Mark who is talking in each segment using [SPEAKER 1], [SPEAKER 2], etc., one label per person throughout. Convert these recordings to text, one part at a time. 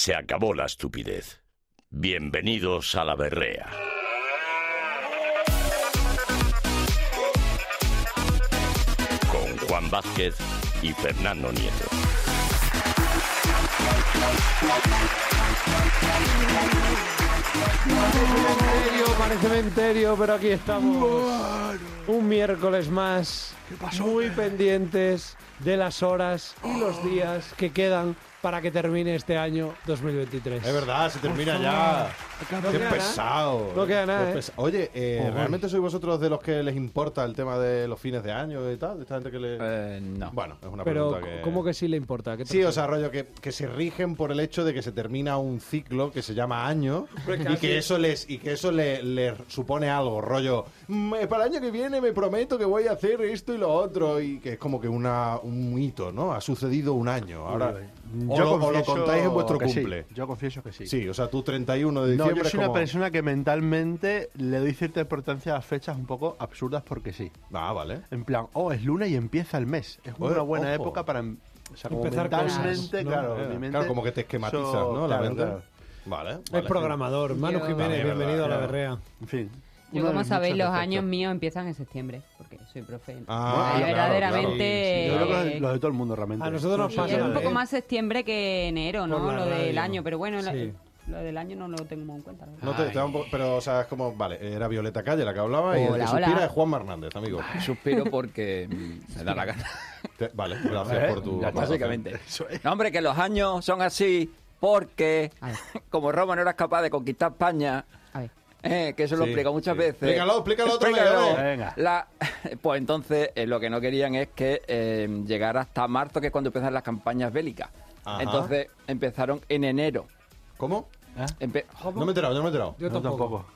[SPEAKER 1] Se acabó la estupidez. Bienvenidos a la berrea. Con Juan Vázquez y Fernando Nieto.
[SPEAKER 2] Cementerio, parece cementerio, pero aquí estamos. Un miércoles más. Muy pendientes de las horas y los días que quedan para que termine este año 2023.
[SPEAKER 3] Es verdad, se termina ya.
[SPEAKER 2] No
[SPEAKER 3] Qué
[SPEAKER 2] queda nada.
[SPEAKER 3] pesado.
[SPEAKER 2] No queda nada,
[SPEAKER 3] Qué
[SPEAKER 2] ¿eh?
[SPEAKER 3] pesa- Oye, eh,
[SPEAKER 4] Joder.
[SPEAKER 3] ¿realmente sois vosotros de los que les importa el tema de los fines de año y tal? De esta gente que le...
[SPEAKER 4] Eh, no.
[SPEAKER 3] Bueno, es una
[SPEAKER 2] Pero,
[SPEAKER 3] pregunta que...
[SPEAKER 2] ¿cómo que sí le importa? ¿Qué te
[SPEAKER 3] Sí, o sea, rollo que, que se rigen por el hecho de que se termina un ciclo que se llama año y que eso les y que eso le, le supone algo, rollo "Mm, eh, para el año que viene me prometo que voy a hacer esto y lo otro y que es como que una, un hito, ¿no? Ha sucedido un año. Ahora
[SPEAKER 5] ¿eh?
[SPEAKER 3] o, lo, o lo
[SPEAKER 5] confieso
[SPEAKER 3] contáis en vuestro
[SPEAKER 5] que sí.
[SPEAKER 3] cumple.
[SPEAKER 5] Yo confieso que sí.
[SPEAKER 3] Sí, o sea, tú 31 de
[SPEAKER 5] No,
[SPEAKER 3] diciembre
[SPEAKER 5] yo
[SPEAKER 3] es
[SPEAKER 5] soy una
[SPEAKER 3] como-
[SPEAKER 5] persona que mentalmente le doy cierta importancia a fechas un poco absurdas porque sí.
[SPEAKER 3] Ah, vale.
[SPEAKER 5] En plan, oh, es luna y empieza el mes. Es
[SPEAKER 3] Oye,
[SPEAKER 5] una buena
[SPEAKER 3] ojo.
[SPEAKER 5] época para em- o sea, como
[SPEAKER 2] Empezar cosas,
[SPEAKER 5] mentalmente,
[SPEAKER 2] ¿no?
[SPEAKER 5] claro,
[SPEAKER 3] Eh,
[SPEAKER 5] mi mente,
[SPEAKER 3] claro, como que te esquematizas,
[SPEAKER 5] eso-
[SPEAKER 3] ¿no? La
[SPEAKER 5] claro,
[SPEAKER 3] mente.
[SPEAKER 5] claro.
[SPEAKER 3] Vale,
[SPEAKER 2] Es
[SPEAKER 3] vale.
[SPEAKER 2] programador. Manu
[SPEAKER 6] Yo-
[SPEAKER 2] Jiménez,
[SPEAKER 3] Vale,
[SPEAKER 2] bienvenido a la
[SPEAKER 3] verdad,
[SPEAKER 2] berrea.
[SPEAKER 5] En fin.
[SPEAKER 6] Yo,
[SPEAKER 5] uno de
[SPEAKER 6] como
[SPEAKER 5] mis
[SPEAKER 6] sabéis,
[SPEAKER 5] muchos
[SPEAKER 6] los años
[SPEAKER 5] defectos.
[SPEAKER 6] míos empiezan en septiembre, porque soy profe.
[SPEAKER 3] Ah,
[SPEAKER 6] O sea,
[SPEAKER 5] claro,
[SPEAKER 6] verdaderamente.
[SPEAKER 5] Yo creo que
[SPEAKER 6] eh,
[SPEAKER 5] los de- los de todo el mundo realmente.
[SPEAKER 2] A nosotros nos
[SPEAKER 6] y
[SPEAKER 2] pasa
[SPEAKER 6] es
[SPEAKER 2] lo
[SPEAKER 6] un
[SPEAKER 2] de-
[SPEAKER 6] poco más septiembre que enero, ¿no?
[SPEAKER 2] Por la
[SPEAKER 6] Lo del
[SPEAKER 2] radio.
[SPEAKER 6] año, pero bueno, la-
[SPEAKER 2] Sí.
[SPEAKER 6] lo del año no lo tengo muy en cuenta. la verdad.
[SPEAKER 3] No te, te da un poco- pero, o sea, es como, vale, era Violeta Calle la que hablaba y el que
[SPEAKER 6] Hola,
[SPEAKER 3] suspira
[SPEAKER 6] hola.
[SPEAKER 3] es Juanma Hernández, amigo.
[SPEAKER 4] Suspiro porque mm, me da la gana.
[SPEAKER 3] Te- vale, gracias
[SPEAKER 4] ¿Eh?
[SPEAKER 3] por tu.
[SPEAKER 4] Ya está,
[SPEAKER 3] aportación.
[SPEAKER 4] Básicamente. No, hombre, que los años son así porque
[SPEAKER 6] A ver.
[SPEAKER 4] como Roma no era capaz de conquistar España,
[SPEAKER 6] A ver.
[SPEAKER 4] eh, que eso lo
[SPEAKER 3] Sí,
[SPEAKER 4] explica muchas
[SPEAKER 3] sí.
[SPEAKER 4] veces.
[SPEAKER 3] Explícalo, explícalo otra vez,
[SPEAKER 5] a ver. Venga.
[SPEAKER 4] La- pues entonces eh, lo que no querían es que eh, llegara hasta marzo, que es cuando empiezan las campañas bélicas.
[SPEAKER 3] Ajá.
[SPEAKER 4] Entonces empezaron en enero.
[SPEAKER 3] ¿Cómo?
[SPEAKER 4] Empe-
[SPEAKER 3] No me he enterado, no me he enterado.
[SPEAKER 2] Yo
[SPEAKER 5] No,
[SPEAKER 2] tampoco.
[SPEAKER 5] tampoco.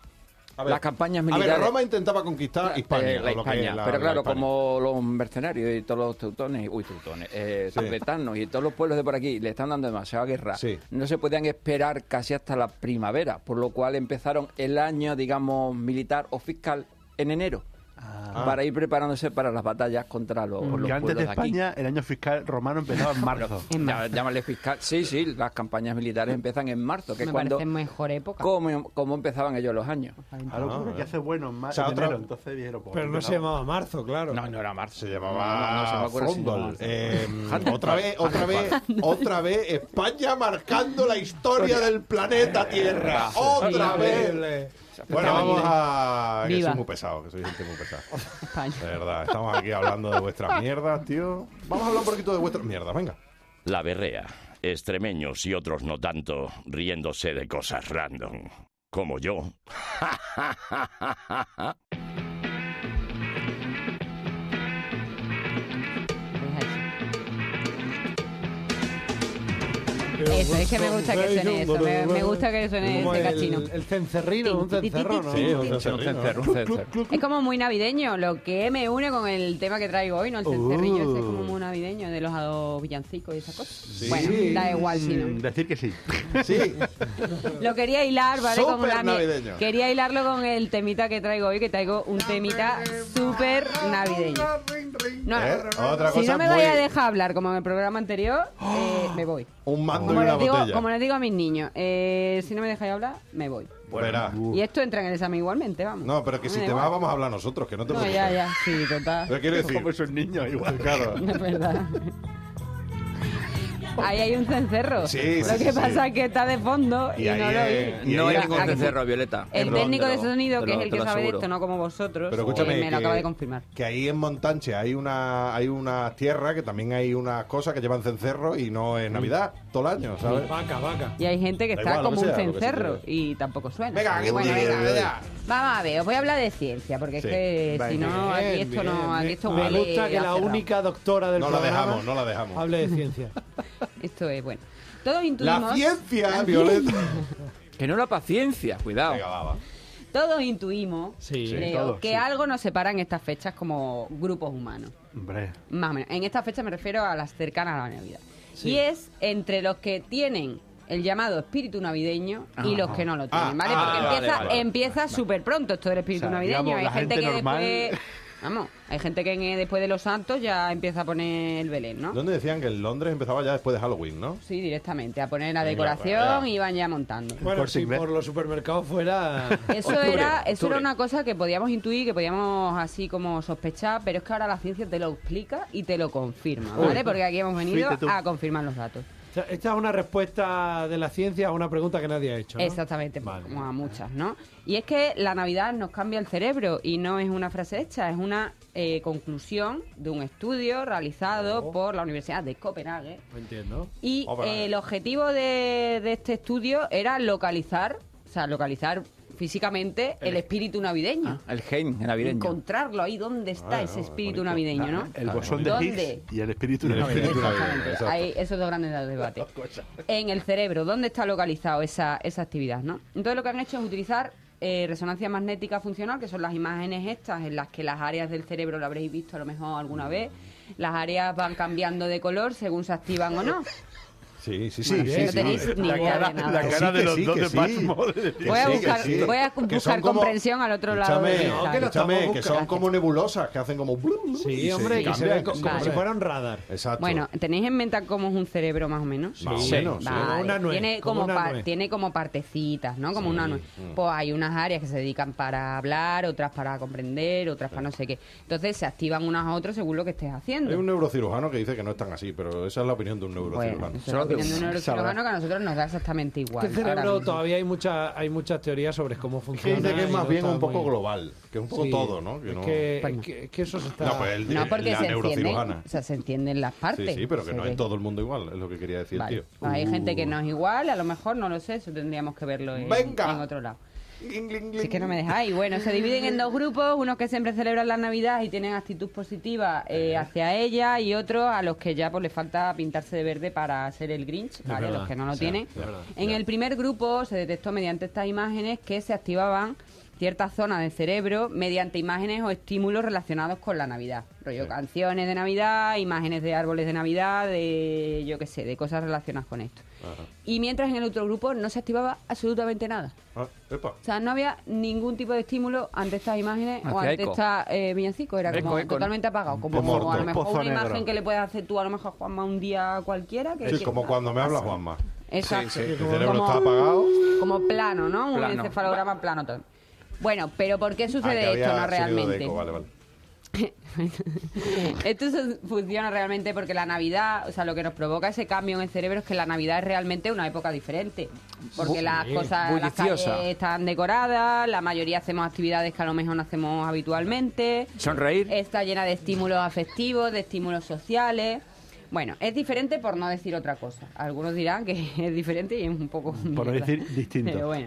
[SPEAKER 3] A
[SPEAKER 4] Las campañas
[SPEAKER 3] A ver,
[SPEAKER 4] militares.
[SPEAKER 3] Roma intentaba conquistar Hispania.
[SPEAKER 4] Eh, la
[SPEAKER 3] o lo que
[SPEAKER 4] Hispania.
[SPEAKER 3] es la-
[SPEAKER 4] pero
[SPEAKER 3] la
[SPEAKER 4] claro,
[SPEAKER 3] Hispania.
[SPEAKER 4] como los mercenarios y todos los teutones, uy, teutones, eh,
[SPEAKER 3] Sí.
[SPEAKER 4] tibetanos y todos los pueblos de por aquí le están dando demasiada guerra,
[SPEAKER 3] Sí.
[SPEAKER 4] no se podían esperar casi hasta la primavera, por lo cual empezaron el año, digamos, militar o fiscal en enero. Para ir preparándose para las batallas contra los, los
[SPEAKER 5] Que Ah. Mm. antes
[SPEAKER 4] pueblos
[SPEAKER 5] de
[SPEAKER 4] aquí.
[SPEAKER 5] España, el año fiscal romano empezaba en
[SPEAKER 3] Ah,
[SPEAKER 5] marzo.
[SPEAKER 6] En
[SPEAKER 4] Ya,
[SPEAKER 6] marzo.
[SPEAKER 4] llámale fiscal. Sí, sí, las campañas militares empiezan en marzo, que es
[SPEAKER 6] Me
[SPEAKER 4] cuando.
[SPEAKER 6] parece mejor época.
[SPEAKER 4] ¿Cómo, cómo empezaban ellos los años?
[SPEAKER 3] Ah,
[SPEAKER 5] Claro, porque
[SPEAKER 3] ¿verdad?
[SPEAKER 5] hace bueno en, mar-
[SPEAKER 3] O sea,
[SPEAKER 5] en
[SPEAKER 3] otra-
[SPEAKER 5] enero, entonces dijeron, pues,
[SPEAKER 2] Pero no se llamaba marzo, claro.
[SPEAKER 4] No, no era marzo.
[SPEAKER 3] Se
[SPEAKER 4] No, no, no, se
[SPEAKER 3] llamaba
[SPEAKER 4] me acuerdo si se
[SPEAKER 3] Frondol.
[SPEAKER 4] llamaba.
[SPEAKER 3] Eh,
[SPEAKER 4] Handelbar.
[SPEAKER 3] otra vez, otra vez, otra vez España marcando la historia del planeta Tierra. Otra vez.
[SPEAKER 2] Increíble.
[SPEAKER 3] Bueno, vamos a. Que
[SPEAKER 6] Viva.
[SPEAKER 3] soy muy pesado, que soy gente muy pesada.
[SPEAKER 6] España.
[SPEAKER 3] De verdad, estamos aquí hablando de vuestras mierdas, tío. Vamos a hablar un poquito de vuestras mierdas, venga.
[SPEAKER 1] La berrea. Extremeños y otros no tanto riéndose de cosas random. Como yo.
[SPEAKER 6] Pues eso.
[SPEAKER 2] Pero
[SPEAKER 6] es que me gusta que suene eso, me- me gusta que suene
[SPEAKER 2] Como
[SPEAKER 6] ese
[SPEAKER 2] el-
[SPEAKER 6] cachino.
[SPEAKER 2] El cencerrino, un
[SPEAKER 6] Tin, ti, ti,
[SPEAKER 2] cencerro, ¿no?
[SPEAKER 6] ti, ti, ti. Es como muy navideño, lo que me une con el tema que traigo hoy, ¿no? El
[SPEAKER 3] Uh.
[SPEAKER 6] cencerrillo ese es como muy navideño de los ados villancicos y esas cosas. Bueno, da igual si no.
[SPEAKER 5] Mm, Decir que sí.
[SPEAKER 3] Sí,
[SPEAKER 6] Lo quería hilar, ¿vale? Con
[SPEAKER 3] Súper
[SPEAKER 6] una mie-
[SPEAKER 3] navideño.
[SPEAKER 6] Quería hilarlo con el temita que traigo hoy, que traigo un temita súper navideño. No,
[SPEAKER 3] ¿Eh? Otra
[SPEAKER 6] si
[SPEAKER 3] cosa
[SPEAKER 6] no me
[SPEAKER 3] muy- ¡Ah!
[SPEAKER 6] vais a dejar hablar como en el programa anterior, eh, me voy.
[SPEAKER 3] un mando y
[SPEAKER 6] Como
[SPEAKER 3] una
[SPEAKER 6] les, digo,
[SPEAKER 3] botella.
[SPEAKER 6] como les digo a mis niños, eh, si no me dejáis hablar, me voy.
[SPEAKER 3] Verá.
[SPEAKER 6] Y esto entra en el examen igualmente, vamos.
[SPEAKER 3] Uh. No, pero que si
[SPEAKER 6] Me da
[SPEAKER 3] te vas,
[SPEAKER 6] igual.
[SPEAKER 3] vamos a hablar nosotros, que no te
[SPEAKER 6] No,
[SPEAKER 3] preocupes.
[SPEAKER 6] ya, ya, sí, total.
[SPEAKER 3] Pero quiero
[SPEAKER 5] Como
[SPEAKER 3] decir,
[SPEAKER 5] esos niños, igual.
[SPEAKER 3] claro.
[SPEAKER 6] Es verdad. Ahí hay un cencerro.
[SPEAKER 3] Sí,
[SPEAKER 6] Lo
[SPEAKER 3] sí, sí,
[SPEAKER 6] que pasa
[SPEAKER 3] sí.
[SPEAKER 6] es que está de fondo y,
[SPEAKER 3] Y ahí
[SPEAKER 6] no lo
[SPEAKER 3] es-
[SPEAKER 6] oí.
[SPEAKER 3] Y
[SPEAKER 4] No
[SPEAKER 3] ahí
[SPEAKER 4] era
[SPEAKER 3] la-
[SPEAKER 4] ningún
[SPEAKER 6] aquí-
[SPEAKER 4] cencerro, Violeta.
[SPEAKER 6] El
[SPEAKER 3] Perdón,
[SPEAKER 6] técnico
[SPEAKER 4] te
[SPEAKER 6] de
[SPEAKER 4] lo-
[SPEAKER 6] sonido,
[SPEAKER 4] te
[SPEAKER 6] que
[SPEAKER 4] lo-
[SPEAKER 6] es el
[SPEAKER 4] te
[SPEAKER 6] que
[SPEAKER 4] lo
[SPEAKER 6] sabe de
[SPEAKER 4] aseguro.
[SPEAKER 6] esto, no como vosotros,
[SPEAKER 3] Pero escúchame,
[SPEAKER 6] que me lo
[SPEAKER 3] que-
[SPEAKER 6] acaba de confirmar.
[SPEAKER 3] Que ahí en Montanche hay una hay una tierra que también hay unas cosas que llevan cencerro y no
[SPEAKER 6] Mm.
[SPEAKER 3] es Navidad, todo el año, ¿sabes?
[SPEAKER 2] Vaca, vaca.
[SPEAKER 6] Y hay gente que
[SPEAKER 3] Da
[SPEAKER 6] está
[SPEAKER 3] igual, lo
[SPEAKER 6] como
[SPEAKER 3] que
[SPEAKER 6] un
[SPEAKER 3] sea, lo que se
[SPEAKER 6] cencerro
[SPEAKER 3] quiera.
[SPEAKER 6] y tampoco suena.
[SPEAKER 3] Venga, que
[SPEAKER 6] Bueno,
[SPEAKER 3] tú
[SPEAKER 6] venga.
[SPEAKER 3] digas, venga.
[SPEAKER 6] Vamos a ver, os voy a hablar de ciencia, porque
[SPEAKER 3] Sí.
[SPEAKER 6] es que si no, aquí
[SPEAKER 2] Bien,
[SPEAKER 6] esto
[SPEAKER 2] bien,
[SPEAKER 6] no, aquí
[SPEAKER 2] me-
[SPEAKER 6] esto
[SPEAKER 2] Me
[SPEAKER 6] huele
[SPEAKER 2] gusta que
[SPEAKER 6] a
[SPEAKER 2] la
[SPEAKER 6] cerrado.
[SPEAKER 2] única doctora del
[SPEAKER 3] No la
[SPEAKER 2] programa
[SPEAKER 3] dejamos, no la dejamos.
[SPEAKER 2] hable de ciencia.
[SPEAKER 6] Esto es bueno. Todos intuimos.
[SPEAKER 3] La ciencia, Violeta.
[SPEAKER 4] Que no la paciencia, cuidado.
[SPEAKER 3] Venga, va, va.
[SPEAKER 6] Todos intuimos,
[SPEAKER 2] Sí. Sí,
[SPEAKER 6] creo,
[SPEAKER 5] todos,
[SPEAKER 6] que
[SPEAKER 5] sí.
[SPEAKER 6] algo nos separa en estas fechas como grupos humanos.
[SPEAKER 5] Hombre.
[SPEAKER 6] Más o menos. En esta fecha me refiero a las cercanas a la Navidad.
[SPEAKER 2] Sí.
[SPEAKER 6] Y es entre los que tienen el llamado espíritu navideño y los que no lo tienen,
[SPEAKER 3] Ah,
[SPEAKER 6] ¿vale?
[SPEAKER 3] ah,
[SPEAKER 6] Porque
[SPEAKER 3] vale,
[SPEAKER 6] empieza
[SPEAKER 3] vale, vale.
[SPEAKER 6] empieza súper pronto esto del espíritu
[SPEAKER 5] O sea,
[SPEAKER 6] navideño.
[SPEAKER 5] digamos,
[SPEAKER 6] Hay
[SPEAKER 5] la
[SPEAKER 6] gente,
[SPEAKER 5] gente
[SPEAKER 6] que
[SPEAKER 5] normal-
[SPEAKER 6] después... Vamos, hay gente que en- después de los santos ya empieza a poner el Belén, ¿no?
[SPEAKER 3] ¿Dónde decían que en Londres empezaba ya después de Halloween, no?
[SPEAKER 6] Sí, directamente, a poner la
[SPEAKER 3] Venga,
[SPEAKER 6] decoración
[SPEAKER 3] vaya.
[SPEAKER 6] y van ya montando.
[SPEAKER 2] Bueno,
[SPEAKER 5] Por
[SPEAKER 2] si
[SPEAKER 5] Silver.
[SPEAKER 2] por los supermercados fuera...
[SPEAKER 6] Eso
[SPEAKER 2] Octubre,
[SPEAKER 6] era, eso
[SPEAKER 2] octubre.
[SPEAKER 6] era una cosa que podíamos intuir, que podíamos así como sospechar, pero es que ahora la ciencia te lo explica y te lo confirma,
[SPEAKER 5] Uy.
[SPEAKER 6] ¿vale? Porque aquí hemos venido
[SPEAKER 5] Fíjate tú.
[SPEAKER 6] a confirmar los datos.
[SPEAKER 2] O sea, esta es una respuesta de la ciencia a una pregunta que nadie ha hecho. ¿no?
[SPEAKER 6] Exactamente, pues,
[SPEAKER 2] Vale.
[SPEAKER 6] como a muchas, ¿no? Y es que la Navidad nos cambia el cerebro y no es una frase hecha, es una eh, conclusión de un estudio realizado por la Universidad de Copenhague.
[SPEAKER 2] No entiendo.
[SPEAKER 6] Y
[SPEAKER 3] Opa.
[SPEAKER 6] eh, el objetivo de, de este estudio era localizar, o sea, localizar físicamente el espíritu navideño.
[SPEAKER 4] El gen Ah, navideño.
[SPEAKER 6] Encontrarlo ahí, ¿dónde está
[SPEAKER 3] Ah,
[SPEAKER 6] ese
[SPEAKER 3] no,
[SPEAKER 6] espíritu
[SPEAKER 3] bonito.
[SPEAKER 6] navideño, no?
[SPEAKER 5] El bosón de
[SPEAKER 6] ¿Dónde?
[SPEAKER 5] Higgs y el espíritu de
[SPEAKER 3] El
[SPEAKER 5] Navidad.
[SPEAKER 3] espíritu navideño,
[SPEAKER 6] Exactamente,
[SPEAKER 3] exacto.
[SPEAKER 6] hay esos dos grandes debates. En el cerebro, ¿dónde está localizado esa, esa actividad? ¿no? Entonces lo que han hecho es utilizar eh, resonancia magnética funcional, que son las imágenes estas en las que las áreas del cerebro, lo habréis visto a lo mejor alguna vez, las áreas van cambiando de color según se activan o no.
[SPEAKER 3] Sí, sí, sí. sí,
[SPEAKER 5] Muy bien.
[SPEAKER 6] no
[SPEAKER 3] sí.
[SPEAKER 6] tenéis ni
[SPEAKER 5] La
[SPEAKER 6] idea
[SPEAKER 5] cara,
[SPEAKER 6] de nada.
[SPEAKER 5] la cara
[SPEAKER 3] Que
[SPEAKER 5] de
[SPEAKER 3] sí,
[SPEAKER 5] los
[SPEAKER 3] que
[SPEAKER 5] dos
[SPEAKER 3] sí,
[SPEAKER 5] de
[SPEAKER 3] que sí.
[SPEAKER 5] Patmos.
[SPEAKER 6] Voy a
[SPEAKER 3] Sí, que
[SPEAKER 6] buscar,
[SPEAKER 3] sí.
[SPEAKER 6] voy a
[SPEAKER 3] Que son
[SPEAKER 6] buscar
[SPEAKER 3] como-
[SPEAKER 6] comprensión al otro lado.
[SPEAKER 3] Escúchame,
[SPEAKER 6] del
[SPEAKER 3] no,
[SPEAKER 6] cristal.
[SPEAKER 3] que,
[SPEAKER 2] lo estamos
[SPEAKER 3] escúchame, que son
[SPEAKER 6] buscando.
[SPEAKER 3] como nebulosas, que hacen como...
[SPEAKER 2] Sí,
[SPEAKER 3] y se
[SPEAKER 2] hombre, y se
[SPEAKER 3] cambian,
[SPEAKER 2] ve co- como,
[SPEAKER 3] cambian.
[SPEAKER 2] si fuera un radar.
[SPEAKER 3] Exacto.
[SPEAKER 6] Bueno, tenéis en mente como es un cerebro más o menos.
[SPEAKER 3] Más o
[SPEAKER 2] Sí.
[SPEAKER 3] menos, sí.
[SPEAKER 2] Como
[SPEAKER 6] Vale,
[SPEAKER 2] una nuez,
[SPEAKER 6] tiene
[SPEAKER 2] como
[SPEAKER 6] como,
[SPEAKER 2] una
[SPEAKER 6] par-
[SPEAKER 2] nuez.
[SPEAKER 6] tiene como partecitas, ¿no? Como una nuez.
[SPEAKER 3] mm.
[SPEAKER 6] Pues hay unas áreas que se dedican para hablar, otras para comprender, otras para no sé qué. Entonces se activan unas a otras según lo que estés
[SPEAKER 3] Hay
[SPEAKER 6] haciendo.
[SPEAKER 3] un neurocirujano que dice que no es tan así, pero esa es la opinión de un
[SPEAKER 6] Bueno,
[SPEAKER 3] neurocirujano.
[SPEAKER 6] Pues, eso es la opinión de un neurocirujano
[SPEAKER 5] Sabrá.
[SPEAKER 6] que a nosotros nos da exactamente igual.
[SPEAKER 2] Que el
[SPEAKER 6] ahora
[SPEAKER 2] Este cerebro
[SPEAKER 6] mismo.
[SPEAKER 2] todavía hay, mucha, hay muchas teorías sobre cómo
[SPEAKER 3] Que
[SPEAKER 2] funciona.
[SPEAKER 3] dice que es
[SPEAKER 2] y
[SPEAKER 3] más
[SPEAKER 2] no
[SPEAKER 3] bien
[SPEAKER 2] está
[SPEAKER 3] un poco
[SPEAKER 2] muy-
[SPEAKER 3] global, que es un poco
[SPEAKER 2] Sí,
[SPEAKER 3] todo, ¿no?
[SPEAKER 2] es,
[SPEAKER 3] Que no...
[SPEAKER 2] Que,
[SPEAKER 6] Bueno.
[SPEAKER 2] es que- es que eso se está...
[SPEAKER 3] No, pues el-
[SPEAKER 6] No, porque
[SPEAKER 3] la
[SPEAKER 6] se entiende.
[SPEAKER 3] neurocirujana.
[SPEAKER 6] O sea, se entienden las partes.
[SPEAKER 3] Sí, sí, pero que
[SPEAKER 6] Se
[SPEAKER 3] no
[SPEAKER 6] ve.
[SPEAKER 3] es todo el mundo igual, es lo que quería decir,
[SPEAKER 6] Vale.
[SPEAKER 3] tío. Uh.
[SPEAKER 6] Pues hay gente que no es igual, a lo mejor no lo sé, eso tendríamos que verlo en,
[SPEAKER 3] Venga.
[SPEAKER 6] en otro lado. Si es que no me dejáis. Bueno, se dividen en dos grupos, unos que siempre celebran la Navidad y tienen actitud positiva eh, hacia ella y otros a los que ya pues les falta pintarse de verde para ser el Grinch, ¿vale?
[SPEAKER 2] verdad,
[SPEAKER 6] los que no lo
[SPEAKER 2] sí,
[SPEAKER 6] tienen.
[SPEAKER 2] es verdad,
[SPEAKER 6] En el primer grupo se detectó mediante estas imágenes que se activaban ciertas zonas del cerebro mediante imágenes o estímulos relacionados con la Navidad. Rollo canciones de Navidad, imágenes de árboles de Navidad, de yo qué sé, de cosas relacionadas con esto. Y mientras en el otro grupo no se activaba absolutamente nada.
[SPEAKER 3] Ah, epa.
[SPEAKER 6] O sea, no había ningún tipo de estímulo ante estas imágenes o
[SPEAKER 4] Ah, Hacía
[SPEAKER 6] ante
[SPEAKER 4] eco.
[SPEAKER 6] estas eh, villancicos. Era
[SPEAKER 4] Eco,
[SPEAKER 6] como
[SPEAKER 4] eco, ¿no?
[SPEAKER 6] totalmente apagado. Como
[SPEAKER 3] Pozo
[SPEAKER 6] a
[SPEAKER 3] negro.
[SPEAKER 6] lo mejor
[SPEAKER 5] Pozo
[SPEAKER 6] una
[SPEAKER 5] negro.
[SPEAKER 6] imagen que le puedes hacer tú, a lo mejor Juanma, un día cualquiera. Que
[SPEAKER 3] Sí,
[SPEAKER 6] que-
[SPEAKER 3] como cuando me habla Juanma.
[SPEAKER 6] Exacto.
[SPEAKER 3] El
[SPEAKER 6] Como-
[SPEAKER 3] cerebro está apagado.
[SPEAKER 6] Como plano, ¿no? Un
[SPEAKER 4] Plano.
[SPEAKER 6] encefalograma plano. Todo. Bueno, pero ¿por qué
[SPEAKER 3] Ah, que
[SPEAKER 6] sucede esto
[SPEAKER 3] había
[SPEAKER 6] no
[SPEAKER 3] sonido de
[SPEAKER 6] realmente?
[SPEAKER 3] eco, vale, vale.
[SPEAKER 6] Esto se- funciona realmente porque la Navidad, o sea, lo que nos provoca ese cambio en el cerebro es que la Navidad es realmente una época diferente. Porque las cosas las
[SPEAKER 4] bulliciosa.
[SPEAKER 6] calles están decoradas, la mayoría hacemos actividades que a lo mejor no hacemos habitualmente.
[SPEAKER 4] Sonreír.
[SPEAKER 6] Está llena de estímulos afectivos, de estímulos sociales. Bueno, es diferente por no decir otra cosa. Algunos dirán que es diferente y es un poco...
[SPEAKER 5] Por no
[SPEAKER 6] mierda.
[SPEAKER 5] decir distinto.
[SPEAKER 6] Pero bueno.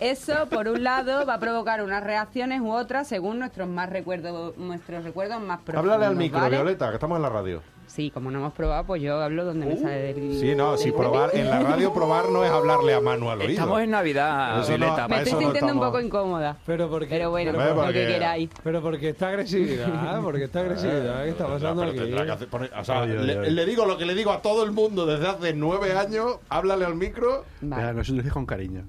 [SPEAKER 6] Eso, por un lado, va a provocar unas reacciones u otras según nuestros más recuerdos, nuestros recuerdos más profundos.
[SPEAKER 3] Háblale al micro,
[SPEAKER 6] ¿vale?
[SPEAKER 3] Violeta, que estamos en la radio.
[SPEAKER 6] Sí, como no hemos probado, pues yo hablo donde me sale del...
[SPEAKER 3] Sí, no, si
[SPEAKER 6] del-
[SPEAKER 3] probar, en la radio probar no es hablarle a Mano al oído.
[SPEAKER 4] Estamos en Navidad,
[SPEAKER 3] Eso no-
[SPEAKER 4] Violeta.
[SPEAKER 6] Me
[SPEAKER 3] para
[SPEAKER 6] estoy
[SPEAKER 3] eso no
[SPEAKER 6] sintiendo un
[SPEAKER 3] estamos.
[SPEAKER 6] poco incómoda.
[SPEAKER 2] Pero porque...
[SPEAKER 6] Pero bueno, pues
[SPEAKER 3] Hombre,
[SPEAKER 6] lo
[SPEAKER 3] porque-
[SPEAKER 6] que queráis.
[SPEAKER 2] Pero porque está agresividad, ¿eh? porque está agresividad. ¿Qué está pasando
[SPEAKER 3] Ah, Pero
[SPEAKER 2] aquí?
[SPEAKER 3] tendrá que hacer- poner- o sea,
[SPEAKER 5] Ay, ay,
[SPEAKER 3] le,
[SPEAKER 5] ay.
[SPEAKER 3] le digo lo que le digo a todo el mundo desde hace nueve años, háblale al micro.
[SPEAKER 6] Vale.
[SPEAKER 5] Pero Nosotros es con cariño.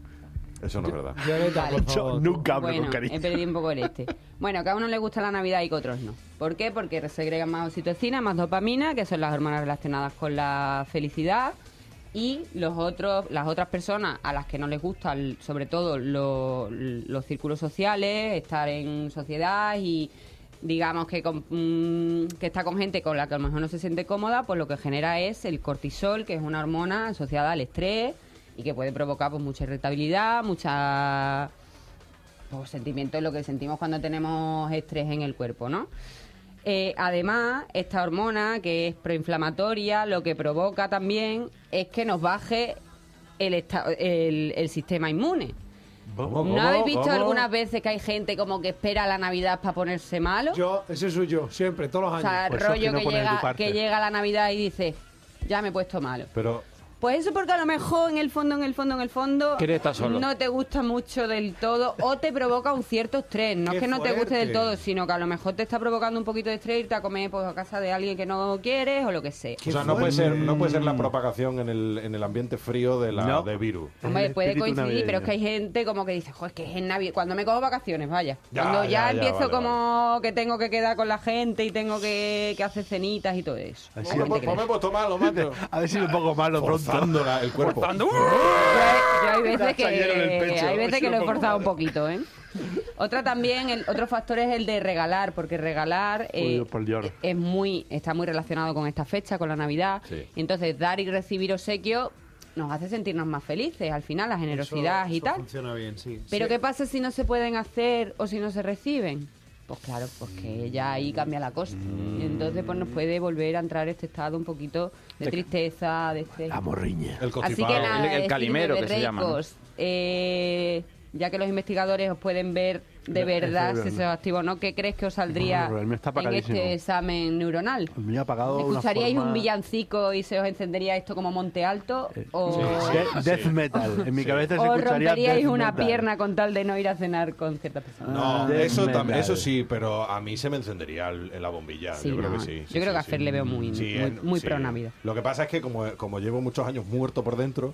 [SPEAKER 3] Eso no es verdad.
[SPEAKER 2] Violeta, por
[SPEAKER 6] Vale.
[SPEAKER 5] Yo
[SPEAKER 2] favor.
[SPEAKER 5] nunca hablo
[SPEAKER 6] Bueno,
[SPEAKER 5] con
[SPEAKER 6] he
[SPEAKER 5] cariño.
[SPEAKER 6] perdido un poco el este. Bueno, que a uno le gusta la Navidad y que a otros no. ¿Por qué? Porque segregan más oxitocina, más dopamina, que son las hormonas relacionadas con la felicidad. Y los otros, las otras personas a las que no les gustan, sobre todo lo- los círculos sociales, estar en sociedad y digamos que, con- mm, que está con gente con la que a lo mejor no se siente cómoda, pues lo que genera es el cortisol, que es una hormona asociada al estrés y que puede provocar pues, mucha irritabilidad, mucha pues, sentimiento es lo que sentimos cuando tenemos estrés en el cuerpo, ¿no? Eh, además, esta hormona que es proinflamatoria, lo que provoca también es que nos baje el, esta- el, el sistema inmune. ¿No habéis visto algunas veces que hay gente como que espera la Navidad para ponerse malo?
[SPEAKER 2] Yo, ese soy yo, siempre, todos los
[SPEAKER 6] o
[SPEAKER 2] años.
[SPEAKER 6] sea,
[SPEAKER 5] Pues eso es que
[SPEAKER 6] rollo
[SPEAKER 5] no
[SPEAKER 6] que,
[SPEAKER 5] pones de tu
[SPEAKER 6] llega,
[SPEAKER 5] parte.
[SPEAKER 6] que llega la Navidad y dice, ya me he puesto malo.
[SPEAKER 3] Pero
[SPEAKER 6] Pues eso porque a lo mejor en el fondo, en el fondo, en el fondo
[SPEAKER 4] Quieres estar solo.
[SPEAKER 6] no te gusta mucho del todo o te provoca un cierto estrés. No
[SPEAKER 3] ¡Qué
[SPEAKER 6] es que no te guste del
[SPEAKER 3] fuerte!
[SPEAKER 6] todo, sino que a lo mejor te está provocando un poquito de estrés irte a comer pues, a casa de alguien que no quieres o lo que sea.
[SPEAKER 3] O sea, no puede, ser, no puede ser la propagación en el, en el ambiente frío de, la,
[SPEAKER 5] No.
[SPEAKER 3] de virus.
[SPEAKER 6] Hombre,
[SPEAKER 5] El
[SPEAKER 6] puede
[SPEAKER 5] espíritu
[SPEAKER 6] coincidir,
[SPEAKER 5] navideño.
[SPEAKER 6] pero es que hay gente como que dice, joder, es que es en Navidad, cuando me cojo vacaciones, vaya.
[SPEAKER 3] Ya,
[SPEAKER 6] cuando
[SPEAKER 3] ya,
[SPEAKER 6] ya,
[SPEAKER 3] ya,
[SPEAKER 6] empiezo
[SPEAKER 3] vale,
[SPEAKER 6] como que tengo que quedar con la gente y tengo que, que hacer cenitas y todo eso.
[SPEAKER 5] Así
[SPEAKER 6] ¿Cómo
[SPEAKER 5] es.
[SPEAKER 6] te crees?
[SPEAKER 3] Vamos a tomarlo, macho.
[SPEAKER 5] A ver si me pongo malo pronto.
[SPEAKER 3] Forzando la- el cuerpo.
[SPEAKER 6] Yo hay- yo hay veces
[SPEAKER 5] Está lleno en el
[SPEAKER 6] que,
[SPEAKER 5] pecho.
[SPEAKER 6] hay veces que
[SPEAKER 5] Sí,
[SPEAKER 6] lo he
[SPEAKER 5] un poco
[SPEAKER 6] forzado un
[SPEAKER 5] malo.
[SPEAKER 6] poquito, ¿eh? Otra también, el, otro factor es el de regalar, porque regalar eh,
[SPEAKER 5] Dios, por Dios.
[SPEAKER 6] es muy, está muy relacionado con esta fecha, con la Navidad.
[SPEAKER 3] Sí.
[SPEAKER 6] Entonces, dar y recibir obsequio nos hace sentirnos más felices, al final, la generosidad y tal.
[SPEAKER 7] Funciona bien, sí.
[SPEAKER 6] Pero ¿qué pasa si no se pueden hacer o si no se reciben? Pues claro, porque ya ahí cambia la cosa. Y entonces pues nos puede volver a entrar este estado un poquito de tristeza, de estrés.
[SPEAKER 5] Ah, morriña.
[SPEAKER 3] El
[SPEAKER 6] Así
[SPEAKER 3] constipado.
[SPEAKER 6] que nada,
[SPEAKER 4] El- el
[SPEAKER 6] decir,
[SPEAKER 4] calimero que se llama, ¿no?
[SPEAKER 6] beberreicos, eh, ya que los investigadores os pueden ver de verdad
[SPEAKER 5] cerebro,
[SPEAKER 6] si
[SPEAKER 5] ¿no?
[SPEAKER 6] se os activa o no, ¿qué crees que os saldría
[SPEAKER 5] Brr, el mío está
[SPEAKER 6] en
[SPEAKER 5] apagadísimo.
[SPEAKER 6] este examen neuronal?
[SPEAKER 5] El mío ha apagado de una
[SPEAKER 6] ¿Escucharíais
[SPEAKER 5] forma- Eh,
[SPEAKER 6] un villancico y se os encendería esto como Monte Alto? ¿O,
[SPEAKER 5] De- death metal. En mi cabeza se
[SPEAKER 6] o
[SPEAKER 5] escucharía
[SPEAKER 6] romperíais
[SPEAKER 5] death
[SPEAKER 6] una
[SPEAKER 5] metal.
[SPEAKER 6] pierna con tal de no ir a cenar con ciertas personas?
[SPEAKER 3] No,
[SPEAKER 5] Death
[SPEAKER 3] eso, tam-
[SPEAKER 5] metal.
[SPEAKER 3] eso sí, pero a mí se me encendería el- la bombilla.
[SPEAKER 6] Sí,
[SPEAKER 3] yo creo
[SPEAKER 6] no.
[SPEAKER 3] que sí.
[SPEAKER 6] Yo
[SPEAKER 3] sí,
[SPEAKER 6] creo
[SPEAKER 3] sí,
[SPEAKER 6] que a
[SPEAKER 3] sí.
[SPEAKER 6] Fer le veo muy- muy-
[SPEAKER 3] en-
[SPEAKER 6] muy pro Navidad.
[SPEAKER 3] Lo que pasa es que como, como llevo muchos años muerto por dentro,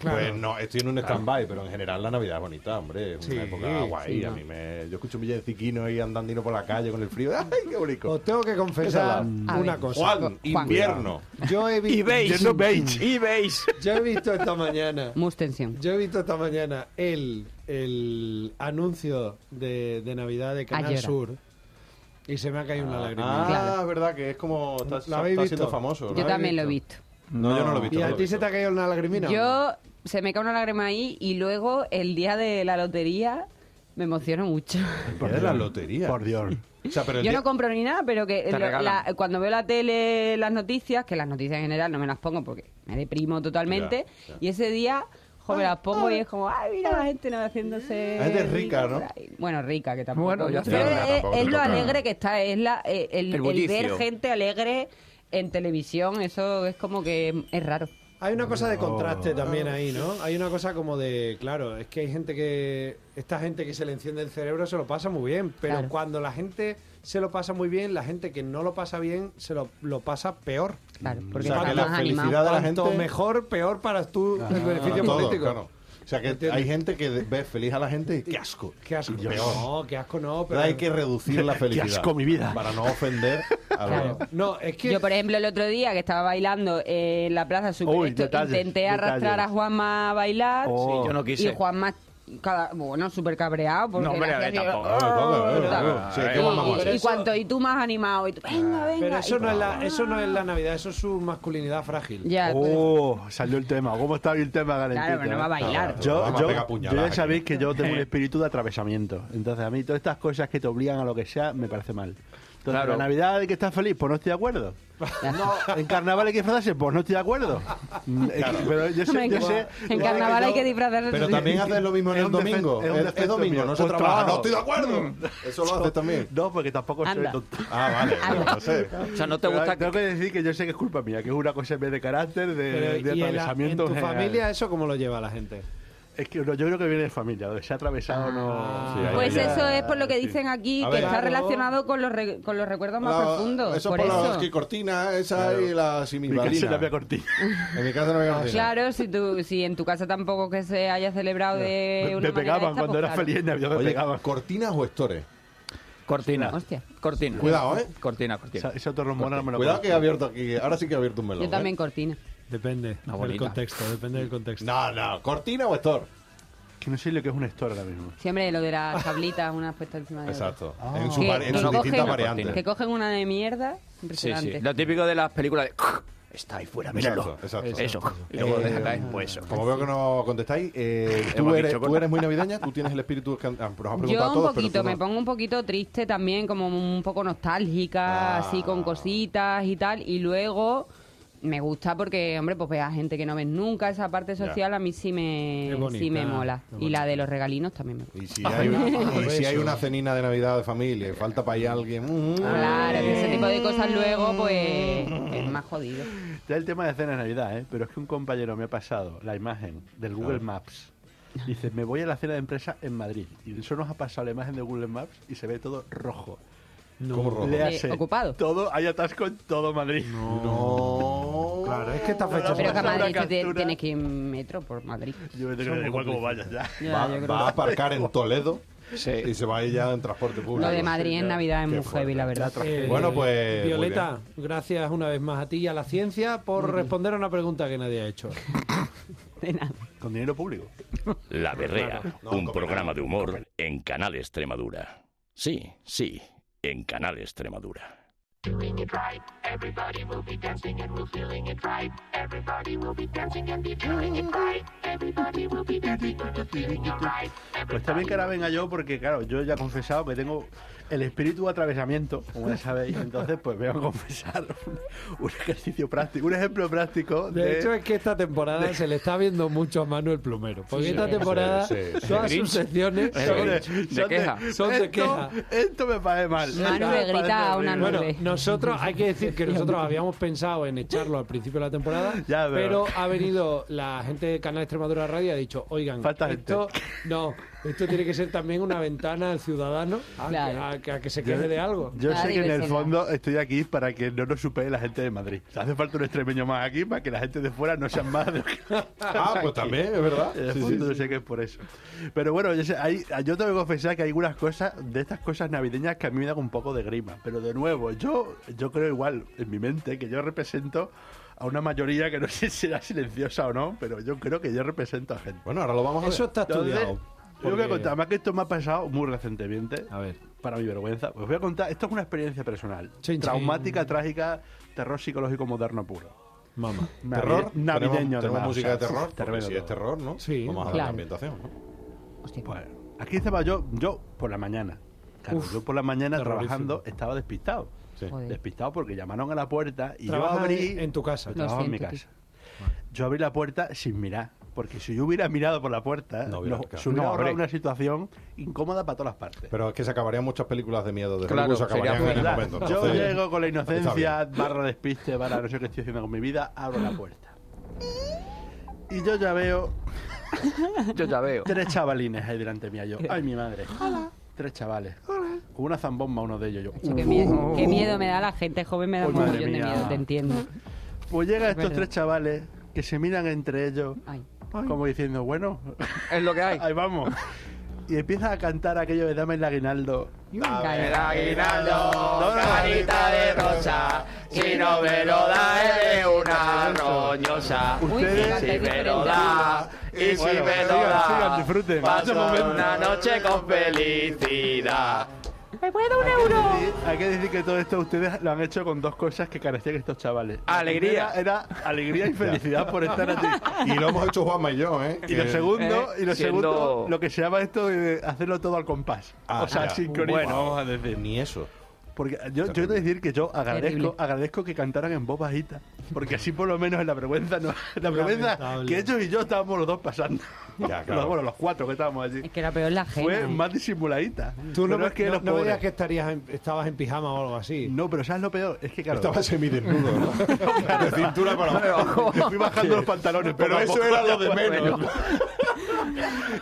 [SPEAKER 3] pues no, estoy en un stand-by, pero en general la Navidad es bonita, hombre. Es una
[SPEAKER 7] Sí,
[SPEAKER 3] época guay.
[SPEAKER 6] sí,
[SPEAKER 3] a
[SPEAKER 6] no.
[SPEAKER 3] mí me, yo escucho un villanciquino y andandino por la calle con el frío. ¡Ay, qué bonito!
[SPEAKER 2] Os tengo que confesar
[SPEAKER 6] A
[SPEAKER 2] una cosa.
[SPEAKER 6] ver.
[SPEAKER 3] Pues Juan,
[SPEAKER 6] Juan.
[SPEAKER 3] invierno.
[SPEAKER 2] Yo he, vi-
[SPEAKER 5] Yendo beige.
[SPEAKER 1] Y veis.
[SPEAKER 2] yo he visto esta mañana.
[SPEAKER 6] Mus tensión.
[SPEAKER 2] Yo he visto esta mañana el, el anuncio de, de Navidad de Canal
[SPEAKER 6] Ayer.
[SPEAKER 2] Sur y se me ha caído una lágrima.
[SPEAKER 3] Ah,
[SPEAKER 6] Claro.
[SPEAKER 3] es verdad que es como. Está,
[SPEAKER 2] ¿La habéis
[SPEAKER 3] está siendo
[SPEAKER 2] visto?
[SPEAKER 3] famoso. ¿no?
[SPEAKER 6] Yo también lo he visto.
[SPEAKER 3] No, yo no lo he visto.
[SPEAKER 2] ¿Y
[SPEAKER 3] no lo
[SPEAKER 2] a
[SPEAKER 3] he
[SPEAKER 2] ti
[SPEAKER 3] visto.
[SPEAKER 2] se te ha caído una lagrimina?
[SPEAKER 6] Yo se me cae una lágrima ahí y luego el día de la lotería me emociono mucho.
[SPEAKER 3] Día de la lotería.
[SPEAKER 5] Por Dios.
[SPEAKER 3] O sea, pero el
[SPEAKER 6] Yo
[SPEAKER 3] día-
[SPEAKER 6] no compro ni nada, pero que
[SPEAKER 4] Te
[SPEAKER 6] lo-
[SPEAKER 4] regalan.
[SPEAKER 6] la- cuando veo la tele, las noticias, que las noticias en general no me las pongo porque me deprimo totalmente,
[SPEAKER 3] Ya, ya.
[SPEAKER 6] y ese día jo, me las pongo y es como, ay, mira la gente no haciéndose...
[SPEAKER 3] La gente es rica, ¿no?
[SPEAKER 6] Bueno, rica, que tampoco...
[SPEAKER 4] Bueno, ya
[SPEAKER 6] Pero
[SPEAKER 4] está.
[SPEAKER 6] es,
[SPEAKER 3] Ya, tampoco
[SPEAKER 6] es
[SPEAKER 3] te
[SPEAKER 6] lo
[SPEAKER 3] toca.
[SPEAKER 6] alegre que está, es la, eh, el,
[SPEAKER 4] El
[SPEAKER 6] el
[SPEAKER 4] bullicio.
[SPEAKER 6] ver gente alegre en televisión, eso es como que es raro.
[SPEAKER 2] Hay una cosa de contraste también ahí, ¿no? Hay una cosa como de, claro, es que hay gente que, esta gente que se le enciende el cerebro se lo pasa muy bien, pero
[SPEAKER 6] Claro.
[SPEAKER 2] cuando la gente se lo pasa muy bien, la gente que no lo pasa bien se lo, lo pasa peor.
[SPEAKER 6] Claro, porque
[SPEAKER 3] Mm. o sea, que
[SPEAKER 6] están
[SPEAKER 3] la
[SPEAKER 6] más
[SPEAKER 3] felicidad
[SPEAKER 6] animados.
[SPEAKER 3] de la gente.
[SPEAKER 2] Cuanto mejor, peor para tú el
[SPEAKER 3] Para
[SPEAKER 2] beneficio
[SPEAKER 3] todo,
[SPEAKER 2] político.
[SPEAKER 3] claro. O sea, que hay gente que ve feliz a la gente y qué asco.
[SPEAKER 2] Qué asco.
[SPEAKER 3] Dios.
[SPEAKER 2] No, qué asco no, pero...
[SPEAKER 3] Hay que reducir la felicidad.
[SPEAKER 5] asco, mi vida.
[SPEAKER 3] Para no ofender a
[SPEAKER 6] Claro.
[SPEAKER 3] los-
[SPEAKER 2] No, es que...
[SPEAKER 6] Yo, por ejemplo, el otro día que estaba bailando eh, en la plaza super
[SPEAKER 5] Uy,
[SPEAKER 6] esto,
[SPEAKER 5] detalles,
[SPEAKER 6] intenté arrastrar
[SPEAKER 5] detalles.
[SPEAKER 6] a Juanma a bailar
[SPEAKER 5] Oh.
[SPEAKER 4] Sí, yo no quise.
[SPEAKER 6] y Juanma, cada, bueno, súper cabreado. Porque
[SPEAKER 4] No, hombre,
[SPEAKER 6] le
[SPEAKER 4] a ver,
[SPEAKER 6] hacía así,
[SPEAKER 4] tampoco.
[SPEAKER 6] "Ah",
[SPEAKER 3] Ah,
[SPEAKER 6] tal.
[SPEAKER 3] claro, claro. Sí,
[SPEAKER 6] Y-
[SPEAKER 3] qué mamá
[SPEAKER 6] y,
[SPEAKER 3] más.
[SPEAKER 2] pero eso-
[SPEAKER 6] cuanto y tú más animado, y tú, venga, venga.
[SPEAKER 2] Pero
[SPEAKER 6] y
[SPEAKER 2] eso
[SPEAKER 6] tú,
[SPEAKER 2] no, es la, eso no es la Navidad, eso es su masculinidad frágil.
[SPEAKER 6] Ya, pues,
[SPEAKER 5] Oh, salió el tema. ¿Cómo está hoy el tema, calentito?
[SPEAKER 6] claro, pero no va a
[SPEAKER 5] eh?
[SPEAKER 6] bailar.
[SPEAKER 3] Claro.
[SPEAKER 5] Yo,
[SPEAKER 3] Vamos a
[SPEAKER 5] yo-
[SPEAKER 3] pegar puñaladas
[SPEAKER 5] yo ya
[SPEAKER 3] aquí.
[SPEAKER 5] sabéis que yo tengo un espíritu de atravesamiento. Entonces, a mí todas estas cosas que te obligan a lo que sea me parece mal. Entonces,
[SPEAKER 4] Claro.
[SPEAKER 5] la Navidad hay que estar feliz, pues no estoy de acuerdo. No, en carnaval hay que disfrazarse, pues no estoy de acuerdo. Mm, es que- Pero yo sé,
[SPEAKER 6] Hombre, en,
[SPEAKER 5] yo sé-
[SPEAKER 6] en carnaval hay que disfrazarse.
[SPEAKER 3] Pero también haces lo mismo en
[SPEAKER 5] Es
[SPEAKER 3] el
[SPEAKER 5] un defen-
[SPEAKER 3] domingo.
[SPEAKER 5] es un
[SPEAKER 3] Es, es
[SPEAKER 5] defecto
[SPEAKER 3] domingo,
[SPEAKER 5] mío.
[SPEAKER 3] no se
[SPEAKER 5] Pues
[SPEAKER 3] trabaja.
[SPEAKER 5] trabajo.
[SPEAKER 3] No estoy de acuerdo. Eso lo haces también.
[SPEAKER 5] No, porque tampoco soy
[SPEAKER 6] Anda.
[SPEAKER 5] tonto.
[SPEAKER 3] Ah, vale. bueno, no sé.
[SPEAKER 4] O sea, no te
[SPEAKER 5] Pero
[SPEAKER 4] gusta
[SPEAKER 5] Tengo
[SPEAKER 4] que...
[SPEAKER 5] que decir que yo sé que es culpa mía, que es una cosa en vez de carácter, de,
[SPEAKER 2] Pero, ¿y
[SPEAKER 5] de
[SPEAKER 2] en, la- en
[SPEAKER 5] atravesamiento.
[SPEAKER 2] tu
[SPEAKER 5] general.
[SPEAKER 2] familia eso cómo lo lleva la gente?
[SPEAKER 5] Es que no, yo creo que viene de familia, donde se ha atravesado no.
[SPEAKER 2] Sí, ahí
[SPEAKER 6] Pues
[SPEAKER 2] Ya,
[SPEAKER 6] eso es por lo que dicen aquí,
[SPEAKER 3] A
[SPEAKER 6] que
[SPEAKER 3] ver.
[SPEAKER 6] está
[SPEAKER 2] Claro.
[SPEAKER 6] relacionado con los, re- con los recuerdos más
[SPEAKER 3] La-
[SPEAKER 6] profundos.
[SPEAKER 3] Eso
[SPEAKER 6] por
[SPEAKER 3] por
[SPEAKER 6] eso.
[SPEAKER 3] la que cortina, esa y la
[SPEAKER 5] Mi casa
[SPEAKER 3] similarina.
[SPEAKER 5] la había cortina.
[SPEAKER 3] En mi casa no había cortina.
[SPEAKER 6] Claro, si, tú, si en tu casa tampoco que se haya celebrado de una
[SPEAKER 5] Me
[SPEAKER 6] manera
[SPEAKER 5] pegaban
[SPEAKER 6] esta,
[SPEAKER 5] cuando
[SPEAKER 6] pues
[SPEAKER 5] era
[SPEAKER 6] claro.
[SPEAKER 5] feliz en Navidad, me
[SPEAKER 3] Oye,
[SPEAKER 5] pegaban.
[SPEAKER 3] ¿cortinas o estores?
[SPEAKER 4] Cortina.
[SPEAKER 6] Hostia.
[SPEAKER 4] Cortina.
[SPEAKER 3] Cuidado, ¿eh?
[SPEAKER 4] Cortina,
[SPEAKER 5] Esa,
[SPEAKER 4] cortina.
[SPEAKER 5] esa torromona me lo
[SPEAKER 3] Cuidado que he
[SPEAKER 5] conozco.
[SPEAKER 3] abierto aquí. Ahora sí que he abierto un melón.
[SPEAKER 6] Yo también
[SPEAKER 3] ¿eh?
[SPEAKER 6] cortina.
[SPEAKER 2] Depende
[SPEAKER 4] Una
[SPEAKER 2] del
[SPEAKER 4] bolita.
[SPEAKER 2] contexto, depende del contexto.
[SPEAKER 3] No, no. ¿Cortina o estor?
[SPEAKER 5] Que no sé lo que es un store ahora mismo.
[SPEAKER 6] Siempre lo de las tablitas, unas puestas encima de otra.
[SPEAKER 3] Exacto. En
[SPEAKER 6] Ah. Que-
[SPEAKER 3] sus vari- en
[SPEAKER 6] que
[SPEAKER 3] sus
[SPEAKER 6] cogen-
[SPEAKER 3] distintas
[SPEAKER 6] Que
[SPEAKER 3] variantes.
[SPEAKER 6] cogen una de mierda.
[SPEAKER 4] Sí, sí.
[SPEAKER 6] Impresionante.
[SPEAKER 4] Lo típico de las películas de... Está ahí fuera, míralo.
[SPEAKER 3] Exacto, exacto.
[SPEAKER 4] Eso. Y luego lo deja caer. Pues eso.
[SPEAKER 3] Como veo que no contestáis, eh, tú,
[SPEAKER 4] Hemos
[SPEAKER 3] eres,
[SPEAKER 4] dicho
[SPEAKER 3] tú
[SPEAKER 4] cosas.
[SPEAKER 3] eres muy navideña, tú tienes el espíritu que han- ah, nos has preguntado
[SPEAKER 6] Yo
[SPEAKER 3] a
[SPEAKER 6] un
[SPEAKER 3] todos, pero
[SPEAKER 6] poquito,
[SPEAKER 3] tú no.
[SPEAKER 6] me pongo un poquito triste también, como un poco nostálgica,
[SPEAKER 3] Ah.
[SPEAKER 6] así con cositas y tal. Y luego me gusta porque, hombre, pues ves a gente que no ves nunca. Esa parte social a mí sí me,
[SPEAKER 2] Es bonita,
[SPEAKER 6] sí me mola.
[SPEAKER 2] es
[SPEAKER 6] Y la de los regalinos también me gusta.
[SPEAKER 3] Y si hay, una, y si hay una cenina de Navidad de familia y falta para ahí alguien. mm,
[SPEAKER 6] Claro, que ese tipo de cosas luego, pues, es más jodido.
[SPEAKER 5] Ya el tema de cena de Navidad, ¿eh? Pero es que un compañero me ha pasado la imagen del Google Maps. Dice, me voy a la cena de empresa en Madrid. Y eso nos ha pasado la imagen de Google Maps y se ve todo rojo.
[SPEAKER 3] ¿Cómo rojo?
[SPEAKER 5] Le
[SPEAKER 6] Eh,
[SPEAKER 5] hace
[SPEAKER 6] ocupado.
[SPEAKER 5] Todo, hay atasco en todo Madrid.
[SPEAKER 3] No.
[SPEAKER 2] Claro, es que esta fecha...
[SPEAKER 6] Pero que
[SPEAKER 5] Una
[SPEAKER 6] a Madrid tú te-
[SPEAKER 5] captura.
[SPEAKER 6] tienes que ir en metro por Madrid.
[SPEAKER 5] Yo me tengo que da igual como vayas ya.
[SPEAKER 3] Va, va a aparcar en Toledo y se va a ir ya en transporte público.
[SPEAKER 6] Lo de Madrid en Navidad es
[SPEAKER 3] Qué
[SPEAKER 6] muy
[SPEAKER 3] fuerte.
[SPEAKER 6] heavy, la verdad.
[SPEAKER 2] Eh,
[SPEAKER 3] Bueno, pues, muy
[SPEAKER 2] Violeta, gracias una vez más a ti y a la ciencia por responder a una pregunta que nadie ha hecho.
[SPEAKER 6] De nada.
[SPEAKER 5] Con dinero público.
[SPEAKER 1] La Berrea,
[SPEAKER 3] No,
[SPEAKER 1] un
[SPEAKER 3] comerá,
[SPEAKER 1] programa de humor en Canal Extremadura. Sí, sí, en Canal Extremadura.
[SPEAKER 5] Pues también que ahora venga yo, porque claro, yo ya he confesado que tengo el espíritu de atravesamiento, como ya sabéis. Entonces, pues vengo a confesar un, un ejercicio práctico, un ejemplo práctico de.
[SPEAKER 2] De hecho, es que esta temporada se le está viendo mucho a Manuel Plumero. Porque esta temporada
[SPEAKER 3] sí, sí.
[SPEAKER 2] todas
[SPEAKER 1] El
[SPEAKER 2] sus
[SPEAKER 1] Grinch.
[SPEAKER 2] secciones
[SPEAKER 5] son
[SPEAKER 2] son-
[SPEAKER 5] de,
[SPEAKER 4] de queja.
[SPEAKER 2] Son de
[SPEAKER 5] esto,
[SPEAKER 2] queja.
[SPEAKER 5] Esto me parece mal.
[SPEAKER 6] Manu
[SPEAKER 5] Esto me
[SPEAKER 6] le grita
[SPEAKER 5] parece
[SPEAKER 6] a
[SPEAKER 5] horrible.
[SPEAKER 6] una
[SPEAKER 2] Bueno,
[SPEAKER 6] Vale.
[SPEAKER 2] nosotros hay que decir que nosotros habíamos pensado en echarlo al principio de la temporada,
[SPEAKER 5] Ya
[SPEAKER 2] pero
[SPEAKER 5] veo.
[SPEAKER 2] ha venido la gente de Canal Extremadura Radio y ha dicho, oigan,
[SPEAKER 5] Falta
[SPEAKER 2] esto no, esto tiene que ser también una ventana al ciudadano a, que-
[SPEAKER 6] Claro.
[SPEAKER 2] a que, a que se queje de algo.
[SPEAKER 5] Yo
[SPEAKER 6] Cada
[SPEAKER 5] sé que en el
[SPEAKER 6] diversidad.
[SPEAKER 5] fondo estoy aquí para que no nos supere la gente de Madrid. Hace falta un extremeño más aquí para que la gente de fuera no sean más de lo que
[SPEAKER 3] Ah, pues también, es verdad.
[SPEAKER 5] En el
[SPEAKER 3] Sí, sí,
[SPEAKER 5] fondo yo sé que es por eso. Pero bueno, yo, sé- hay- ah, yo tengo que confesar que hay algunas cosas, de estas cosas navideñas, que a mí me dan un poco de grima. Pero de nuevo, yo, yo creo igual, en mi mente, que yo represento a una mayoría que no sé si será silenciosa o no, pero yo creo que yo represento a gente.
[SPEAKER 3] Bueno, ahora lo vamos a ver.
[SPEAKER 2] Eso está
[SPEAKER 5] Entonces,
[SPEAKER 2] estudiado.
[SPEAKER 5] Yo os voy
[SPEAKER 2] porque-
[SPEAKER 5] a contar, más que esto me ha pasado muy recientemente,
[SPEAKER 3] Ah.
[SPEAKER 2] A ver.
[SPEAKER 5] para mi vergüenza, os voy a contar, esto es una experiencia personal,
[SPEAKER 2] Chin, chin.
[SPEAKER 5] traumática, trágica, terror psicológico moderno puro.
[SPEAKER 2] Mamá.
[SPEAKER 3] Terror
[SPEAKER 5] Navi-
[SPEAKER 3] Tenemos,
[SPEAKER 5] navideño,
[SPEAKER 3] tenemos
[SPEAKER 5] además,
[SPEAKER 3] música
[SPEAKER 5] o
[SPEAKER 3] de
[SPEAKER 5] sea,
[SPEAKER 3] terror. porque
[SPEAKER 5] tremendo
[SPEAKER 3] si es
[SPEAKER 5] todo.
[SPEAKER 3] terror, ¿no?
[SPEAKER 2] Sí.
[SPEAKER 3] Vamos a ver la
[SPEAKER 6] Claro.
[SPEAKER 3] ambientación. ¿no?
[SPEAKER 6] Hostia.
[SPEAKER 5] Pues, aquí estaba yo, yo por la mañana. Claro, yo por la mañana
[SPEAKER 2] terrorífico.
[SPEAKER 5] trabajando estaba despistado.
[SPEAKER 6] Joder.
[SPEAKER 5] Despistado porque llamaron a la puerta y yo
[SPEAKER 2] Trabajas
[SPEAKER 5] abrí.
[SPEAKER 2] en- en tu casa.
[SPEAKER 5] Yo trabajaba en mi
[SPEAKER 6] Lo
[SPEAKER 5] casa.
[SPEAKER 6] siento,
[SPEAKER 5] Yo abrí la puerta sin mirar. Porque si yo hubiera mirado por la puerta,
[SPEAKER 3] No
[SPEAKER 5] no,
[SPEAKER 3] hubiera-
[SPEAKER 5] se hubiera
[SPEAKER 3] No,
[SPEAKER 5] ahorrado
[SPEAKER 3] hombre.
[SPEAKER 5] una situación incómoda para todas las partes.
[SPEAKER 3] Pero es que se acabarían muchas películas de miedo de
[SPEAKER 4] Claro,
[SPEAKER 3] Hollywood, se
[SPEAKER 4] sería
[SPEAKER 3] acabarían en el
[SPEAKER 5] ¿Verdad?
[SPEAKER 3] momento.
[SPEAKER 5] yo
[SPEAKER 3] entonces-
[SPEAKER 5] llego con la
[SPEAKER 3] Está
[SPEAKER 5] inocencia, barra despiste, barra no sé qué estoy haciendo con mi vida, abro la puerta. Y yo ya veo
[SPEAKER 4] Yo ya veo.
[SPEAKER 5] Tres chavalines ahí delante mía, yo. Ay, mi madre. Tres chavales. Con una zambomba uno de ellos, yo. "Mm".
[SPEAKER 6] Macho, qué, miedo, qué miedo me da la gente joven, me da
[SPEAKER 5] Uy,
[SPEAKER 6] un
[SPEAKER 5] Uh. madre
[SPEAKER 6] montón de
[SPEAKER 5] mía.
[SPEAKER 6] miedo, te entiendo.
[SPEAKER 5] Pues llegan estos
[SPEAKER 6] Verdad.
[SPEAKER 5] tres chavales que se miran entre ellos,
[SPEAKER 6] Ay.
[SPEAKER 5] como diciendo, bueno,
[SPEAKER 4] Es lo que hay.
[SPEAKER 5] ahí vamos. Y empiezan a cantar aquello de Dame el aguinaldo.
[SPEAKER 6] Cae.
[SPEAKER 5] ah. No, no.
[SPEAKER 7] de rosa, si no me lo da eres una roñosa.
[SPEAKER 6] Uy,
[SPEAKER 5] Ustedes-
[SPEAKER 6] fíjate, es
[SPEAKER 7] Me lo
[SPEAKER 6] diferente.
[SPEAKER 7] da, y si
[SPEAKER 5] Bueno,
[SPEAKER 7] me lo
[SPEAKER 5] sigan, sigan,
[SPEAKER 7] da,
[SPEAKER 5] disfruten. Este
[SPEAKER 7] paso
[SPEAKER 5] momento.
[SPEAKER 7] una noche con felicidad.
[SPEAKER 6] ¿Me puedo un
[SPEAKER 5] Hay que
[SPEAKER 6] euro?
[SPEAKER 5] decir- Hay que decir que todo esto ustedes lo han hecho con dos cosas que carecían estos chavales. La
[SPEAKER 4] Alegría.
[SPEAKER 5] primera Era, alegría y felicidad por estar allí.
[SPEAKER 3] bien. Y lo hemos hecho Juanma y yo, ¿eh?
[SPEAKER 5] Y lo
[SPEAKER 3] Que-
[SPEAKER 5] segundo,
[SPEAKER 4] Eh,
[SPEAKER 5] y lo
[SPEAKER 4] siendo-
[SPEAKER 5] segundo, lo que se llama esto de hacerlo todo al compás.
[SPEAKER 3] Ah,
[SPEAKER 5] o sea,
[SPEAKER 3] ya.
[SPEAKER 5] sincronía.
[SPEAKER 3] Bueno, vamos
[SPEAKER 5] a decir.
[SPEAKER 3] Ni eso.
[SPEAKER 5] Porque yo, yo he de decir que yo
[SPEAKER 6] Terrible.
[SPEAKER 5] agradezco, agradezco que cantaran en voz bajita. Porque así por lo menos en la vergüenza no, la vergüenza
[SPEAKER 2] Lamentable.
[SPEAKER 5] que ellos y yo estábamos los dos pasando.
[SPEAKER 3] Ya, claro.
[SPEAKER 5] Los- bueno, los cuatro que estábamos allí.
[SPEAKER 6] Es que era peor la gente.
[SPEAKER 5] Fue más disimuladita.
[SPEAKER 2] Tú no,
[SPEAKER 5] Pero
[SPEAKER 2] me,
[SPEAKER 5] es que
[SPEAKER 2] no-
[SPEAKER 5] los
[SPEAKER 2] no me digas
[SPEAKER 5] pobres-
[SPEAKER 2] que estarías en- estabas en pijama o algo así.
[SPEAKER 5] No, pero ¿sabes lo peor? Es que claro.
[SPEAKER 3] Estaba semidesnudo, ¿no? De cintura para abajo.
[SPEAKER 5] me fui bajando los pantalones.
[SPEAKER 3] Pero
[SPEAKER 5] poco a
[SPEAKER 3] eso
[SPEAKER 5] poco.
[SPEAKER 3] era lo de menos.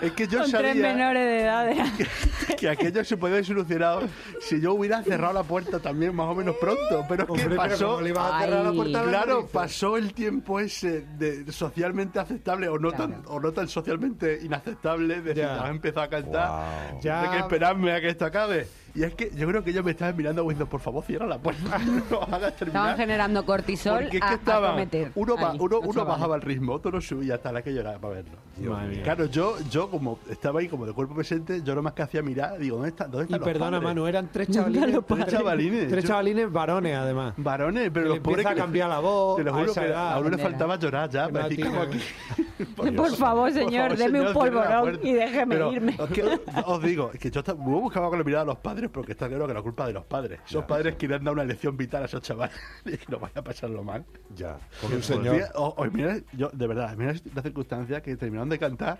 [SPEAKER 5] Es que yo
[SPEAKER 6] Con
[SPEAKER 5] sabía. ¿eh?
[SPEAKER 6] tres menores de edad. de-
[SPEAKER 5] que aquello se puede haber solucionado si yo hubiera cerrado la puerta también más o menos pronto. Pero es que
[SPEAKER 2] Hombre, pero
[SPEAKER 5] pasó.
[SPEAKER 2] ¿cómo le ibas a cerrar la
[SPEAKER 6] Ay.
[SPEAKER 2] puerta a la
[SPEAKER 5] Claro,
[SPEAKER 2] nariz?
[SPEAKER 5] pasó el tiempo ese de socialmente aceptable o no, tan,
[SPEAKER 6] Claro.
[SPEAKER 5] o no tan socialmente inaceptable de
[SPEAKER 2] Ya.
[SPEAKER 5] decir, "Ah, he empezado a cantar,
[SPEAKER 3] Wow.
[SPEAKER 5] ya.
[SPEAKER 2] Ya.
[SPEAKER 5] que esperarme a que esto acabe. Y es que yo creo que ellos me estaban mirando diciendo, por favor, cierra la puerta, no hagas
[SPEAKER 6] Estaban
[SPEAKER 5] terminar.
[SPEAKER 6] generando cortisol
[SPEAKER 5] Porque es
[SPEAKER 6] a,
[SPEAKER 5] que
[SPEAKER 6] a
[SPEAKER 5] estaba.
[SPEAKER 6] cometer.
[SPEAKER 5] Uno, ba-
[SPEAKER 6] Ahí,
[SPEAKER 5] uno,
[SPEAKER 6] los
[SPEAKER 5] uno
[SPEAKER 6] chavales.
[SPEAKER 5] bajaba el ritmo, otro lo subía hasta la que lloraba para verlo.
[SPEAKER 2] Madre mía.
[SPEAKER 5] Claro, yo, yo como estaba ahí como de cuerpo presente, yo lo más que hacía mirar, digo, ¿dónde está? ¿Dónde
[SPEAKER 2] Y
[SPEAKER 5] están los
[SPEAKER 2] perdona,
[SPEAKER 5] padres?
[SPEAKER 2] Manu, eran tres chavalines.
[SPEAKER 6] los
[SPEAKER 5] padres. Tres chavalines,
[SPEAKER 2] Tres
[SPEAKER 5] yo-
[SPEAKER 2] chavalines varones, además.
[SPEAKER 5] Varones, pero
[SPEAKER 2] Que
[SPEAKER 5] los
[SPEAKER 2] le
[SPEAKER 5] pobres
[SPEAKER 2] empieza
[SPEAKER 5] que
[SPEAKER 2] a
[SPEAKER 5] le-
[SPEAKER 2] cambiar la voz,
[SPEAKER 5] Te lo
[SPEAKER 2] a
[SPEAKER 5] juro
[SPEAKER 2] esa
[SPEAKER 5] que
[SPEAKER 2] edad,
[SPEAKER 5] a uno le
[SPEAKER 6] bandera.
[SPEAKER 5] faltaba llorar ya,
[SPEAKER 2] Que
[SPEAKER 5] para
[SPEAKER 2] no
[SPEAKER 5] decir,
[SPEAKER 2] atinan.
[SPEAKER 5] como aquí.
[SPEAKER 6] Por, favor, señor, deme
[SPEAKER 5] cierre
[SPEAKER 6] un
[SPEAKER 5] la
[SPEAKER 6] polvorón
[SPEAKER 5] puerta.
[SPEAKER 6] y déjeme
[SPEAKER 5] Pero
[SPEAKER 6] irme.
[SPEAKER 5] Os, quiero- os digo, que yo estaba muy buscaba con la mirada de los padres porque está claro que la culpa es de los padres. Esos padres que le han dado una lección vital a esos chavales y que no vaya a pasarlo mal.
[SPEAKER 3] Ya, con un
[SPEAKER 5] Porque
[SPEAKER 3] señor.
[SPEAKER 5] fíjate, Pues o- o mirad, yo, de verdad, mirad la circunstancia que terminaron de cantar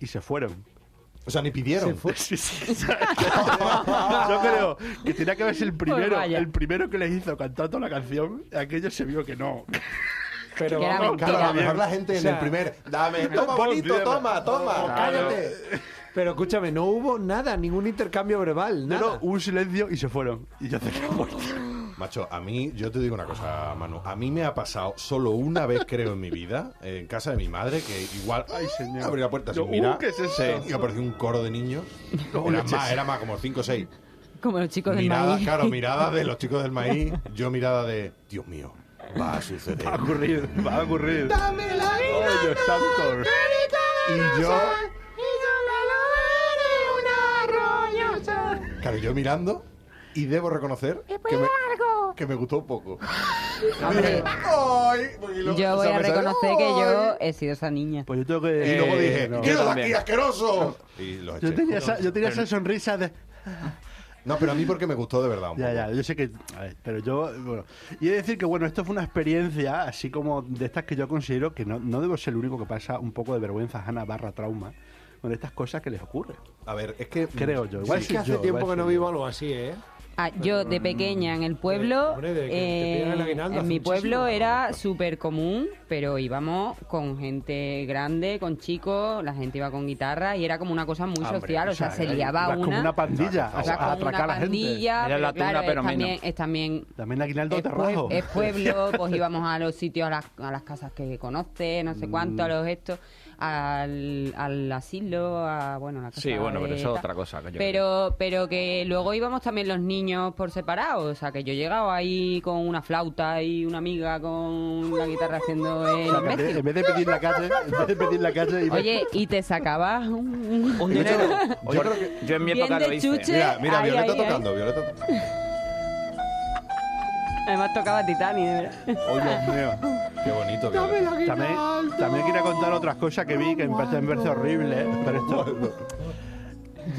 [SPEAKER 5] y se fueron.
[SPEAKER 3] O sea, ni pidieron.
[SPEAKER 5] Sí, sí, o sea, yo creo que tenía que verse el primero,
[SPEAKER 6] vaya.
[SPEAKER 5] el primero que les hizo cantar toda la canción, aquello se vio que no.
[SPEAKER 2] Pero
[SPEAKER 6] Que era
[SPEAKER 2] vamos,
[SPEAKER 3] Claro, a lo
[SPEAKER 6] Mira,
[SPEAKER 3] mejor la gente
[SPEAKER 2] o
[SPEAKER 3] en
[SPEAKER 2] sea,
[SPEAKER 3] el primer. Dame, toma bonito, toma, toma, cállate.
[SPEAKER 2] pero escúchame, no hubo nada, ningún intercambio verbal,
[SPEAKER 5] No,
[SPEAKER 2] nada.
[SPEAKER 5] no, un silencio y se fueron. Y yo "Pues cerré la puerta.
[SPEAKER 3] Macho, a mí, yo te digo una cosa, Manu. A mí me ha pasado solo una vez, creo, en mi vida, en casa de mi madre, que igual. Ay,
[SPEAKER 5] señor.
[SPEAKER 3] Abrí la puerta
[SPEAKER 5] Yo,
[SPEAKER 3] sin mirar.
[SPEAKER 5] "Uh, ¿qué es esto?"
[SPEAKER 3] sí, Y apareció un coro de niños.
[SPEAKER 5] No,
[SPEAKER 3] Era
[SPEAKER 5] leches.
[SPEAKER 3] más, era más, como 5 o 6.
[SPEAKER 6] Como los chicos del
[SPEAKER 3] Mirada,
[SPEAKER 6] maíz.
[SPEAKER 3] claro, mirada de los chicos del maíz. Yo, mirada de. Dios mío, va a suceder.
[SPEAKER 5] Va a ocurrir, va a ocurrir. ¡Dame la vida! santo!
[SPEAKER 3] Y yo. Claro, yo mirando y debo reconocer que me, que me gustó poco. Dije, "Ay", porque lo-
[SPEAKER 6] Yo
[SPEAKER 3] o
[SPEAKER 6] voy
[SPEAKER 3] sea,
[SPEAKER 6] a
[SPEAKER 3] me salió,
[SPEAKER 6] reconocer que
[SPEAKER 3] "Ay".
[SPEAKER 5] ¡Oh!
[SPEAKER 6] yo he sido esa niña.
[SPEAKER 5] Pues yo tengo que.
[SPEAKER 3] Y luego dije,
[SPEAKER 5] no.
[SPEAKER 3] ¡Quiero de aquí,
[SPEAKER 4] también.
[SPEAKER 3] asqueroso! Y los eché.
[SPEAKER 5] Yo tenía, esa, yo tenía esa sonrisa de.
[SPEAKER 3] No, pero a mí porque me gustó de verdad. un
[SPEAKER 5] Ya,
[SPEAKER 3] poco.
[SPEAKER 5] ya, yo sé que. a ver, pero yo. Bueno. Y he de decir que, bueno, esto fue una experiencia así como de estas que yo considero que no, no debo ser el único que pasa un poco de vergüenza Hanna barra trauma con estas cosas que les ocurren.
[SPEAKER 3] A ver, es que.
[SPEAKER 5] Creo yo. Igual
[SPEAKER 2] es
[SPEAKER 5] soy
[SPEAKER 2] que hace
[SPEAKER 5] yo,
[SPEAKER 2] tiempo
[SPEAKER 5] igual
[SPEAKER 2] que no
[SPEAKER 5] soy yo.
[SPEAKER 2] vivo algo así, ¿eh?
[SPEAKER 6] Ah, yo de pequeña en el pueblo,
[SPEAKER 2] hombre, de que te pidan el
[SPEAKER 6] eh,
[SPEAKER 2] aguinaldo hace
[SPEAKER 6] en mi
[SPEAKER 2] muchísimo,
[SPEAKER 6] pueblo
[SPEAKER 2] ¿no?
[SPEAKER 6] era súper común, pero íbamos con gente grande, con chicos, la gente iba con guitarra y era como una cosa muy
[SPEAKER 5] Ah, hombre,
[SPEAKER 6] social, o sea, se
[SPEAKER 5] ibas
[SPEAKER 6] liaba
[SPEAKER 5] como
[SPEAKER 6] una,
[SPEAKER 5] una pandilla
[SPEAKER 6] o sea,
[SPEAKER 5] a,
[SPEAKER 6] como
[SPEAKER 5] a atracar
[SPEAKER 6] una
[SPEAKER 5] a la gente.
[SPEAKER 6] pandilla,
[SPEAKER 4] Era
[SPEAKER 6] pero
[SPEAKER 4] la tuna,
[SPEAKER 6] claro, es
[SPEAKER 4] pero menos.
[SPEAKER 6] también, es también
[SPEAKER 5] También Aguinaldo
[SPEAKER 6] es,
[SPEAKER 5] te
[SPEAKER 6] pue-
[SPEAKER 5] rajo.
[SPEAKER 6] es pueblo, pues íbamos a los sitios, a las, a las casas que conoces, no sé cuánto, a los estos, al, al asilo, a, bueno, la casa
[SPEAKER 4] Sí, bueno,
[SPEAKER 6] de
[SPEAKER 4] pero eso es
[SPEAKER 6] tal.
[SPEAKER 4] otra cosa, que yo
[SPEAKER 6] pero, pero que luego íbamos también los niños por separado, o sea, que yo llegaba ahí con una flauta y una amiga con la guitarra haciendo el
[SPEAKER 5] En vez de-
[SPEAKER 6] imbécil.
[SPEAKER 5] en vez de pedir la calle, en vez de pedir la calle, iba-
[SPEAKER 6] Oye, y te sacabas un...
[SPEAKER 4] Un dinero. Yo, yo en mi
[SPEAKER 6] Bien
[SPEAKER 4] época
[SPEAKER 6] de
[SPEAKER 4] lo hice.
[SPEAKER 6] chuche.
[SPEAKER 3] Mira, mira,
[SPEAKER 6] Ahí,
[SPEAKER 3] Violeta
[SPEAKER 6] ahí, ahí.
[SPEAKER 3] tocando, Violeta tocando.
[SPEAKER 6] Además tocaba Titanic, de verdad.
[SPEAKER 5] Oh, Dios mío.
[SPEAKER 3] Qué bonito, Violeta.
[SPEAKER 5] También, también quería contar otras cosas que vi que me parecen verse horribles, pero esto...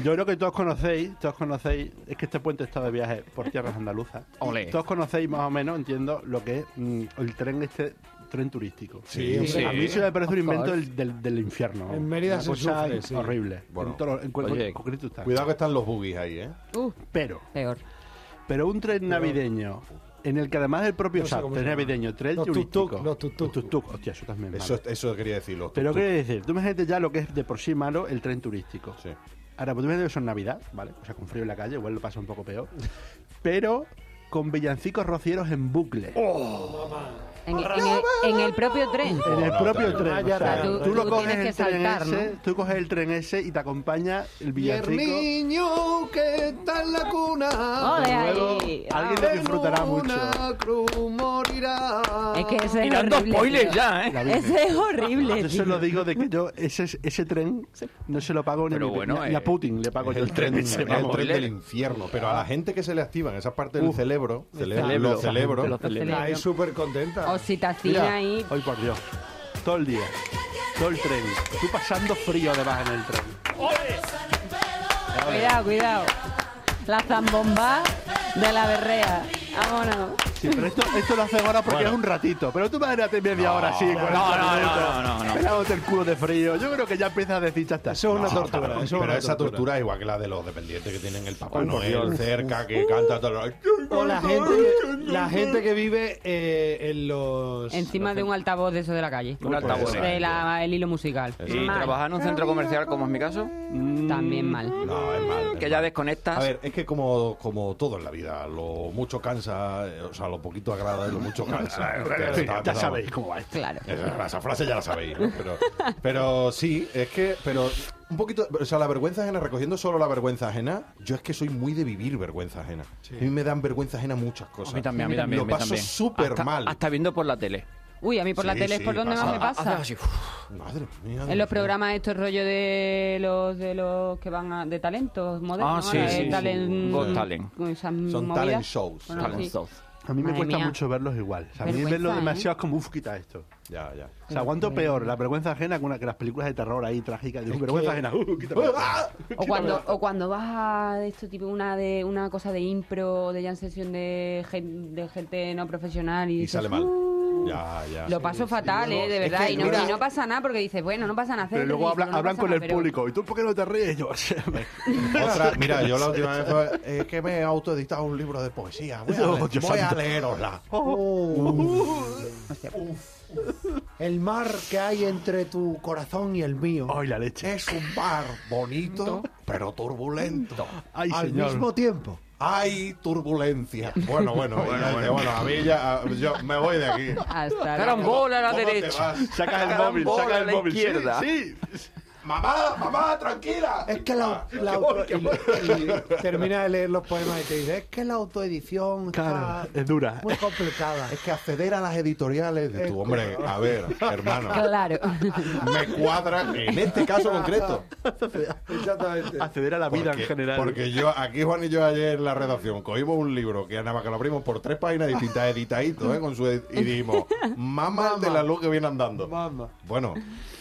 [SPEAKER 5] Yo creo que todos conocéis, todos conocéis, es que este puente está de viaje por tierras andaluzas.
[SPEAKER 4] Ole.
[SPEAKER 5] Todos conocéis más o menos, entiendo, lo que es mm, el tren este, tren turístico.
[SPEAKER 3] Sí,
[SPEAKER 4] Sí.
[SPEAKER 5] A mí se me parece un
[SPEAKER 2] Of
[SPEAKER 5] invento
[SPEAKER 2] course.
[SPEAKER 5] del, del- del infierno.
[SPEAKER 2] En Mérida
[SPEAKER 5] Una
[SPEAKER 2] se
[SPEAKER 5] cosa
[SPEAKER 2] sufre, sí.
[SPEAKER 5] horrible.
[SPEAKER 3] Bueno.
[SPEAKER 5] En todo- en cu-
[SPEAKER 4] Oye.
[SPEAKER 5] concreto está.
[SPEAKER 3] Cuidado que están los boogies ahí, ¿eh?
[SPEAKER 6] Uh,
[SPEAKER 5] Pero,
[SPEAKER 6] peor.
[SPEAKER 5] pero un tren navideño en el que además del propio
[SPEAKER 2] No sé
[SPEAKER 5] o sea,
[SPEAKER 2] cómo
[SPEAKER 5] tren
[SPEAKER 2] se llama.
[SPEAKER 5] navideño, tren
[SPEAKER 2] Los tuk-tuk,
[SPEAKER 5] turístico.
[SPEAKER 2] los tuk-tuk.
[SPEAKER 5] Hostia, eso también es
[SPEAKER 3] Eso,
[SPEAKER 5] malo.
[SPEAKER 3] eso quería decirlo.
[SPEAKER 5] Pero quiero decir, tú imagínate ya lo que es de por sí malo el tren turístico.
[SPEAKER 3] Sí.
[SPEAKER 5] Ahora, pues tú imagínate que son Navidad, ¿vale? O sea, con frío en la calle, igual lo pasa un poco peor. Pero con villancicos rocieros en bucle.
[SPEAKER 6] En, en el, en el propio tren.
[SPEAKER 5] En el
[SPEAKER 3] no,
[SPEAKER 5] propio
[SPEAKER 3] terrible.
[SPEAKER 5] tren.
[SPEAKER 2] Ah, ya,
[SPEAKER 5] o sea,
[SPEAKER 2] ya,
[SPEAKER 5] tú,
[SPEAKER 2] ya.
[SPEAKER 5] lo
[SPEAKER 6] Tú
[SPEAKER 5] coges
[SPEAKER 6] tienes
[SPEAKER 5] el
[SPEAKER 6] que
[SPEAKER 5] tren
[SPEAKER 6] saltar,
[SPEAKER 5] ese, tú coges el tren ese y te acompaña el villancico.
[SPEAKER 2] niño que está en la cuna.
[SPEAKER 6] Ole,
[SPEAKER 5] de nuevo,
[SPEAKER 6] ahí.
[SPEAKER 5] alguien lo disfrutará mucho.
[SPEAKER 2] cruz morirá.
[SPEAKER 6] Ah, Es que ese es
[SPEAKER 4] Tirando
[SPEAKER 6] horrible.
[SPEAKER 4] spoilers
[SPEAKER 6] tío.
[SPEAKER 4] ya, ¿eh?
[SPEAKER 6] Ese es horrible.
[SPEAKER 5] Yo
[SPEAKER 6] tío.
[SPEAKER 5] se lo digo de que yo ese, ese tren no se lo pago ni, a
[SPEAKER 4] Pero
[SPEAKER 5] mi-
[SPEAKER 4] bueno,
[SPEAKER 5] ni a- ni a
[SPEAKER 4] eh,
[SPEAKER 5] Putin, le pago yo el tren. ese,
[SPEAKER 3] el
[SPEAKER 5] vamos.
[SPEAKER 3] tren del infierno. Pero
[SPEAKER 2] Ah.
[SPEAKER 3] a la gente que se le activan esas partes del cerebro, celebro,
[SPEAKER 5] celebro.
[SPEAKER 3] lo celebro.
[SPEAKER 4] Lo
[SPEAKER 6] Lo
[SPEAKER 4] celebro.
[SPEAKER 6] celebro.
[SPEAKER 2] Ahí súper
[SPEAKER 5] Ah,
[SPEAKER 2] contenta.
[SPEAKER 6] Oxitacina ahí.
[SPEAKER 5] Hoy por Dios. Todo el día. Todo el tren. Tú pasando frío además en el tren.
[SPEAKER 6] Cuidado, cuidado. La zambomba de la berrea. Vámonos.
[SPEAKER 5] Sí, pero esto, esto lo hace ahora porque es un ratito. Pero tú imagínate media hora así. No,
[SPEAKER 4] no, no, no, no, no.
[SPEAKER 5] el culo de frío. Yo creo que ya empiezas a decir, ya está.
[SPEAKER 2] Eso es una
[SPEAKER 3] No,
[SPEAKER 2] tortura.
[SPEAKER 3] cabrón,
[SPEAKER 2] eso es
[SPEAKER 3] pero
[SPEAKER 2] una
[SPEAKER 3] esa
[SPEAKER 2] tortura.
[SPEAKER 3] tortura es igual que la de los dependientes que tienen el Papá Noel cerca, que canta todo el-
[SPEAKER 2] O la gente, la gente que vive eh, en los...
[SPEAKER 3] Pues,
[SPEAKER 6] Encima de un altavoz de eso de la calle.
[SPEAKER 4] Un altavoz.
[SPEAKER 6] De la, el hilo musical.
[SPEAKER 4] Y
[SPEAKER 6] Mal.
[SPEAKER 4] trabajar en un centro comercial, como es mi caso,
[SPEAKER 6] También mal.
[SPEAKER 3] No, es malo.
[SPEAKER 4] que ya desconectas.
[SPEAKER 3] A ver, es que como, como todo en la vida, lo mucho cansa, eh, o sea, lo poquito agrada y lo mucho cansa.
[SPEAKER 5] Ya sabéis cómo va esto.
[SPEAKER 6] Claro.
[SPEAKER 3] Esa, esa frase ya la sabéis, ¿no? Pero, pero sí, es que, pero un poquito, o sea, la vergüenza ajena, recogiendo solo la vergüenza ajena, yo es que soy muy de vivir vergüenza ajena. A mí me dan vergüenza ajena muchas cosas.
[SPEAKER 4] A mí también, a mí también.
[SPEAKER 3] Lo
[SPEAKER 4] a mí
[SPEAKER 3] paso
[SPEAKER 4] también.
[SPEAKER 3] súper
[SPEAKER 4] Hasta-
[SPEAKER 3] mal.
[SPEAKER 4] Hasta viendo por la tele.
[SPEAKER 6] Uy, a mí por la
[SPEAKER 3] Sí,
[SPEAKER 6] tele es
[SPEAKER 3] sí,
[SPEAKER 6] por donde
[SPEAKER 3] pasa.
[SPEAKER 6] más me
[SPEAKER 4] Haces
[SPEAKER 6] pasa.
[SPEAKER 4] así, uf,
[SPEAKER 3] Madre mía.
[SPEAKER 6] En los programas estos rollo de los de los que van a, de talentos modernos,
[SPEAKER 4] Ah, sí,
[SPEAKER 6] ahora,
[SPEAKER 4] sí,
[SPEAKER 6] eh,
[SPEAKER 4] sí.
[SPEAKER 6] talent,
[SPEAKER 4] Got Talent.
[SPEAKER 6] con esas
[SPEAKER 3] Son
[SPEAKER 6] movidas.
[SPEAKER 3] talent shows.
[SPEAKER 6] Bueno,
[SPEAKER 4] talent
[SPEAKER 6] Ah, sí.
[SPEAKER 4] shows.
[SPEAKER 5] a mí me
[SPEAKER 6] Madre
[SPEAKER 5] cuesta
[SPEAKER 6] mía.
[SPEAKER 5] mucho verlos igual. O sea, a mí
[SPEAKER 6] Vergüenza,
[SPEAKER 5] verlo
[SPEAKER 6] ¿eh?
[SPEAKER 5] demasiado es como, uff, quita esto.
[SPEAKER 3] Ya, ya.
[SPEAKER 5] O sea, aguanto peor la vergüenza ajena que, una, que las películas de terror ahí trágicas. Digo, vergüenza ajena, uh, quítame.
[SPEAKER 6] O cuando, o cuando vas a de esto tipo una de una cosa de impro, de jam sesión de, gen- de gente no profesional y,
[SPEAKER 3] Y
[SPEAKER 6] dices,
[SPEAKER 3] sale mal.
[SPEAKER 6] "Uh".
[SPEAKER 3] Ya, ya.
[SPEAKER 6] Lo paso fatal, ¿eh? De
[SPEAKER 3] es
[SPEAKER 6] verdad.
[SPEAKER 3] que
[SPEAKER 6] Y no,
[SPEAKER 3] mira-
[SPEAKER 6] y no pasa nada porque dices, bueno, no pasa nada. hacer
[SPEAKER 5] Pero luego
[SPEAKER 6] ridículo,
[SPEAKER 5] hablan,
[SPEAKER 6] no
[SPEAKER 5] hablan
[SPEAKER 6] pasa
[SPEAKER 5] con
[SPEAKER 6] nada,
[SPEAKER 5] el
[SPEAKER 6] pero-
[SPEAKER 5] púlquico. ¿Y tú por qué no te ríes? Yo, o sea, me-
[SPEAKER 3] Otra- mira, yo la última vez fue, es que me he autoeditado un libro de poesía. Voy a,
[SPEAKER 5] Oh,
[SPEAKER 3] le-
[SPEAKER 5] Dios
[SPEAKER 3] voy a
[SPEAKER 5] santo.
[SPEAKER 3] leerosla.
[SPEAKER 8] El mar que hay entre tu corazón y el mío.
[SPEAKER 5] ¡Ay, la leche!
[SPEAKER 3] Es un bar bonito, pero turbulento.
[SPEAKER 5] ¡Ay,
[SPEAKER 8] Al
[SPEAKER 5] señor!
[SPEAKER 8] mismo tiempo.
[SPEAKER 3] Hay turbulencia. Bueno, bueno, ya- ya- bueno, a mí ya a- yo me voy de aquí.
[SPEAKER 6] Hasta la-
[SPEAKER 4] Carambola a la
[SPEAKER 3] ¿Cómo te
[SPEAKER 4] derecha.
[SPEAKER 3] vas?
[SPEAKER 5] Sacas el
[SPEAKER 4] Carambola
[SPEAKER 5] móvil,
[SPEAKER 4] a
[SPEAKER 5] sacas el
[SPEAKER 4] la
[SPEAKER 5] móvil. Sí,
[SPEAKER 4] izquierda.
[SPEAKER 5] sí.
[SPEAKER 3] Mamá, mamá, tranquila.
[SPEAKER 8] Es que
[SPEAKER 3] Ah,
[SPEAKER 8] la, la auto- y- y termina de leer los poemas y te dice, es que la autoedición está
[SPEAKER 5] Cara, es dura. ¿eh?
[SPEAKER 8] muy complicada.
[SPEAKER 3] Es que acceder a las editoriales de tu hombre, a ver, hermano,
[SPEAKER 6] Claro.
[SPEAKER 3] me cuadra en este caso concreto.
[SPEAKER 2] Exactamente.
[SPEAKER 5] Acceder a la vida en general.
[SPEAKER 3] porque yo, aquí Juan y yo ayer en la redacción cogimos un libro que nada más que lo abrimos por tres páginas distintas, editadito, ¿eh? Con su ed- y dijimos, mamá de la luz que viene andando.
[SPEAKER 2] Mama.
[SPEAKER 3] Bueno,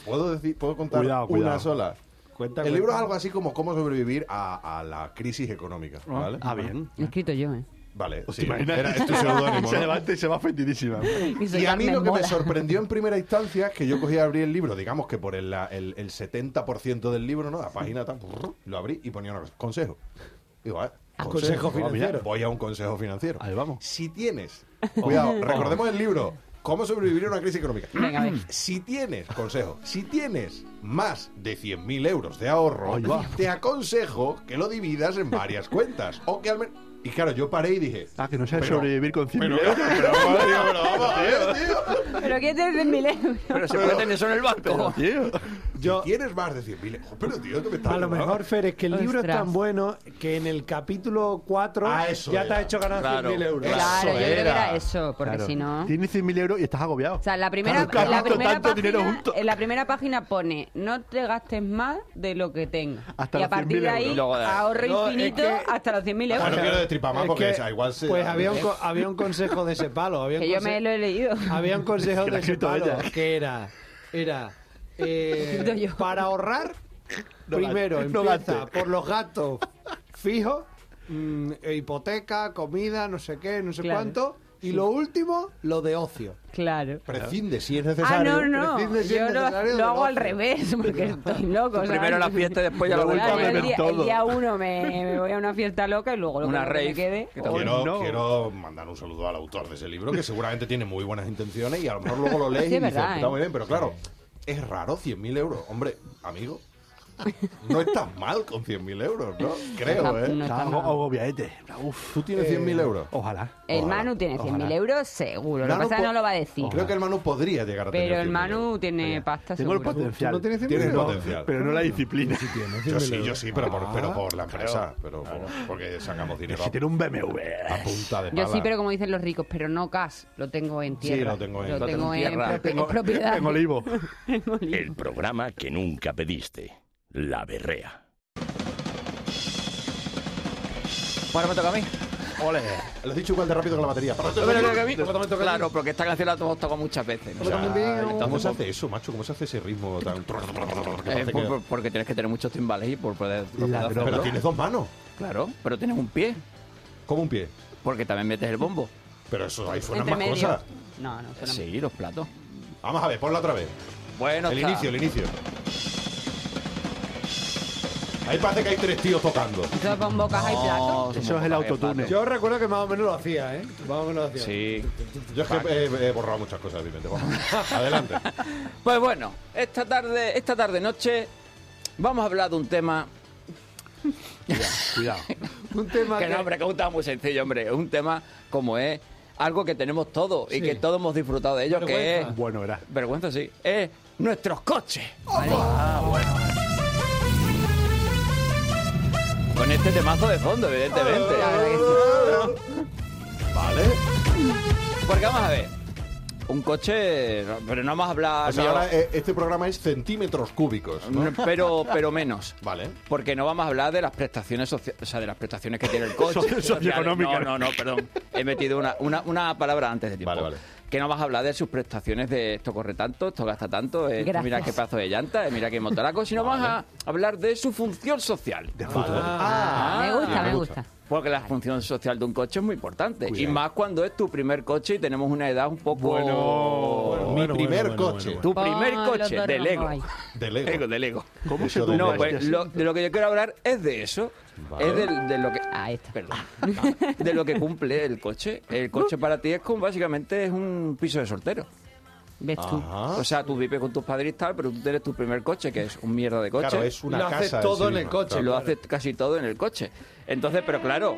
[SPEAKER 3] puedo decir, puedo contar
[SPEAKER 5] Cuidado, cuidado.
[SPEAKER 3] una sola.
[SPEAKER 2] Cuenta,
[SPEAKER 3] El
[SPEAKER 2] cuenta.
[SPEAKER 3] libro es algo así como cómo sobrevivir a, a la crisis económica, ¿vale?
[SPEAKER 5] Ah, bien. Pues
[SPEAKER 6] He escrito yo, ¿eh?
[SPEAKER 3] Vale,
[SPEAKER 5] ¿Te
[SPEAKER 3] sí,
[SPEAKER 5] imaginas?
[SPEAKER 3] era es tu seudónimo,
[SPEAKER 5] Se
[SPEAKER 3] ¿no?
[SPEAKER 5] levanta y se va ofendidísima.
[SPEAKER 6] soy
[SPEAKER 3] Y a mí
[SPEAKER 6] Carmen
[SPEAKER 3] lo que me
[SPEAKER 6] Mola.
[SPEAKER 3] sorprendió en primera instancia es que yo cogí a abrir el libro, digamos que por el, la- el, el 70% del libro, ¿no? La página tal, brrr, lo abrí y ponía un consejo. Digo, ah,
[SPEAKER 2] consejo
[SPEAKER 3] Ah, mira,
[SPEAKER 2] financiero.
[SPEAKER 3] voy a un consejo financiero.
[SPEAKER 5] Ahí vamos.
[SPEAKER 3] Si tienes, cuidado, recordemos el libro, ¿Cómo sobrevivir a una crisis económica?
[SPEAKER 6] Venga, a ver.
[SPEAKER 3] Si tienes, consejo, si tienes más de 100.000 euros de ahorro,
[SPEAKER 5] Ahí va.
[SPEAKER 3] te aconsejo que lo dividas en varias cuentas. O que al menos... Y claro, yo paré y dije...
[SPEAKER 5] Ah, que no sabes
[SPEAKER 3] Pero-
[SPEAKER 5] sobrevivir con 100
[SPEAKER 3] Pero,
[SPEAKER 5] euros.
[SPEAKER 3] pero vamos, tío, pero vamos, tío, tío.
[SPEAKER 6] ¿Pero qué te dicen mil euros?
[SPEAKER 4] Pero se puede tener eso en el banco.
[SPEAKER 5] Tío.
[SPEAKER 2] Yo,
[SPEAKER 3] Tienes más de 100.000 euros. Pero tío, que me estás
[SPEAKER 2] a lo
[SPEAKER 3] hablando?
[SPEAKER 2] mejor, Fer, es que el libro
[SPEAKER 6] Ostras.
[SPEAKER 2] es tan bueno que en el capítulo 4
[SPEAKER 3] Ah, eso
[SPEAKER 2] ya te
[SPEAKER 3] era.
[SPEAKER 2] ha hecho ganar
[SPEAKER 4] Claro.
[SPEAKER 2] 100.000 euros.
[SPEAKER 6] Claro, yo creo que
[SPEAKER 3] era.
[SPEAKER 6] era eso, porque
[SPEAKER 5] Claro.
[SPEAKER 6] si no.
[SPEAKER 5] Tienes 100.000 euros y estás agobiado.
[SPEAKER 6] O sea, en la primera,
[SPEAKER 5] Claro,
[SPEAKER 6] en la
[SPEAKER 5] claro,
[SPEAKER 6] primera
[SPEAKER 5] tanto dinero
[SPEAKER 6] página,
[SPEAKER 5] junto.
[SPEAKER 6] en la primera página pone no te gastes más de lo que tengas.
[SPEAKER 5] Hasta
[SPEAKER 6] y
[SPEAKER 5] los
[SPEAKER 6] a partir
[SPEAKER 5] 100.000
[SPEAKER 6] de ahí,
[SPEAKER 5] euros.
[SPEAKER 4] Luego, eh,
[SPEAKER 6] ahorro
[SPEAKER 2] no, es
[SPEAKER 6] infinito
[SPEAKER 2] que-
[SPEAKER 6] hasta los 100.000 euros.
[SPEAKER 3] Bueno, quiero destripar más
[SPEAKER 2] Es
[SPEAKER 3] porque
[SPEAKER 2] que,
[SPEAKER 3] esa igual se...
[SPEAKER 2] Pues había un, co- había un consejo de ese palo. Había un
[SPEAKER 6] que yo
[SPEAKER 2] conse-
[SPEAKER 6] me lo he leído.
[SPEAKER 2] Había un consejo
[SPEAKER 5] Que lo ha
[SPEAKER 2] de ese
[SPEAKER 5] escrito
[SPEAKER 2] palo
[SPEAKER 5] ella.
[SPEAKER 2] que era, era eh,
[SPEAKER 6] Lo he escrito yo.
[SPEAKER 2] para ahorrar,
[SPEAKER 5] No
[SPEAKER 2] primero
[SPEAKER 5] gaste, no
[SPEAKER 2] empieza
[SPEAKER 5] gaste.
[SPEAKER 2] por los gastos fijos, mm, eh, hipoteca, comida, no sé qué, no sé
[SPEAKER 6] Claro.
[SPEAKER 2] cuánto, y lo último, lo de ocio.
[SPEAKER 6] Claro.
[SPEAKER 3] Prescinde si es
[SPEAKER 6] Ah,
[SPEAKER 3] necesario.
[SPEAKER 6] no, no.
[SPEAKER 2] Prescinde si es
[SPEAKER 6] Yo lo,
[SPEAKER 2] necesario
[SPEAKER 6] lo
[SPEAKER 2] del
[SPEAKER 6] hago al
[SPEAKER 2] ocio.
[SPEAKER 6] revés, porque estoy loco. ¿sabes?
[SPEAKER 4] Primero la fiesta y después ya la
[SPEAKER 5] Luego
[SPEAKER 4] vuelta.
[SPEAKER 6] Claro,
[SPEAKER 5] a
[SPEAKER 6] yo el,
[SPEAKER 5] beber
[SPEAKER 6] día,
[SPEAKER 5] todo.
[SPEAKER 6] el día uno me, me voy a una fiesta loca y luego lo
[SPEAKER 4] Una
[SPEAKER 6] que me
[SPEAKER 4] rave.
[SPEAKER 6] quede.
[SPEAKER 4] Que
[SPEAKER 6] o-
[SPEAKER 4] también-
[SPEAKER 3] Quiero,
[SPEAKER 5] No.
[SPEAKER 3] quiero mandar un saludo al autor de ese libro, que seguramente tiene muy buenas intenciones y a lo mejor luego lo lees
[SPEAKER 6] Sí,
[SPEAKER 3] y
[SPEAKER 6] es
[SPEAKER 3] dices,
[SPEAKER 6] verdad,
[SPEAKER 3] está
[SPEAKER 6] ¿eh?
[SPEAKER 3] muy bien, pero claro, es raro 100.000 euros. Hombre, amigo, no estás mal con 100.000 euros, ¿no? Creo,
[SPEAKER 6] No,
[SPEAKER 3] ¿eh?
[SPEAKER 5] Estás
[SPEAKER 6] no está
[SPEAKER 5] ago-
[SPEAKER 6] nada.
[SPEAKER 5] agobiadete. Uf. eh,
[SPEAKER 3] Tú tienes 100.000 euros.
[SPEAKER 5] Ojalá.
[SPEAKER 6] El
[SPEAKER 3] Ojalá,
[SPEAKER 6] Manu tiene 100.000
[SPEAKER 5] ojalá.
[SPEAKER 6] euros seguro. Lo
[SPEAKER 3] Manu
[SPEAKER 6] que pasa es
[SPEAKER 3] po-
[SPEAKER 6] que no lo va a decir.
[SPEAKER 3] Creo que el Manu podría llegar a tener
[SPEAKER 6] Pero el
[SPEAKER 3] 100.000 euros.
[SPEAKER 6] Manu tiene pasta
[SPEAKER 5] Tengo el
[SPEAKER 6] seguro.
[SPEAKER 5] potencial.
[SPEAKER 2] ¿Tú no tienes 100.000
[SPEAKER 3] Tienes
[SPEAKER 5] No,
[SPEAKER 3] potencial.
[SPEAKER 5] Pero no la disciplina. Si
[SPEAKER 3] Yo Ah, sí, yo sí, pero por, pero por la empresa. Pero por- porque sacamos dinero a,
[SPEAKER 5] tiene un BMW.
[SPEAKER 3] a punta de
[SPEAKER 6] Yo
[SPEAKER 3] pala.
[SPEAKER 6] sí, pero como dicen los ricos, pero no cash, lo tengo en tierra.
[SPEAKER 3] Ah, lo tengo en-
[SPEAKER 6] lo
[SPEAKER 3] lo
[SPEAKER 6] tengo
[SPEAKER 4] tengo en
[SPEAKER 6] en
[SPEAKER 4] tierra.
[SPEAKER 6] propi-
[SPEAKER 5] Tengo-
[SPEAKER 6] en propiedad.
[SPEAKER 5] En olivo.
[SPEAKER 1] El programa que nunca pediste, La Berrea.
[SPEAKER 4] Ahora me toca a mí.
[SPEAKER 5] Ole.
[SPEAKER 3] Lo he dicho igual de rápido que la batería.
[SPEAKER 4] Claro, porque esta canción la hemos tocado muchas veces. ¿no?
[SPEAKER 3] O sea, ¿Cómo
[SPEAKER 4] entonces,
[SPEAKER 3] se hace eso, macho? ¿Cómo se hace ese ritmo tan... que
[SPEAKER 4] Eh,
[SPEAKER 3] parece
[SPEAKER 4] por- por-
[SPEAKER 3] que-
[SPEAKER 4] porque tienes que tener muchos timbales y por poder hacerlo.
[SPEAKER 3] Pero tienes dos manos,
[SPEAKER 4] Claro, pero tienes un pie,
[SPEAKER 3] como un pie.
[SPEAKER 4] porque también metes el bombo.
[SPEAKER 3] Pero eso, ahí suenan
[SPEAKER 6] Entre
[SPEAKER 3] pues más
[SPEAKER 6] medio.
[SPEAKER 3] cosas.
[SPEAKER 6] No, no, suena
[SPEAKER 4] Sí, los platos.
[SPEAKER 3] Vamos a ver, ponla otra vez.
[SPEAKER 4] Bueno,
[SPEAKER 3] El
[SPEAKER 4] está.
[SPEAKER 3] inicio, el inicio. Ahí parece que hay tres tíos tocando.
[SPEAKER 6] Eso con bocas hay
[SPEAKER 4] No,
[SPEAKER 6] platos.
[SPEAKER 4] somos
[SPEAKER 5] Eso es el
[SPEAKER 4] pocas,
[SPEAKER 5] autotune.
[SPEAKER 4] platos.
[SPEAKER 2] Yo recuerdo que más o menos lo hacía, ¿eh? Más o menos lo hacía.
[SPEAKER 4] Sí.
[SPEAKER 3] Yo es que eh, he, he borrado muchas cosas de mi mente. Vamos, adelante.
[SPEAKER 4] Pues bueno, esta tarde, esta tarde noche vamos a hablar de un tema
[SPEAKER 5] Cuidado.
[SPEAKER 2] Un tema
[SPEAKER 4] que
[SPEAKER 2] que...
[SPEAKER 4] no, hombre, que es un tema muy sencillo, hombre, un tema como es algo que tenemos todos y
[SPEAKER 2] Sí.
[SPEAKER 4] que todos hemos disfrutado de ello, que es
[SPEAKER 2] Vergüenza.
[SPEAKER 5] Bueno, era.
[SPEAKER 4] vergüenza sí, es nuestros coches. Ah, Con este temazo de fondo, evidentemente.
[SPEAKER 6] Oh, La verdad que sí.
[SPEAKER 3] Vale.
[SPEAKER 4] Porque vamos a ver. Un coche, no, pero no vamos a hablar...
[SPEAKER 3] O sea,
[SPEAKER 4] mío,
[SPEAKER 3] ahora eh, este programa es centímetros cúbicos, ¿no?
[SPEAKER 4] pero, pero menos.
[SPEAKER 3] Vale.
[SPEAKER 4] Porque no vamos a hablar de las prestaciones socia- o sea, de las prestaciones que tiene el coche.
[SPEAKER 5] Socio- socioeconómicas.
[SPEAKER 4] No, no, no, perdón. He metido una, una, una palabra antes de tiempo.
[SPEAKER 3] Vale, vale.
[SPEAKER 4] Que no vas a hablar de sus prestaciones de esto corre tanto, esto gasta tanto, eh,
[SPEAKER 6] Gracias.
[SPEAKER 4] mira qué pedazo de llanta, eh, mira qué motoraco, sino vas a hablar de su función social.
[SPEAKER 3] Ah,
[SPEAKER 4] Ah,
[SPEAKER 6] Ah, me gusta, me gusta.
[SPEAKER 4] Porque la función social de un coche es muy importante. Y más cuando es tu primer coche y tenemos una edad un poco...
[SPEAKER 3] Mi primer coche.
[SPEAKER 4] Tu primer
[SPEAKER 6] Pon los
[SPEAKER 4] coche
[SPEAKER 6] dos
[SPEAKER 4] de
[SPEAKER 6] rombos
[SPEAKER 4] Lego.
[SPEAKER 6] ahí.
[SPEAKER 3] De Lego.
[SPEAKER 4] Lego, de Lego.
[SPEAKER 5] ¿Cómo
[SPEAKER 3] Eso
[SPEAKER 5] se
[SPEAKER 3] de
[SPEAKER 5] tumba
[SPEAKER 4] No,
[SPEAKER 3] Vale.
[SPEAKER 5] este
[SPEAKER 4] pues lo- de lo que yo quiero hablar es de eso. Es del- de, lo que.
[SPEAKER 6] Ah, Ahí está.
[SPEAKER 4] Perdón. De lo que cumple el coche. El coche para ti es como básicamente es un piso de soltero.
[SPEAKER 6] ¿Ves tú?
[SPEAKER 3] Ajá.
[SPEAKER 4] O sea, tú vives con tus padres y tal, pero tú tienes tu primer coche, que es un mierda de coche.
[SPEAKER 3] Claro, es una
[SPEAKER 2] Lo hace
[SPEAKER 3] casa. en
[SPEAKER 2] todo
[SPEAKER 3] sí
[SPEAKER 2] en el
[SPEAKER 3] misma.
[SPEAKER 2] coche,
[SPEAKER 4] Se
[SPEAKER 3] Claro.
[SPEAKER 4] lo hace casi todo en el coche. Entonces, pero claro.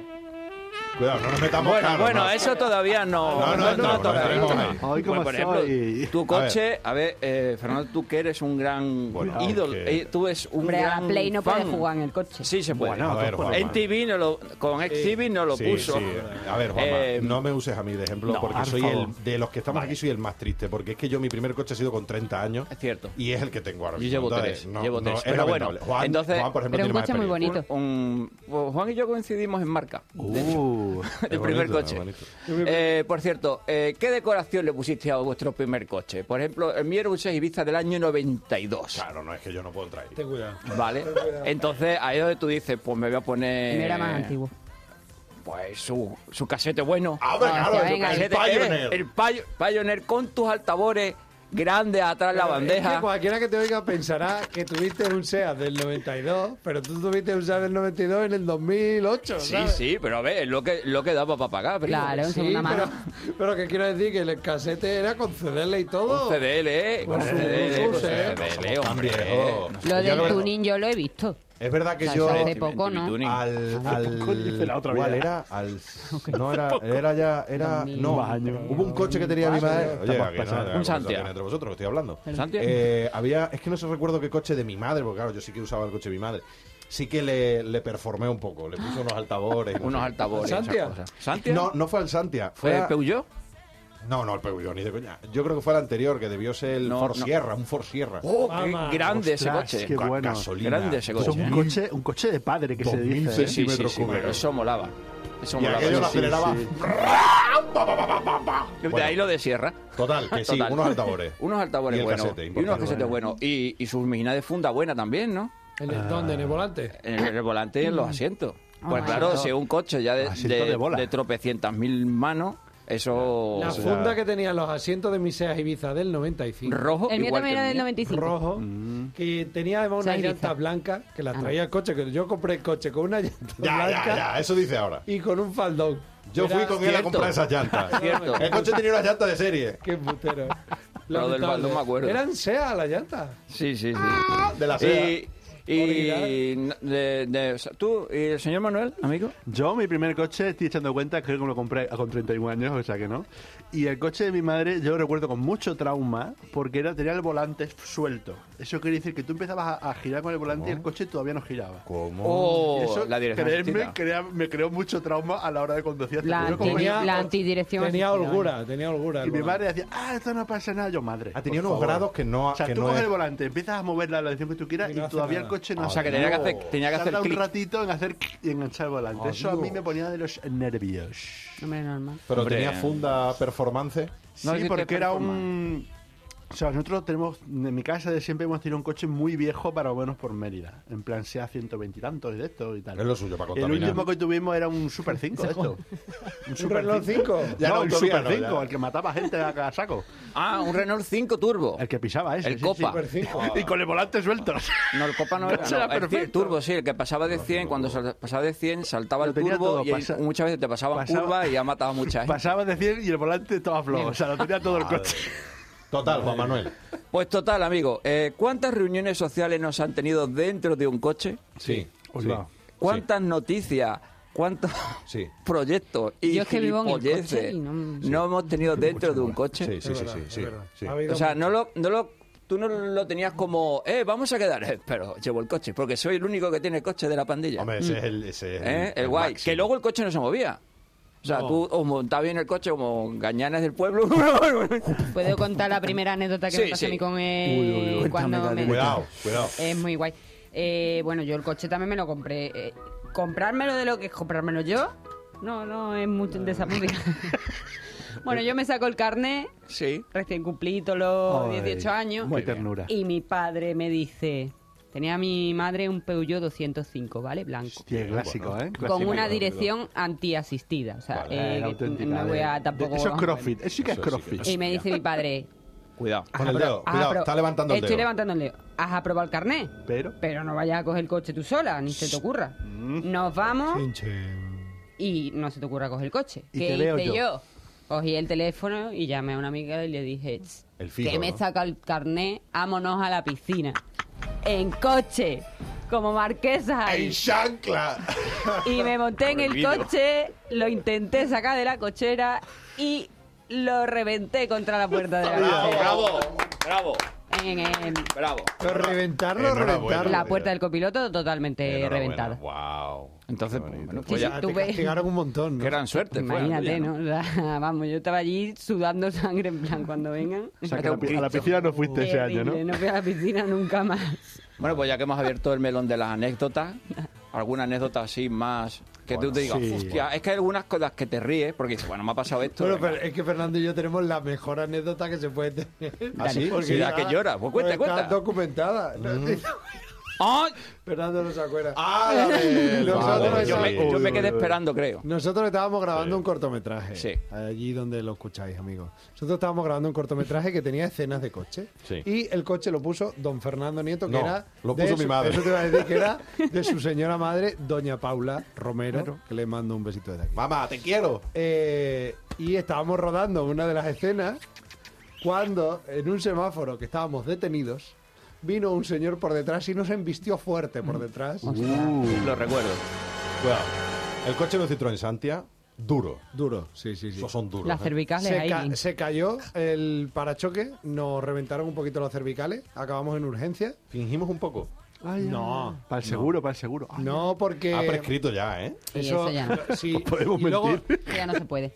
[SPEAKER 3] Cuidado, no nos metamos
[SPEAKER 4] Bueno,
[SPEAKER 3] caro,
[SPEAKER 4] bueno,
[SPEAKER 3] ¿no?
[SPEAKER 4] eso todavía
[SPEAKER 3] No,
[SPEAKER 4] no.
[SPEAKER 3] no,
[SPEAKER 4] no,
[SPEAKER 3] entramos, no
[SPEAKER 4] todavía.
[SPEAKER 3] entremos ahí.
[SPEAKER 5] Ay, cómo
[SPEAKER 4] Bueno, por ejemplo,
[SPEAKER 5] soy.
[SPEAKER 4] tu coche, a ver, eh, Fernando, tú que eres un gran
[SPEAKER 3] Bueno,
[SPEAKER 4] ídolo,
[SPEAKER 3] que-
[SPEAKER 4] eh, tú eres un
[SPEAKER 6] Hombre, a
[SPEAKER 4] gran
[SPEAKER 6] la Play no puede
[SPEAKER 4] fan.
[SPEAKER 6] jugar en el coche.
[SPEAKER 4] Sí se puede.
[SPEAKER 5] Bueno,
[SPEAKER 3] A ver, Juanma.
[SPEAKER 5] pues,
[SPEAKER 4] En TV no lo, con XTV no lo
[SPEAKER 3] Sí,
[SPEAKER 4] puso.
[SPEAKER 3] sí. A ver, Juanma,
[SPEAKER 4] Eh,
[SPEAKER 3] no me uses a mí de ejemplo
[SPEAKER 4] no,
[SPEAKER 3] porque
[SPEAKER 5] por
[SPEAKER 3] soy
[SPEAKER 5] favor.
[SPEAKER 3] el de los que estamos aquí soy el más triste porque es que yo mi primer coche ha sido con 30 años.
[SPEAKER 4] Es cierto.
[SPEAKER 3] Y es el que tengo ahora
[SPEAKER 4] Yo
[SPEAKER 3] mismo.
[SPEAKER 4] llevo
[SPEAKER 3] Entonces,
[SPEAKER 4] tres,
[SPEAKER 3] no,
[SPEAKER 4] llevo
[SPEAKER 3] no,
[SPEAKER 4] tres,
[SPEAKER 3] es
[SPEAKER 4] pero bueno,
[SPEAKER 3] lamentable. Juan,
[SPEAKER 4] entonces-
[SPEAKER 3] Juan, por ejemplo,
[SPEAKER 6] Pero un
[SPEAKER 3] tiene más
[SPEAKER 6] coche muy
[SPEAKER 3] experiencia.
[SPEAKER 6] bonito.
[SPEAKER 4] un- pues Juan y yo coincidimos en marca.
[SPEAKER 5] Uh,
[SPEAKER 4] El
[SPEAKER 3] Es
[SPEAKER 4] primer
[SPEAKER 3] bonito,
[SPEAKER 4] coche.
[SPEAKER 3] es bonito.
[SPEAKER 4] Eh, por cierto, eh, ¿qué decoración le pusiste a vuestro primer coche? Por ejemplo, el mío era un 6 Ibiza del año 92.
[SPEAKER 3] Claro, no es que yo no puedo entrar ahí.
[SPEAKER 2] Ten cuidado.
[SPEAKER 4] ¿Vale? Entonces, ahí es donde tú dices, pues me voy a poner.
[SPEAKER 6] No era más antiguo.
[SPEAKER 4] Pues su, su casete bueno.
[SPEAKER 3] Ah, hombre,
[SPEAKER 6] Ah,
[SPEAKER 3] claro,
[SPEAKER 6] sí,
[SPEAKER 3] el-
[SPEAKER 6] venga,
[SPEAKER 3] el
[SPEAKER 4] Casete, eh,
[SPEAKER 3] Pioneer.
[SPEAKER 4] el Pio- Pioneer con tus altavones grandes atrás la
[SPEAKER 2] Es
[SPEAKER 4] bandeja.
[SPEAKER 2] que eh, cualquiera que te oiga pensará que tuviste un SEAT del 92, pero tú tuviste un SEAT del 92 en el 2008.
[SPEAKER 4] Sí,
[SPEAKER 2] ¿sabes?
[SPEAKER 4] sí, pero a ver, es lo que, lo que daba para pagar. primo.
[SPEAKER 6] Claro, en
[SPEAKER 2] Sí,
[SPEAKER 6] segunda
[SPEAKER 2] pero,
[SPEAKER 6] mano.
[SPEAKER 2] pero que quiero decir que el casete era con CDL y
[SPEAKER 4] Con
[SPEAKER 2] todo.
[SPEAKER 4] CDL, ¿eh? Con
[SPEAKER 2] Con su-
[SPEAKER 4] CDL,
[SPEAKER 2] con
[SPEAKER 4] con
[SPEAKER 2] su-
[SPEAKER 4] CDL,
[SPEAKER 3] Somos tan
[SPEAKER 4] hombre.
[SPEAKER 3] viejos.
[SPEAKER 6] Lo
[SPEAKER 3] Yo creo
[SPEAKER 6] del
[SPEAKER 3] que-
[SPEAKER 6] tuning yo lo he visto.
[SPEAKER 3] Es verdad que
[SPEAKER 6] O sea,
[SPEAKER 3] yo
[SPEAKER 6] hace poco, ¿no?
[SPEAKER 4] Tuning.
[SPEAKER 3] al, al
[SPEAKER 5] dice la otra
[SPEAKER 3] ¿cuál era?
[SPEAKER 5] vida.
[SPEAKER 3] Al no era era ya era no
[SPEAKER 5] Dos años.
[SPEAKER 3] hubo un coche que tenía mi madre
[SPEAKER 5] Estamos
[SPEAKER 3] Oye, aquí no,
[SPEAKER 5] pasando.
[SPEAKER 3] no,
[SPEAKER 4] Un Santiago.
[SPEAKER 3] tiene entre vosotros que estoy hablando
[SPEAKER 4] Santiago.
[SPEAKER 3] Eh, había es que no se recuerdo qué coche de mi madre porque claro yo sí que usaba el coche de mi madre sí que le, le performé un poco le puse unos altavones no
[SPEAKER 4] Unos
[SPEAKER 3] sé.
[SPEAKER 4] altavones.
[SPEAKER 2] ¿Santia?
[SPEAKER 4] esas cosas. ¿Santia?
[SPEAKER 3] no no fue al Santia
[SPEAKER 4] ¿Fue
[SPEAKER 3] fue
[SPEAKER 4] el
[SPEAKER 3] a-
[SPEAKER 4] Peugeot?
[SPEAKER 3] no no el Peugeot ni de coña yo creo que fue el anterior que debió ser el
[SPEAKER 4] No,
[SPEAKER 3] Ford
[SPEAKER 4] no.
[SPEAKER 3] Sierra un Ford Sierra
[SPEAKER 4] ¡Oh,
[SPEAKER 2] Vamos.
[SPEAKER 4] qué grande
[SPEAKER 5] Ostras,
[SPEAKER 4] ese
[SPEAKER 5] qué
[SPEAKER 4] coche!
[SPEAKER 3] Ga-
[SPEAKER 5] bueno.
[SPEAKER 3] gasolina
[SPEAKER 4] Grande ese
[SPEAKER 5] Eso es
[SPEAKER 4] coche. ¿eh?
[SPEAKER 5] un coche, un coche de padre que se
[SPEAKER 3] 2000
[SPEAKER 5] dice. ¿eh?
[SPEAKER 4] Sí, sí,
[SPEAKER 3] centímetros
[SPEAKER 4] sí, pero
[SPEAKER 3] cúbicos.
[SPEAKER 4] eso molaba. Eso
[SPEAKER 3] y
[SPEAKER 4] molaba.
[SPEAKER 3] aquello lo
[SPEAKER 4] sí, sí.
[SPEAKER 3] aceleraba
[SPEAKER 5] sí.
[SPEAKER 4] De ahí lo de Sierra.
[SPEAKER 3] total que sí
[SPEAKER 4] Total.
[SPEAKER 3] unos altavones
[SPEAKER 4] Unos altavones
[SPEAKER 3] Y el
[SPEAKER 4] buenos.
[SPEAKER 3] casete,
[SPEAKER 4] y unos
[SPEAKER 3] importante.
[SPEAKER 4] casetes buenos. Y, y sus minas de funda buena también, ¿no?
[SPEAKER 2] ¿En el- ¿Dónde? ¿En el volante?
[SPEAKER 4] En el, en el volante y en los asientos. Pues
[SPEAKER 6] Mm. Ah,
[SPEAKER 4] claro,
[SPEAKER 6] asiento.
[SPEAKER 4] si es un coche ya de,
[SPEAKER 5] Asiento
[SPEAKER 4] de-
[SPEAKER 5] de bola.
[SPEAKER 4] de tropecientas mil manos, eso.
[SPEAKER 2] La
[SPEAKER 4] eso
[SPEAKER 2] funda que tenían los asientos de mi SEAT Ibiza del 95.
[SPEAKER 4] rojo.
[SPEAKER 6] El mío
[SPEAKER 4] igual
[SPEAKER 6] también
[SPEAKER 4] que
[SPEAKER 6] era del
[SPEAKER 4] el mío.
[SPEAKER 6] 95.
[SPEAKER 2] rojo
[SPEAKER 4] Mm.
[SPEAKER 2] que tenía además
[SPEAKER 6] O sea,
[SPEAKER 2] unas
[SPEAKER 6] Ibiza.
[SPEAKER 2] llantas blancas que las
[SPEAKER 6] Ah.
[SPEAKER 2] traía el coche que yo compré el coche con una llanta
[SPEAKER 3] ya ya
[SPEAKER 2] blanca
[SPEAKER 3] ya eso dice ahora
[SPEAKER 2] y con un faldón
[SPEAKER 3] Yo
[SPEAKER 2] Era-
[SPEAKER 3] fui con él a
[SPEAKER 4] cierto.
[SPEAKER 3] comprar esas llantas.
[SPEAKER 4] Cierto.
[SPEAKER 3] El coche tenía unas llantas de serie.
[SPEAKER 2] qué putero
[SPEAKER 4] Lo del
[SPEAKER 2] Lamentable.
[SPEAKER 4] faldón me acuerdo.
[SPEAKER 2] eran SEA las llantas
[SPEAKER 4] Sí, sí, sí.
[SPEAKER 3] De la
[SPEAKER 4] Y,
[SPEAKER 3] SEA.
[SPEAKER 4] y de- de- o sea, tú y el señor Manuel, amigo.
[SPEAKER 5] Yo, mi primer coche, estoy echando cuenta, creo que me lo compré con 31 años, o sea que no. Y el coche de mi madre, yo lo recuerdo con mucho trauma, porque era, tenía el volante suelto. Eso quiere decir que tú empezabas a, a girar con el volante y el coche todavía no giraba.
[SPEAKER 3] ¿Cómo?
[SPEAKER 4] Oh,
[SPEAKER 5] Y eso,
[SPEAKER 4] la dirección.
[SPEAKER 5] creedme,
[SPEAKER 4] justita.
[SPEAKER 5] crea- me creó mucho trauma a la hora de conducir. hasta
[SPEAKER 6] La,
[SPEAKER 5] que yo como-
[SPEAKER 6] anti-
[SPEAKER 2] tenía-
[SPEAKER 6] la antidirección.
[SPEAKER 2] tenía
[SPEAKER 6] asistida,
[SPEAKER 2] holgura tenía holgura el
[SPEAKER 5] y mi
[SPEAKER 2] volante.
[SPEAKER 5] madre decía, ah, esto no pasa nada. Yo, madre.
[SPEAKER 3] Ha tenido
[SPEAKER 5] por
[SPEAKER 3] unos
[SPEAKER 5] favor".
[SPEAKER 3] grados que no.
[SPEAKER 5] O sea,
[SPEAKER 3] que
[SPEAKER 5] tú
[SPEAKER 3] no
[SPEAKER 5] coges
[SPEAKER 3] es-
[SPEAKER 5] el volante, empiezas a moverla en la dirección que tú quieras
[SPEAKER 2] Y
[SPEAKER 5] y,
[SPEAKER 2] no hace
[SPEAKER 5] todavía el
[SPEAKER 2] nada.
[SPEAKER 5] coche no
[SPEAKER 4] O sea, que tenía que hacer, tenía que hacer
[SPEAKER 5] Tarda un
[SPEAKER 4] clic.
[SPEAKER 5] ratito en hacer y enganchar el volante. Eso a mí me ponía de los nervios.
[SPEAKER 6] vale. Hombre, normal.
[SPEAKER 3] Pero
[SPEAKER 4] Hombre.
[SPEAKER 3] tenía funda performance.
[SPEAKER 4] No
[SPEAKER 5] sí,
[SPEAKER 4] existe
[SPEAKER 5] porque era un... O sea, nosotros tenemos, en mi casa de siempre hemos tenido un coche muy viejo para menos por Mérida. En plan, sea 120 y tantos y de esto y tal.
[SPEAKER 3] Es lo suyo para
[SPEAKER 5] El
[SPEAKER 3] contaminar.
[SPEAKER 5] último que tuvimos era un Super 5 de esto. Un
[SPEAKER 2] un reloj 5
[SPEAKER 5] Ya
[SPEAKER 3] No,
[SPEAKER 5] no,
[SPEAKER 3] un
[SPEAKER 5] un
[SPEAKER 3] Super
[SPEAKER 5] Super 5,
[SPEAKER 3] 5,
[SPEAKER 5] el que mataba gente a cada saco.
[SPEAKER 4] Ah, un Renault 5
[SPEAKER 6] Oh.
[SPEAKER 4] Turbo.
[SPEAKER 5] El que pisaba ese.
[SPEAKER 4] El
[SPEAKER 5] sí,
[SPEAKER 4] Copa.
[SPEAKER 5] sí.
[SPEAKER 2] Super 5
[SPEAKER 5] Y con el volante suelto.
[SPEAKER 4] No, el Copa no era.
[SPEAKER 5] Ese era
[SPEAKER 4] no, el ti-
[SPEAKER 5] perfecto.
[SPEAKER 4] turbo, sí, el que pasaba de 100, cuando sal- pasaba de 100 saltaba
[SPEAKER 5] Lo
[SPEAKER 4] el
[SPEAKER 5] tenía
[SPEAKER 4] turbo
[SPEAKER 5] todo,
[SPEAKER 4] y ahí
[SPEAKER 5] pasa-
[SPEAKER 4] muchas veces te pasaban
[SPEAKER 5] pasaba-
[SPEAKER 4] curvas y ya mataba muchas.
[SPEAKER 5] Pasaba de 100 y el volante estaba flojo. O sea, lo tenía todo el coche.
[SPEAKER 3] Total, Juan Manuel.
[SPEAKER 4] Pues total, amigo, eh, ¿cuántas reuniones sociales nos han tenido dentro de un coche?
[SPEAKER 3] Sí.
[SPEAKER 5] Hola.
[SPEAKER 3] sí.
[SPEAKER 4] ¿Cuántas noticias? ¿Cuántos
[SPEAKER 3] Sí.
[SPEAKER 4] proyectos y
[SPEAKER 6] Yo es que vivo en el coche
[SPEAKER 4] gilipolleces
[SPEAKER 6] y no-
[SPEAKER 4] no hemos tenido dentro de un coche?
[SPEAKER 3] Sí, sí, sí, sí, sí, sí.
[SPEAKER 2] Ha habido
[SPEAKER 4] O sea, no lo, no lo, tú no lo tenías como, eh, vamos a quedar, eh, pero llevo el coche, porque soy el único que tiene coche de la pandilla.
[SPEAKER 3] Hombre, ese es el. Ese es
[SPEAKER 4] ¿Eh? El guay.
[SPEAKER 3] máximo.
[SPEAKER 4] Que luego el coche no se movía. O sea, tú os montabas en el coche como gañanes del pueblo.
[SPEAKER 6] Puedo contar la primera anécdota que
[SPEAKER 4] Sí,
[SPEAKER 6] me pasó
[SPEAKER 4] sí.
[SPEAKER 6] a mí con él cuando
[SPEAKER 4] Cuéntame,
[SPEAKER 6] me-
[SPEAKER 4] Gabriel.
[SPEAKER 3] Cuidado, cuidado.
[SPEAKER 6] Es muy guay. Eh, bueno, yo el coche también me lo compré. Eh, comprármelo de lo que es comprármelo yo. No, no, es mucho de esa música. bueno, yo me saco el carnet,
[SPEAKER 4] Sí.
[SPEAKER 6] recién cumplido los 18 años.
[SPEAKER 5] Muy ternura.
[SPEAKER 6] Y mi padre me dice, tenía mi madre un Peugeot 205, ¿vale? Blanco.
[SPEAKER 5] Hostia, clásico, ¿eh?
[SPEAKER 6] Con
[SPEAKER 5] Clásico.
[SPEAKER 6] una dirección antiasistida. O sea,
[SPEAKER 5] Vale,
[SPEAKER 6] eh,
[SPEAKER 5] la auténtica
[SPEAKER 6] no voy a
[SPEAKER 5] de-
[SPEAKER 6] tampoco...
[SPEAKER 5] de- Eso es
[SPEAKER 6] vamos,
[SPEAKER 5] crossfit. Eso sí que es
[SPEAKER 3] Eso sí que
[SPEAKER 5] crossfit.
[SPEAKER 6] Y me dice mi padre...
[SPEAKER 4] Cuidado.
[SPEAKER 3] Con el
[SPEAKER 6] "Has apro-
[SPEAKER 3] dedo,
[SPEAKER 4] ah,
[SPEAKER 6] has
[SPEAKER 3] cuidado,
[SPEAKER 6] apro-
[SPEAKER 3] está levantando el
[SPEAKER 6] Estoy
[SPEAKER 3] dedo".
[SPEAKER 6] levantando el dedo. ¿Has aprobado el carnet?
[SPEAKER 5] Pero.
[SPEAKER 6] Pero no vayas a coger el coche tú sola, ni se te ocurra. Nos vamos y no se te ocurra coger el coche.
[SPEAKER 5] Y
[SPEAKER 6] ¿Qué
[SPEAKER 5] te veo
[SPEAKER 6] hice
[SPEAKER 5] yo.
[SPEAKER 6] yo? Cogí el teléfono y llamé a una amiga y le dije "Tss,
[SPEAKER 3] El fijo,
[SPEAKER 6] que me
[SPEAKER 3] ¿no?
[SPEAKER 6] saca el carné, vámonos a la piscina. En coche, como marquesa.
[SPEAKER 3] ¡En chancla!
[SPEAKER 6] Y me monté en el
[SPEAKER 1] Prohibido.
[SPEAKER 6] coche, lo intenté sacar de la cochera y lo reventé contra la puerta de la cochera.
[SPEAKER 1] ¡Bravo! ¡Bravo!
[SPEAKER 6] En, en
[SPEAKER 1] ¡Bravo!
[SPEAKER 2] Pero reventarlo,
[SPEAKER 3] Enhorabuena.
[SPEAKER 2] reventarlo.
[SPEAKER 6] la puerta del copiloto
[SPEAKER 4] eh,
[SPEAKER 6] totalmente reventada.
[SPEAKER 3] ¡Wow!
[SPEAKER 4] Entonces, bueno, pues
[SPEAKER 6] Sí,
[SPEAKER 4] ya.
[SPEAKER 2] Te
[SPEAKER 6] sí, tuve-
[SPEAKER 2] castigaron un montón, ¿no?
[SPEAKER 4] Gran suerte. fue la
[SPEAKER 6] Imagínate,
[SPEAKER 4] tuya,
[SPEAKER 6] ¿no? O sea, vamos, yo estaba allí sudando sangre en plan cuando vengan.
[SPEAKER 5] O sea, que a la pi- a la piscina no fuiste ese año, ¿no?
[SPEAKER 6] Terrible, fui a la piscina nunca más.
[SPEAKER 4] Bueno, pues ya que hemos abierto el melón de las anécdotas, alguna anécdota así más que tú te digas,
[SPEAKER 5] sí.
[SPEAKER 4] hostia, es que hay algunas cosas que te ríes porque dices, bueno, me ha pasado esto.
[SPEAKER 2] Bueno,
[SPEAKER 4] venga".
[SPEAKER 2] pero eh, es que Fernando y yo tenemos la mejor anécdota que se puede tener.
[SPEAKER 6] ¿Ah, sí?
[SPEAKER 4] Sí, la que llora. Pues cuenta,
[SPEAKER 2] está
[SPEAKER 4] cuenta.
[SPEAKER 2] documentada.
[SPEAKER 4] ¡Ay!
[SPEAKER 2] Fernando no se acuerda.
[SPEAKER 3] ¡Ah, la de-
[SPEAKER 2] Nosotros
[SPEAKER 3] vale,
[SPEAKER 4] Yo
[SPEAKER 2] estamos-
[SPEAKER 4] me,
[SPEAKER 3] sí.
[SPEAKER 4] yo me quedé esperando, creo.
[SPEAKER 2] Nosotros estábamos grabando un cortometraje.
[SPEAKER 4] Sí.
[SPEAKER 2] Allí donde lo escucháis, amigos. Nosotros estábamos grabando un cortometraje que tenía escenas de coche.
[SPEAKER 3] Sí.
[SPEAKER 2] Y el coche lo puso don Fernando Nieto, que
[SPEAKER 3] No,
[SPEAKER 2] era.
[SPEAKER 3] lo
[SPEAKER 2] de
[SPEAKER 3] puso
[SPEAKER 2] su-
[SPEAKER 3] mi madre.
[SPEAKER 2] Eso te iba a decir que era de su señora madre, doña Paula Romero, que le mando un besito desde aquí.
[SPEAKER 3] Mamá, te quiero.
[SPEAKER 2] Eh, y estábamos rodando una de las escenas cuando en un semáforo que estábamos detenidos vino un señor por detrás y nos embistió fuerte
[SPEAKER 3] Mm.
[SPEAKER 2] por detrás.
[SPEAKER 4] Lo recuerdo.
[SPEAKER 3] Cuidado. El coche de un Citroën Santia, duro.
[SPEAKER 2] Duro, sí, sí, sí.
[SPEAKER 3] Esos son duros.
[SPEAKER 6] Las
[SPEAKER 3] ¿eh?
[SPEAKER 6] cervicales
[SPEAKER 2] Se,
[SPEAKER 6] ahí.
[SPEAKER 2] ca- se cayó el parachoque, nos reventaron un poquito los cervicales, acabamos en urgencia.
[SPEAKER 3] Fingimos un poco.
[SPEAKER 2] No,
[SPEAKER 5] Para el seguro, para el seguro. Ay,
[SPEAKER 2] no porque
[SPEAKER 3] Ha prescrito ya, ¿eh?
[SPEAKER 6] Y Ah, eso ya no.
[SPEAKER 2] sí,
[SPEAKER 3] Pues
[SPEAKER 5] podemos
[SPEAKER 2] y luego-
[SPEAKER 5] mentir.
[SPEAKER 6] Ya no se puede.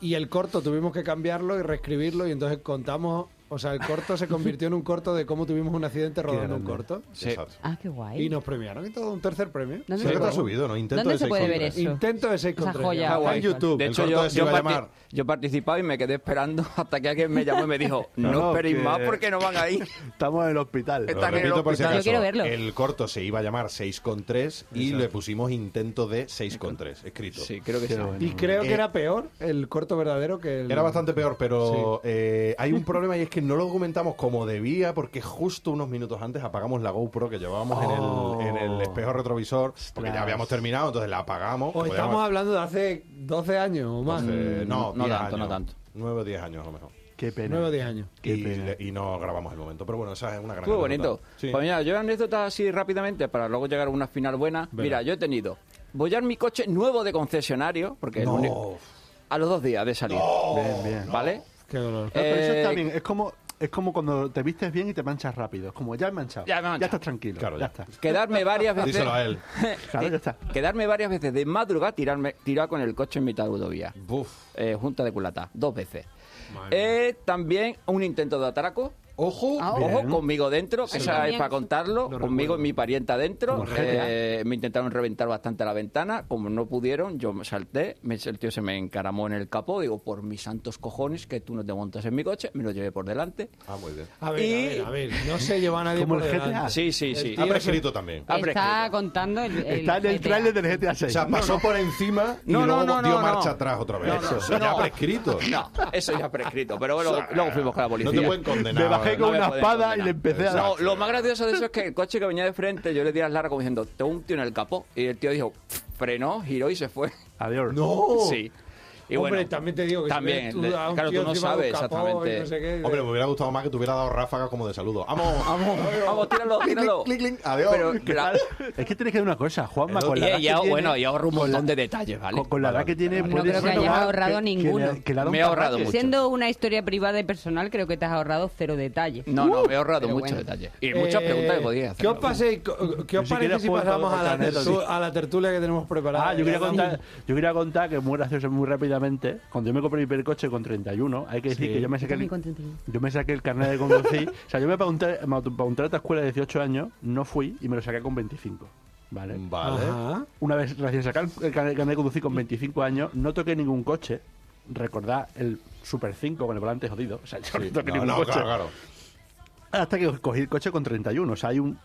[SPEAKER 2] y el corto tuvimos que cambiarlo y reescribirlo y entonces contamos, o sea, el corto se convirtió en un corto de cómo tuvimos un accidente rodando un
[SPEAKER 5] grande.
[SPEAKER 2] corto.
[SPEAKER 4] Sí.
[SPEAKER 3] Exacto.
[SPEAKER 6] Ah, qué
[SPEAKER 2] Y
[SPEAKER 6] guay.
[SPEAKER 2] nos premiaron y todo, un tercer premio.
[SPEAKER 6] ¿Dónde
[SPEAKER 3] Creo
[SPEAKER 6] se
[SPEAKER 3] que te ha
[SPEAKER 6] puede?
[SPEAKER 3] subido, ¿no? Intento
[SPEAKER 6] ¿Dónde
[SPEAKER 3] de
[SPEAKER 6] se
[SPEAKER 3] seis
[SPEAKER 6] puede
[SPEAKER 3] contra.
[SPEAKER 6] ver eso?
[SPEAKER 2] Intento de 6
[SPEAKER 6] Esa
[SPEAKER 2] contra
[SPEAKER 6] joya.
[SPEAKER 2] tres.
[SPEAKER 6] Está
[SPEAKER 2] Está
[SPEAKER 6] guay.
[SPEAKER 2] en YouTube.
[SPEAKER 4] De
[SPEAKER 3] El
[SPEAKER 4] hecho,
[SPEAKER 3] corto
[SPEAKER 4] yo,
[SPEAKER 3] ese
[SPEAKER 4] yo
[SPEAKER 3] iba a
[SPEAKER 4] parti-
[SPEAKER 3] llamar.
[SPEAKER 4] yo participaba y me quedé esperando hasta que alguien me llamó y me dijo, no,
[SPEAKER 5] No,
[SPEAKER 4] esperéis
[SPEAKER 5] que-
[SPEAKER 4] más porque no van ahí.
[SPEAKER 5] Estamos en el hospital.
[SPEAKER 3] Lo
[SPEAKER 4] Está en el
[SPEAKER 3] repito por si
[SPEAKER 4] hospital.
[SPEAKER 6] Yo quiero
[SPEAKER 3] acaso,
[SPEAKER 6] verlo.
[SPEAKER 3] El corto se iba a llamar 6 con 3 y le pusimos intento de 6 con 3, escrito.
[SPEAKER 4] Sí, creo que
[SPEAKER 5] Qué
[SPEAKER 4] sí.
[SPEAKER 5] bueno.
[SPEAKER 2] Y creo que
[SPEAKER 3] Eh,
[SPEAKER 2] era peor el corto verdadero que el...
[SPEAKER 3] Era bastante peor, pero eh, hay un problema y es que no lo documentamos como debía porque justo unos minutos antes apagamos la GoPro que llevábamos
[SPEAKER 5] Oh.
[SPEAKER 3] en, el, en el espejo retrovisor porque ya
[SPEAKER 5] Ostras.
[SPEAKER 3] habíamos terminado, entonces la apagamos.
[SPEAKER 2] O
[SPEAKER 3] que
[SPEAKER 2] estamos
[SPEAKER 3] podíamos-
[SPEAKER 2] hablando de hace 12 años o más.
[SPEAKER 3] entonces, no,
[SPEAKER 4] No
[SPEAKER 3] 10
[SPEAKER 4] tanto,
[SPEAKER 3] años,
[SPEAKER 4] no tanto.
[SPEAKER 3] 9 o 10 años a lo mejor.
[SPEAKER 5] Qué pena.
[SPEAKER 2] 9 o 10 años.
[SPEAKER 5] Qué
[SPEAKER 3] y,
[SPEAKER 5] pena.
[SPEAKER 3] le- y no grabamos el momento, pero bueno, esa es una gran
[SPEAKER 4] Estuvo
[SPEAKER 3] anécdota.
[SPEAKER 4] bonito.
[SPEAKER 3] Sí.
[SPEAKER 4] Pues mira, yo anécdota así rápidamente para luego llegar a una final buena. Mira, yo he tenido bollar mi coche nuevo de concesionario, porque el único- a los dos días de salir.
[SPEAKER 5] Bien, bien.
[SPEAKER 4] ¿Vale?
[SPEAKER 2] Qué dolor.
[SPEAKER 5] Pero eso está
[SPEAKER 4] Eh,
[SPEAKER 5] bien. Es como, es como cuando te vistes bien y te manchas rápido. Es como ya he manchado.
[SPEAKER 4] Ya me he manchado.
[SPEAKER 5] estás tranquilo.
[SPEAKER 3] Claro,
[SPEAKER 5] ya.
[SPEAKER 3] ya.
[SPEAKER 5] está.
[SPEAKER 4] Quedarme varias veces. Eh,
[SPEAKER 3] Díselo a él.
[SPEAKER 5] Claro, ya está.
[SPEAKER 4] Quedarme varias veces de madrugada tirarme, tirado con el coche en mitad de autovía.
[SPEAKER 3] Buf.
[SPEAKER 4] Eh, junta de culata, dos veces. Eh, también un intento de atraco.
[SPEAKER 3] Ojo,
[SPEAKER 6] Ah,
[SPEAKER 4] Ojo,
[SPEAKER 5] Bien.
[SPEAKER 4] conmigo dentro, que esa es
[SPEAKER 6] también.
[SPEAKER 4] para contarlo. conmigo y mi parienta dentro. Eh, me intentaron reventar bastante la ventana. Como no pudieron, yo me salté. Me, el tío se me encaramó en el capó. Digo, por mis santos cojones que tú no te montas en mi coche. Me lo llevé por delante.
[SPEAKER 3] Ah, muy bien.
[SPEAKER 2] A ver, a
[SPEAKER 4] y-
[SPEAKER 2] ver, a ver. No se lleva a nadie
[SPEAKER 5] Como
[SPEAKER 2] por
[SPEAKER 5] el GTA.
[SPEAKER 2] delante.
[SPEAKER 4] Sí, sí, sí.
[SPEAKER 3] Ha prescrito también.
[SPEAKER 4] Ah, pero es
[SPEAKER 6] Está
[SPEAKER 4] que-
[SPEAKER 6] contando el. el
[SPEAKER 5] Está en el
[SPEAKER 6] GTA.
[SPEAKER 5] tráiler del GTA 6.
[SPEAKER 3] O sea, pasó por encima y
[SPEAKER 4] No, no,
[SPEAKER 3] luego
[SPEAKER 4] no,
[SPEAKER 3] dio
[SPEAKER 4] no,
[SPEAKER 3] marcha
[SPEAKER 4] no.
[SPEAKER 3] atrás otra vez.
[SPEAKER 4] No, no,
[SPEAKER 3] Eso ya
[SPEAKER 4] no.
[SPEAKER 3] prescrito.
[SPEAKER 4] No, eso ya prescrito. Pero bueno, luego fuimos con la
[SPEAKER 3] No
[SPEAKER 4] policía.
[SPEAKER 3] te pueden condenar.
[SPEAKER 5] me bajé
[SPEAKER 4] no
[SPEAKER 5] con
[SPEAKER 4] me
[SPEAKER 5] una
[SPEAKER 4] pueden
[SPEAKER 5] espada
[SPEAKER 4] condenar.
[SPEAKER 5] y le empecé a dar.
[SPEAKER 4] No, lo más gracioso de eso es que el coche que venía de frente, yo le di las largas como diciendo, tengo un tío en el capó. Y el tío dijo, frenó, giró y se fue.
[SPEAKER 5] Adiós.
[SPEAKER 3] No.
[SPEAKER 4] Sí. Y
[SPEAKER 2] Oh. Hombre,
[SPEAKER 4] bueno,
[SPEAKER 2] también te digo que si
[SPEAKER 4] también,
[SPEAKER 2] ves tú
[SPEAKER 4] le-
[SPEAKER 2] a un
[SPEAKER 4] claro,
[SPEAKER 2] tío
[SPEAKER 4] tú no
[SPEAKER 2] encima de un
[SPEAKER 4] sabes
[SPEAKER 2] capó y
[SPEAKER 4] exactamente.
[SPEAKER 2] no sé qué,
[SPEAKER 3] Hombre, me hubiera gustado más que te hubiera dado ráfagas como de saludo. ¡Vamos!
[SPEAKER 4] Vamos, vamos, tíralo,
[SPEAKER 3] Clic,
[SPEAKER 4] tíralo.
[SPEAKER 3] clic, clic, clic. Adiós.
[SPEAKER 4] Pero la-
[SPEAKER 5] Es que tienes que ver una cosa, Juanma,
[SPEAKER 3] El
[SPEAKER 5] con
[SPEAKER 4] y
[SPEAKER 5] la edad
[SPEAKER 4] ya,
[SPEAKER 5] que tiene-
[SPEAKER 4] bueno, y ahorro un montón de detalles, ¿vale?
[SPEAKER 5] con, con la edad que tiene...
[SPEAKER 6] No
[SPEAKER 5] puede
[SPEAKER 6] creo que
[SPEAKER 5] ser
[SPEAKER 6] hayas
[SPEAKER 5] normal
[SPEAKER 6] ahorrado
[SPEAKER 5] que- que
[SPEAKER 6] ninguno.
[SPEAKER 5] le- que le ha dado
[SPEAKER 4] Me
[SPEAKER 5] un
[SPEAKER 4] he ahorrado
[SPEAKER 5] parraque.
[SPEAKER 4] mucho.
[SPEAKER 6] Siendo una historia privada y personal, creo que te has ahorrado cero detalles.
[SPEAKER 4] No, no, me he ahorrado
[SPEAKER 6] Pero
[SPEAKER 4] muchos
[SPEAKER 6] pues, bueno.
[SPEAKER 4] detalles. Y muchas
[SPEAKER 2] Eh,
[SPEAKER 4] preguntas que podías hacer.
[SPEAKER 2] ¿Qué os, pase- qué os
[SPEAKER 5] Ni siquiera
[SPEAKER 2] parece si
[SPEAKER 5] puedo
[SPEAKER 2] pasamos a
[SPEAKER 5] contar
[SPEAKER 2] la,
[SPEAKER 5] anécdotas.
[SPEAKER 2] tertu- a la tertulia que tenemos preparada?
[SPEAKER 5] Ah, yo quería
[SPEAKER 2] Ya
[SPEAKER 5] contar, yo quería contar que muy gracioso, muy rápidamente, cuando yo me compré mi primer coche con 31, hay que decir que yo me saqué el,
[SPEAKER 6] Con 31.
[SPEAKER 5] yo me saqué el carnet de conducir, o sea, yo me apunté, me apunté a otra escuela de 18 años, no fui y me lo saqué con 25, ¿vale?
[SPEAKER 3] Vale.
[SPEAKER 2] Ajá.
[SPEAKER 5] Una vez recién sacado el el carnet de conducir con 25 años, no toqué ningún coche, recordad el Super 5 con el volante jodido, o sea, yo no toqué
[SPEAKER 3] No,
[SPEAKER 5] ningún
[SPEAKER 3] no,
[SPEAKER 5] coche.
[SPEAKER 3] claro, claro.
[SPEAKER 5] Hasta que cogí el coche con 31. O sea, hay un.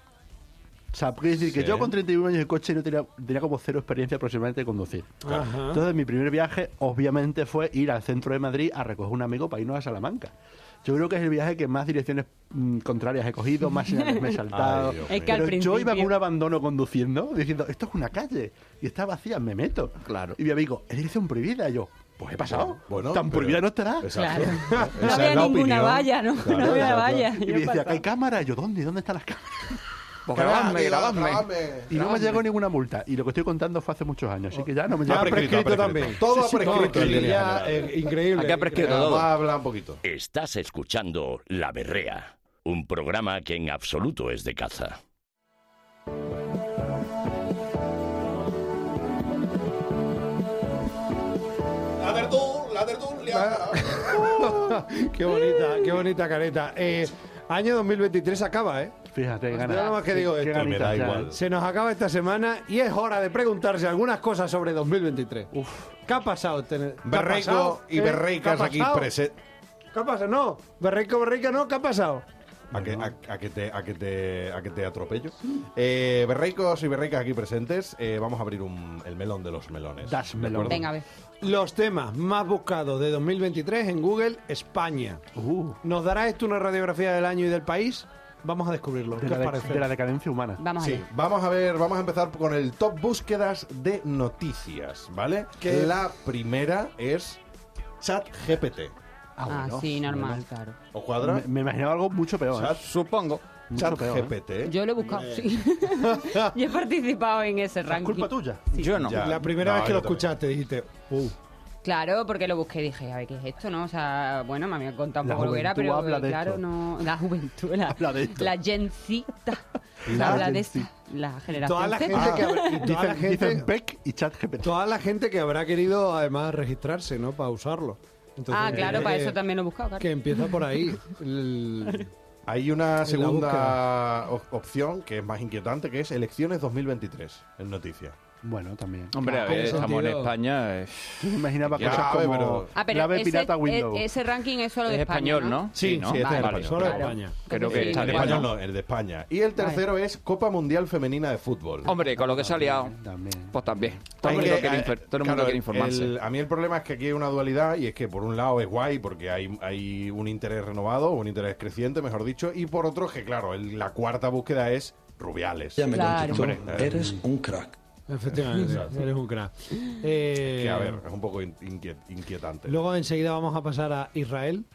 [SPEAKER 5] O sea, quiero decir que
[SPEAKER 3] Sí.
[SPEAKER 5] yo con 31 años de coche no tenía, tenía como cero experiencia aproximadamente de conducir.
[SPEAKER 2] Ajá.
[SPEAKER 5] Entonces, mi primer viaje, obviamente, fue ir al centro de Madrid a recoger un amigo para irnos a Salamanca. Yo creo que es el viaje que más direcciones mm, contrarias he cogido, más señales me he saltado.
[SPEAKER 3] Ay, Dios
[SPEAKER 6] Es que al
[SPEAKER 5] Pero yo iba con
[SPEAKER 6] principio-
[SPEAKER 5] un abandono conduciendo, diciendo, esto es una calle y está vacía, me meto.
[SPEAKER 4] Claro.
[SPEAKER 5] Y mi amigo, es dirección prohibida. Y yo, pues he pasado.
[SPEAKER 3] Bueno,
[SPEAKER 5] Tan
[SPEAKER 3] pero-
[SPEAKER 5] prohibida no estará.
[SPEAKER 3] Exacto.
[SPEAKER 6] Claro.
[SPEAKER 3] Esa
[SPEAKER 6] No
[SPEAKER 3] es
[SPEAKER 6] había
[SPEAKER 3] la
[SPEAKER 6] ninguna
[SPEAKER 3] opinión.
[SPEAKER 6] valla, ¿no?
[SPEAKER 3] Claro,
[SPEAKER 6] no había
[SPEAKER 3] exacto.
[SPEAKER 6] valla.
[SPEAKER 5] Y
[SPEAKER 6] Yo
[SPEAKER 5] me decía,
[SPEAKER 6] pasaba.
[SPEAKER 5] que hay cámara. Y yo, ¿dónde? ¿Dónde están las cámaras?
[SPEAKER 4] Pues grabadme, grabadme.
[SPEAKER 5] Y no me llegó ninguna multa. Y lo que estoy contando fue hace muchos años. Así que ya no me
[SPEAKER 3] Ah,
[SPEAKER 2] Ya
[SPEAKER 5] llegó.
[SPEAKER 2] ha prescrito,
[SPEAKER 3] prescrito, ha
[SPEAKER 2] también.
[SPEAKER 3] prescrito. Todo ha
[SPEAKER 2] Sí, sí,
[SPEAKER 3] prescrito
[SPEAKER 2] no,
[SPEAKER 3] en
[SPEAKER 2] sí,
[SPEAKER 3] línea
[SPEAKER 2] ya,
[SPEAKER 3] general.
[SPEAKER 2] eh, increíble.
[SPEAKER 4] Aquí ha prescrito
[SPEAKER 2] increíble.
[SPEAKER 4] todo.
[SPEAKER 3] Vamos a hablar un poquito.
[SPEAKER 1] Estás escuchando La Berrea, un programa que en absoluto es de caza.
[SPEAKER 3] La tertul, la tertulia.
[SPEAKER 2] qué bonita, qué bonita careta. Eh, año 2023 acaba, ¿eh?
[SPEAKER 5] Fíjate, qué
[SPEAKER 2] Yo nada
[SPEAKER 5] ganas.
[SPEAKER 2] más que digo
[SPEAKER 5] Qué
[SPEAKER 2] esto.
[SPEAKER 5] ganitas
[SPEAKER 3] Me da
[SPEAKER 5] ya,
[SPEAKER 3] igual.
[SPEAKER 5] ¿eh?
[SPEAKER 2] Se nos acaba esta semana y es hora de preguntarse algunas cosas sobre 2023.
[SPEAKER 5] Uf.
[SPEAKER 2] ¿Qué ha pasado? Tener- ¿Qué ha
[SPEAKER 3] Berreico
[SPEAKER 2] pasado,
[SPEAKER 3] y
[SPEAKER 2] eh?
[SPEAKER 3] Berreicas
[SPEAKER 2] ¿Qué ha
[SPEAKER 3] aquí
[SPEAKER 2] pasado?
[SPEAKER 3] presentes.
[SPEAKER 2] ¿Qué ha pasado? No, Berreico, Berreica no, ¿qué ha pasado?
[SPEAKER 3] A que, a, a que te, a, que te, a que te atropello. Eh, berreicos y berreicas aquí presentes, eh, vamos a abrir un- el melón de los melones.
[SPEAKER 5] Das
[SPEAKER 3] ¿De
[SPEAKER 5] melón.
[SPEAKER 3] acuerdo?
[SPEAKER 6] Venga, a ver.
[SPEAKER 2] Los temas más buscados de 2023 en Google, España.
[SPEAKER 5] Uh,
[SPEAKER 2] ¿Nos dará esto una radiografía del año y del país? Vamos a descubrirlo.
[SPEAKER 5] de,
[SPEAKER 2] ¿Qué
[SPEAKER 5] la
[SPEAKER 2] os
[SPEAKER 5] de-
[SPEAKER 2] parece?
[SPEAKER 5] de la decadencia humana.
[SPEAKER 6] Vamos
[SPEAKER 3] Sí,
[SPEAKER 6] allá.
[SPEAKER 3] vamos a ver, vamos a empezar con el top búsquedas de noticias, ¿vale?
[SPEAKER 2] ¿Qué?
[SPEAKER 3] La primera es ChatGPT.
[SPEAKER 6] Ah,
[SPEAKER 5] bueno,
[SPEAKER 6] sí, normal,
[SPEAKER 5] normal.
[SPEAKER 6] claro.
[SPEAKER 3] ¿Os cuadra?
[SPEAKER 5] Me, me imaginaba algo mucho peor. ¿eh?
[SPEAKER 3] Chat-
[SPEAKER 4] Supongo.
[SPEAKER 5] Mucho peor. ¿eh?
[SPEAKER 3] ChatGPT.
[SPEAKER 6] Yo lo he buscado, sí. Yo he participado en ese
[SPEAKER 5] Es
[SPEAKER 6] ranking.
[SPEAKER 5] culpa tuya.
[SPEAKER 4] Yo no.
[SPEAKER 3] Ya.
[SPEAKER 2] La primera
[SPEAKER 3] No,
[SPEAKER 2] vez que
[SPEAKER 3] yo
[SPEAKER 2] lo
[SPEAKER 3] también.
[SPEAKER 2] escuchaste dijiste, uh,
[SPEAKER 6] Claro, porque lo busqué y dije, a ver, ¿qué es esto, no? O sea, bueno, me habían contado un
[SPEAKER 5] La
[SPEAKER 6] poco lo que era,
[SPEAKER 5] juventud
[SPEAKER 6] pero
[SPEAKER 5] habla de
[SPEAKER 6] claro,
[SPEAKER 5] esto.
[SPEAKER 6] no... La juventud, la,
[SPEAKER 5] Habla de esto.
[SPEAKER 6] la gencita.
[SPEAKER 5] La
[SPEAKER 6] habla de
[SPEAKER 5] gencita.
[SPEAKER 6] esta, la generación
[SPEAKER 2] toda la
[SPEAKER 6] Z.
[SPEAKER 2] gente que habrá, y toda la
[SPEAKER 5] Dicen, dicen
[SPEAKER 2] gente,
[SPEAKER 5] PEC y chat GPT.
[SPEAKER 2] toda la gente que habrá querido además registrarse, ¿no? Para usarlo. Entonces,
[SPEAKER 6] Ah, claro,
[SPEAKER 2] eh,
[SPEAKER 6] para eso también lo he buscado, claro.
[SPEAKER 2] Que empieza por ahí. El-
[SPEAKER 3] Hay una segunda
[SPEAKER 2] búsqueda.
[SPEAKER 3] op- opción que es más inquietante, que es elecciones 2023 en noticias.
[SPEAKER 5] Bueno, también.
[SPEAKER 4] Hombre, a
[SPEAKER 2] Tiene
[SPEAKER 4] ver, estamos en
[SPEAKER 2] sentido.
[SPEAKER 4] España. Es,
[SPEAKER 5] Yo me imaginaba
[SPEAKER 3] Ya,
[SPEAKER 5] cosas
[SPEAKER 3] a ver,
[SPEAKER 5] como
[SPEAKER 3] pero-
[SPEAKER 6] Ah, pero
[SPEAKER 5] nave
[SPEAKER 6] ese,
[SPEAKER 5] pirata
[SPEAKER 6] e-
[SPEAKER 5] Windows.
[SPEAKER 6] ese ranking es solo de
[SPEAKER 4] es
[SPEAKER 6] España,
[SPEAKER 4] español, ¿no?
[SPEAKER 2] Sí, sí,
[SPEAKER 3] este es
[SPEAKER 6] Vale,
[SPEAKER 3] español.
[SPEAKER 2] solo de
[SPEAKER 6] claro.
[SPEAKER 2] España.
[SPEAKER 4] Creo
[SPEAKER 6] Sí,
[SPEAKER 4] que está
[SPEAKER 3] Eh, El
[SPEAKER 6] igual.
[SPEAKER 3] español no, el de España. Y el tercero es Copa Mundial Femenina de Fútbol.
[SPEAKER 4] Hombre, con lo que se ha liado,
[SPEAKER 5] También.
[SPEAKER 4] pues también. Todo el
[SPEAKER 3] Hay
[SPEAKER 4] mundo
[SPEAKER 3] que-
[SPEAKER 4] quiere,
[SPEAKER 3] eh,
[SPEAKER 4] infor- todo el mundo
[SPEAKER 3] claro,
[SPEAKER 4] quiere informarse.
[SPEAKER 3] el- a mí el problema es que aquí hay una dualidad y es que por un lado es guay porque hay, hay un interés renovado, un interés creciente, mejor dicho, y por otro es que, claro, el- la cuarta búsqueda es Rubiales.
[SPEAKER 9] Ya me
[SPEAKER 6] Claro.
[SPEAKER 9] contestó, eres un crack.
[SPEAKER 2] Efectivamente, eres un crack. Eh,
[SPEAKER 3] Que, a ver, es un poco in- inquiet- inquietante.
[SPEAKER 2] Luego enseguida vamos a pasar a Israel.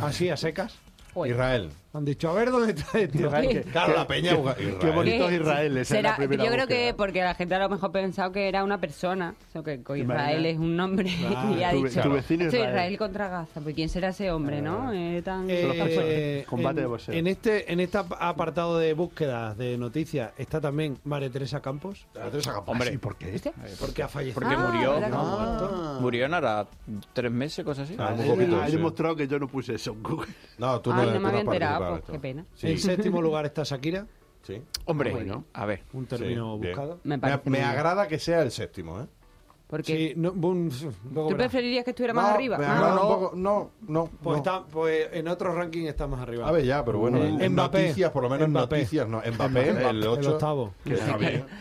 [SPEAKER 2] Así, a secas.
[SPEAKER 6] Joder.
[SPEAKER 3] Israel.
[SPEAKER 2] Han dicho, a ver dónde está este.
[SPEAKER 5] Israel,
[SPEAKER 6] ¿Qué?
[SPEAKER 5] que-
[SPEAKER 3] Claro, la peña. busca-
[SPEAKER 5] Qué
[SPEAKER 3] Israel.
[SPEAKER 5] bonitos
[SPEAKER 6] ¿Qué?
[SPEAKER 5] israeles. esa es
[SPEAKER 6] Será-
[SPEAKER 5] la primera
[SPEAKER 6] yo creo que
[SPEAKER 5] búsqueda.
[SPEAKER 6] porque la gente a lo mejor pensaba que era una persona, o sea, que co- Israel
[SPEAKER 5] Imagina.
[SPEAKER 6] es un nombre y ha
[SPEAKER 5] tu ve-
[SPEAKER 6] dicho,
[SPEAKER 5] tu vecino
[SPEAKER 6] "Esto es
[SPEAKER 5] Israel".
[SPEAKER 6] Israel contra Gaza, pues quién será ese hombre, ¿no? Eh, tan...
[SPEAKER 2] Eh,
[SPEAKER 5] Combate de
[SPEAKER 2] en,
[SPEAKER 5] boxeo.
[SPEAKER 2] en este en este ap- apartado de búsquedas de noticias está también María Teresa Campos
[SPEAKER 3] La Teresa Campos.
[SPEAKER 5] ¿Y Ah, por qué?
[SPEAKER 2] porque ha fallecido
[SPEAKER 4] Porque
[SPEAKER 6] Ah,
[SPEAKER 4] murió.
[SPEAKER 6] ¿verdad?
[SPEAKER 5] ah.
[SPEAKER 4] Murió en ahora tres meses, cosas así.
[SPEAKER 3] Ah,
[SPEAKER 5] Ahí
[SPEAKER 3] un poquito,
[SPEAKER 5] ahí
[SPEAKER 3] sí.
[SPEAKER 5] demostrado que yo no puse eso en Google.
[SPEAKER 3] No, tú
[SPEAKER 6] Ay,
[SPEAKER 3] no, tú no has
[SPEAKER 6] no me había
[SPEAKER 3] participado
[SPEAKER 6] enterado,
[SPEAKER 3] en
[SPEAKER 6] pues,
[SPEAKER 3] esto.
[SPEAKER 6] qué pena.
[SPEAKER 2] en
[SPEAKER 3] Sí,
[SPEAKER 2] séptimo lugar está Shakira
[SPEAKER 3] sí.
[SPEAKER 4] Hombre, a ver.
[SPEAKER 2] un término
[SPEAKER 3] Sí, bien.
[SPEAKER 2] buscado
[SPEAKER 6] Me
[SPEAKER 3] Me,
[SPEAKER 6] parece
[SPEAKER 3] me
[SPEAKER 6] muy bien.
[SPEAKER 3] agrada que sea el séptimo, ¿eh?
[SPEAKER 6] Porque
[SPEAKER 2] Sí, no, bum, luego
[SPEAKER 6] tú
[SPEAKER 2] verás.
[SPEAKER 6] preferirías que estuviera más
[SPEAKER 3] No,
[SPEAKER 6] arriba.
[SPEAKER 3] me
[SPEAKER 6] Ah,
[SPEAKER 3] agrada
[SPEAKER 6] no.
[SPEAKER 3] un poco- no, no.
[SPEAKER 2] pues,
[SPEAKER 3] no.
[SPEAKER 2] está, pues en otro ranking está más arriba
[SPEAKER 3] A ver, ya, pero bueno,
[SPEAKER 2] Uh,
[SPEAKER 3] en
[SPEAKER 2] Mbappé.
[SPEAKER 3] noticias, por lo menos en
[SPEAKER 2] Mbappé.
[SPEAKER 3] noticias, no. Mbappé, el,
[SPEAKER 2] El
[SPEAKER 3] 8.
[SPEAKER 2] octavo.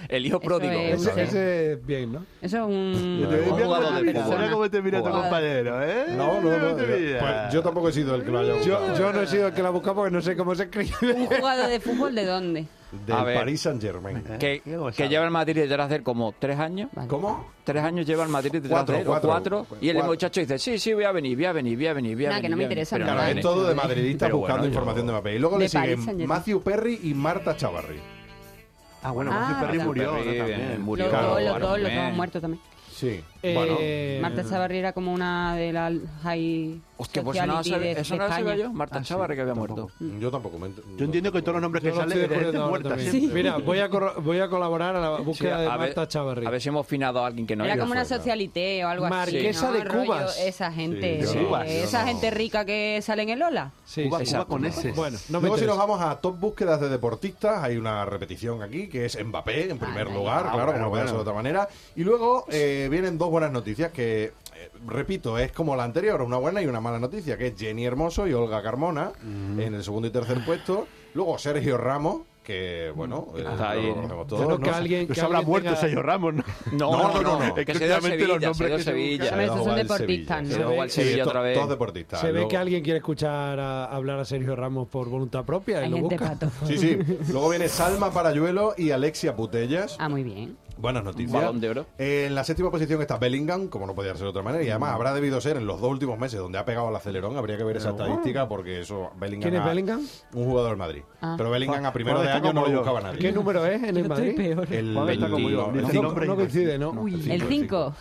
[SPEAKER 4] El hijo
[SPEAKER 6] Eso
[SPEAKER 4] pródigo.
[SPEAKER 6] es-
[SPEAKER 2] ese, ese es bien ¿no?
[SPEAKER 6] Eso es un...
[SPEAKER 3] Te
[SPEAKER 6] un
[SPEAKER 5] Mira cómo
[SPEAKER 6] jugador
[SPEAKER 5] te
[SPEAKER 6] de
[SPEAKER 5] mira,
[SPEAKER 6] persona.
[SPEAKER 5] mira cómo te mira tu
[SPEAKER 6] Jugada.
[SPEAKER 5] compañero, ¿eh?
[SPEAKER 3] No, no, no.
[SPEAKER 5] Te
[SPEAKER 3] yo-
[SPEAKER 5] mira.
[SPEAKER 3] pues yo tampoco he sido el que lo haya
[SPEAKER 2] yo,
[SPEAKER 3] buscado.
[SPEAKER 2] yo no he sido el que la busca porque no sé cómo se escribe
[SPEAKER 6] ¿Un jugador de fútbol de dónde?
[SPEAKER 3] del
[SPEAKER 4] A ver. Eh.
[SPEAKER 3] Paris Saint Germain.
[SPEAKER 4] Que,
[SPEAKER 5] Diego
[SPEAKER 4] que
[SPEAKER 5] sabe.
[SPEAKER 4] lleva el Madrid detrás de él como tres años.
[SPEAKER 3] ¿Cómo?
[SPEAKER 4] Tres años lleva el Madrid detrás
[SPEAKER 3] Cuatro,
[SPEAKER 4] de él, o
[SPEAKER 3] cuatro.
[SPEAKER 4] cuatro, Y el
[SPEAKER 3] Cuatro.
[SPEAKER 4] muchacho dice, sí, sí, voy a venir, voy a venir, voy a venir, voy a
[SPEAKER 6] Nah,
[SPEAKER 4] venir.
[SPEAKER 6] que no me
[SPEAKER 4] voy a venir".
[SPEAKER 6] interesa
[SPEAKER 4] Pero
[SPEAKER 6] nada. ¿eh?
[SPEAKER 4] no
[SPEAKER 3] Claro,
[SPEAKER 6] Madre.
[SPEAKER 3] es
[SPEAKER 4] viene.
[SPEAKER 3] todo de madridistas
[SPEAKER 4] Pero bueno,
[SPEAKER 3] buscando
[SPEAKER 4] yo-
[SPEAKER 3] información de Mbappé. Y luego
[SPEAKER 6] De
[SPEAKER 3] le
[SPEAKER 6] Paris Saint-Germain.
[SPEAKER 3] siguen Matthew Perry y Marta Chavarri.
[SPEAKER 5] Ah, bueno,
[SPEAKER 6] Ah,
[SPEAKER 5] Matthew Perry
[SPEAKER 6] Matthew
[SPEAKER 5] murió.
[SPEAKER 4] Perry,
[SPEAKER 5] ¿no?
[SPEAKER 4] bien,
[SPEAKER 5] También.
[SPEAKER 4] murió.
[SPEAKER 6] Los
[SPEAKER 3] Claro,
[SPEAKER 6] dos, los
[SPEAKER 4] bueno,
[SPEAKER 6] dos, los dos
[SPEAKER 4] man.
[SPEAKER 6] han muerto también.
[SPEAKER 3] Sí.
[SPEAKER 2] Eh,
[SPEAKER 6] Marta Chavarri era como una de las high
[SPEAKER 4] Hostia, pues no lo
[SPEAKER 6] sociality
[SPEAKER 4] sabía-
[SPEAKER 6] de,
[SPEAKER 4] eso
[SPEAKER 6] de
[SPEAKER 4] no lo sabía
[SPEAKER 6] España.
[SPEAKER 4] yo. Marta Chávarri que había muerto.
[SPEAKER 3] Bueno, yo tampoco me ent-
[SPEAKER 5] Yo entiendo que todos los nombres
[SPEAKER 2] yo
[SPEAKER 5] que
[SPEAKER 2] no
[SPEAKER 5] salen
[SPEAKER 2] estoy de
[SPEAKER 5] de gente
[SPEAKER 2] acuerdo ahora
[SPEAKER 5] muerta
[SPEAKER 2] también.
[SPEAKER 5] siempre.
[SPEAKER 2] Mira, voy a, corro- voy a colaborar a la búsqueda
[SPEAKER 4] Sí,
[SPEAKER 2] de
[SPEAKER 4] a ver-
[SPEAKER 2] Marta Chavarri.
[SPEAKER 4] A ver si hemos finado a alguien que no
[SPEAKER 6] Era
[SPEAKER 4] es.
[SPEAKER 6] como una socialité o algo
[SPEAKER 2] Marquesa
[SPEAKER 6] así. ¿no?
[SPEAKER 2] de Cubas.
[SPEAKER 6] Rollo esa gente,
[SPEAKER 3] Sí,
[SPEAKER 5] de
[SPEAKER 6] eh,
[SPEAKER 5] Cubas.
[SPEAKER 6] esa
[SPEAKER 3] Yo no.
[SPEAKER 6] gente rica que sale en el Ola.
[SPEAKER 2] Sí,
[SPEAKER 5] Cuba,
[SPEAKER 2] sí.
[SPEAKER 5] Cuba con ese.
[SPEAKER 2] Bueno, no me
[SPEAKER 3] Luego si nos
[SPEAKER 2] interesa.
[SPEAKER 3] vamos a top búsquedas de deportistas, hay una repetición aquí, que es Mbappé
[SPEAKER 4] Ah,
[SPEAKER 3] en primer lugar, claro, como no podía ser de otra manera. Y luego eh, vienen dos buenas noticias que, eh, repito, es como la anterior, una buena y una mala noticia, que es Jenny Hermoso y Olga Carmona en el segundo y tercer puesto. Luego Sergio Ramos, que bueno, eh,
[SPEAKER 4] Está ahí.
[SPEAKER 3] lo conocemos todos.
[SPEAKER 2] Bueno,
[SPEAKER 3] ¿no?
[SPEAKER 2] que alguien, que
[SPEAKER 5] Se habrá
[SPEAKER 2] alguien
[SPEAKER 5] muerto
[SPEAKER 2] tenga-
[SPEAKER 5] Sergio Ramos, ¿no?
[SPEAKER 4] No, no, no.
[SPEAKER 3] no.
[SPEAKER 4] no. Que se dio
[SPEAKER 5] Exactamente
[SPEAKER 4] a
[SPEAKER 5] los
[SPEAKER 4] Sevilla, se dio a
[SPEAKER 5] nombres que se
[SPEAKER 4] Sevilla.
[SPEAKER 6] Hombre, esos son
[SPEAKER 3] Jugaba el
[SPEAKER 6] deportistas,
[SPEAKER 3] Sevilla.
[SPEAKER 6] ¿no?
[SPEAKER 4] Se jugó al Sevilla
[SPEAKER 3] to-
[SPEAKER 4] otra vez.
[SPEAKER 3] Todos deportistas.
[SPEAKER 2] Se ve
[SPEAKER 3] Luego-
[SPEAKER 2] que alguien quiere escuchar a- hablar a Sergio Ramos por voluntad propia y
[SPEAKER 6] Hay
[SPEAKER 2] lo
[SPEAKER 6] gente
[SPEAKER 2] busca.
[SPEAKER 6] pato.
[SPEAKER 3] Sí, sí. Luego viene Salma Parayuelo y Alexia Putellas.
[SPEAKER 6] Ah, muy bien.
[SPEAKER 3] Buenas noticias.
[SPEAKER 4] Balón de oro. Mm.
[SPEAKER 3] Eh, en la séptima posición está Bellingham, como no podía ser de otra manera, y además habrá debido ser en los dos últimos meses donde ha pegado el acelerón. Habría que ver esa
[SPEAKER 4] oh.
[SPEAKER 3] estadística porque eso. Bellingham
[SPEAKER 2] ¿Quién es
[SPEAKER 3] ha-
[SPEAKER 2] Bellingham?
[SPEAKER 3] Un jugador del Madrid.
[SPEAKER 6] Ah.
[SPEAKER 3] Pero Bellingham a primero
[SPEAKER 5] Juan
[SPEAKER 3] de
[SPEAKER 5] está
[SPEAKER 3] año no
[SPEAKER 5] como
[SPEAKER 3] lo
[SPEAKER 5] yo.
[SPEAKER 3] buscaba
[SPEAKER 2] ¿Qué
[SPEAKER 3] nadie.
[SPEAKER 2] número es en el
[SPEAKER 6] Yo estoy
[SPEAKER 2] Madrid?
[SPEAKER 6] peor.
[SPEAKER 3] El
[SPEAKER 5] Juan está como yo.
[SPEAKER 3] el
[SPEAKER 5] Ni
[SPEAKER 2] No,
[SPEAKER 5] nombre
[SPEAKER 2] no
[SPEAKER 5] ni-
[SPEAKER 2] coincide, ¿no?
[SPEAKER 5] no,
[SPEAKER 2] Uy.
[SPEAKER 5] el
[SPEAKER 6] El 5.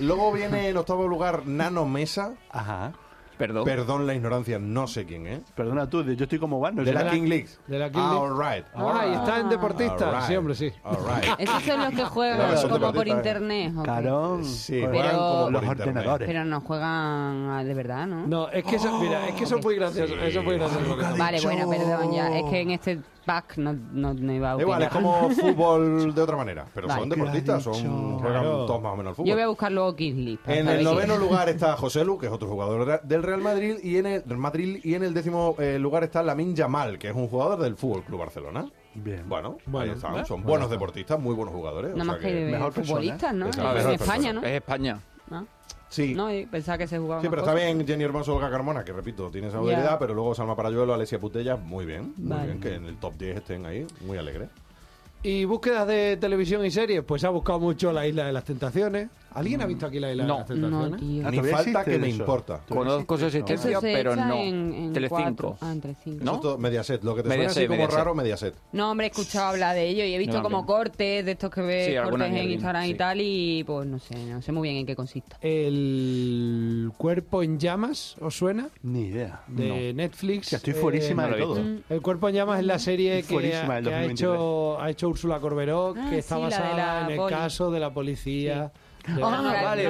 [SPEAKER 3] Luego viene en octavo lugar Nano Mesa.
[SPEAKER 5] Ajá.
[SPEAKER 4] Perdón.
[SPEAKER 3] Perdón la ignorancia, no sé quién es.
[SPEAKER 5] Perdona tú, yo estoy como Van. no
[SPEAKER 3] De
[SPEAKER 5] sé
[SPEAKER 3] la
[SPEAKER 5] nada.
[SPEAKER 3] King League.
[SPEAKER 2] de la King
[SPEAKER 3] Ah,
[SPEAKER 2] League.
[SPEAKER 3] all right.
[SPEAKER 2] Ah, y está en deportistas.
[SPEAKER 3] All right.
[SPEAKER 2] Sí, hombre, sí.
[SPEAKER 3] All right.
[SPEAKER 6] Esos son los que
[SPEAKER 3] Claro,
[SPEAKER 6] juegan
[SPEAKER 3] son
[SPEAKER 6] como por
[SPEAKER 3] deportistas.
[SPEAKER 6] internet. ¿o qué?
[SPEAKER 5] Carón.
[SPEAKER 3] Sí,
[SPEAKER 5] Con
[SPEAKER 3] juegan como por
[SPEAKER 5] los
[SPEAKER 3] internet.
[SPEAKER 5] ordenadores.
[SPEAKER 6] Pero no juegan ah, de verdad, ¿no?
[SPEAKER 2] No, es que eso, mira, es que eso
[SPEAKER 6] ok.
[SPEAKER 2] fue gracioso. Eso fue gracioso.
[SPEAKER 6] Vale, bueno, perdón, ya. Es que en este pack no, no, no iba a
[SPEAKER 3] Da Igual, es
[SPEAKER 6] opinar.
[SPEAKER 3] como fútbol de otra manera. Pero
[SPEAKER 6] Vale.
[SPEAKER 3] son deportistas, son, juegan
[SPEAKER 2] Claro.
[SPEAKER 3] todos más o menos al
[SPEAKER 6] Yo voy a
[SPEAKER 3] fútbol.
[SPEAKER 6] buscar luego Kids League. para
[SPEAKER 3] En
[SPEAKER 6] saber
[SPEAKER 3] el
[SPEAKER 6] quién
[SPEAKER 3] noveno
[SPEAKER 6] es.
[SPEAKER 3] lugar está José Lu, que es otro jugador del Real Madrid, y en el Madrid y en el décimo eh, lugar está Lamin Yamal, que es un jugador del Fútbol Club Barcelona.
[SPEAKER 5] Bien. Pues
[SPEAKER 3] Bueno, ahí
[SPEAKER 2] Bueno,
[SPEAKER 3] están.
[SPEAKER 2] ¿eh?
[SPEAKER 3] son buenos deportistas, muy buenos jugadores.
[SPEAKER 6] Nada
[SPEAKER 3] o sea
[SPEAKER 6] más que de
[SPEAKER 5] mejor persona.
[SPEAKER 6] futbolistas, ¿no?
[SPEAKER 3] Exacto.
[SPEAKER 6] En
[SPEAKER 4] Mejor
[SPEAKER 6] España, ¿no?
[SPEAKER 4] Es España.
[SPEAKER 6] ¿No?
[SPEAKER 3] Eh, sí.
[SPEAKER 6] No, y pensaba que se jugaba.
[SPEAKER 3] Sí, pero
[SPEAKER 6] más
[SPEAKER 3] está
[SPEAKER 6] cosas.
[SPEAKER 3] bien Jenny Hermoso Olga Carmona, que repito, tiene esa
[SPEAKER 6] Ya.
[SPEAKER 3] habilidad, pero luego Salma Parayuelo, Alessia Putella, muy bien, muy
[SPEAKER 6] Vale.
[SPEAKER 3] bien, que en el top 10 estén ahí, muy alegre.
[SPEAKER 2] Y búsquedas de televisión y series, pues ha buscado mucho la Isla de las Tentaciones. ¿Alguien ha visto aquí la Isla
[SPEAKER 4] No,
[SPEAKER 2] de las
[SPEAKER 6] Mm, No,
[SPEAKER 2] Tentaciones?
[SPEAKER 6] tío.
[SPEAKER 5] Ah,
[SPEAKER 3] Ni
[SPEAKER 5] todavía
[SPEAKER 3] falta
[SPEAKER 5] existe
[SPEAKER 3] que me
[SPEAKER 5] eso.
[SPEAKER 3] importa.
[SPEAKER 4] Conozco su
[SPEAKER 6] Eso
[SPEAKER 4] existencia,
[SPEAKER 6] se
[SPEAKER 4] pero
[SPEAKER 6] echa
[SPEAKER 4] no.
[SPEAKER 6] en, en
[SPEAKER 4] Telecinco.
[SPEAKER 6] cuatro. Ah, en Telecinco.
[SPEAKER 3] ¿No?
[SPEAKER 4] ¿No?
[SPEAKER 3] Mediaset, lo que te suena
[SPEAKER 4] Mediaset,
[SPEAKER 3] así como
[SPEAKER 4] Mediaset.
[SPEAKER 3] raro, Mediaset.
[SPEAKER 6] No, hombre, he escuchado hablar de ello y he visto
[SPEAKER 4] No,
[SPEAKER 6] como
[SPEAKER 4] hombre.
[SPEAKER 6] cortes de estos que ves
[SPEAKER 4] Sí, alguna
[SPEAKER 6] cortes en
[SPEAKER 4] mierdina,
[SPEAKER 6] Instagram y
[SPEAKER 4] sí.
[SPEAKER 6] tal y pues no sé, no sé muy bien en qué consista.
[SPEAKER 2] El cuerpo en llamas, ¿os suena?
[SPEAKER 5] Ni idea.
[SPEAKER 2] De Netflix.
[SPEAKER 5] Hostia, estoy
[SPEAKER 2] Eh,
[SPEAKER 5] fuerísima
[SPEAKER 4] no
[SPEAKER 5] de
[SPEAKER 4] lo he
[SPEAKER 5] todo.
[SPEAKER 2] El cuerpo en llamas es
[SPEAKER 6] Mm.
[SPEAKER 2] la serie
[SPEAKER 5] Estoy
[SPEAKER 2] que,
[SPEAKER 5] fuerísima
[SPEAKER 2] ha,
[SPEAKER 5] del
[SPEAKER 2] que ha
[SPEAKER 5] 2023.
[SPEAKER 2] hecho ha hecho Úrsula Corberó,
[SPEAKER 6] Ah,
[SPEAKER 2] que está
[SPEAKER 6] sí, la de
[SPEAKER 2] basada
[SPEAKER 6] la
[SPEAKER 2] en el
[SPEAKER 6] poli.
[SPEAKER 2] caso de la policía. de-
[SPEAKER 6] Ah, no la- no la he visto porque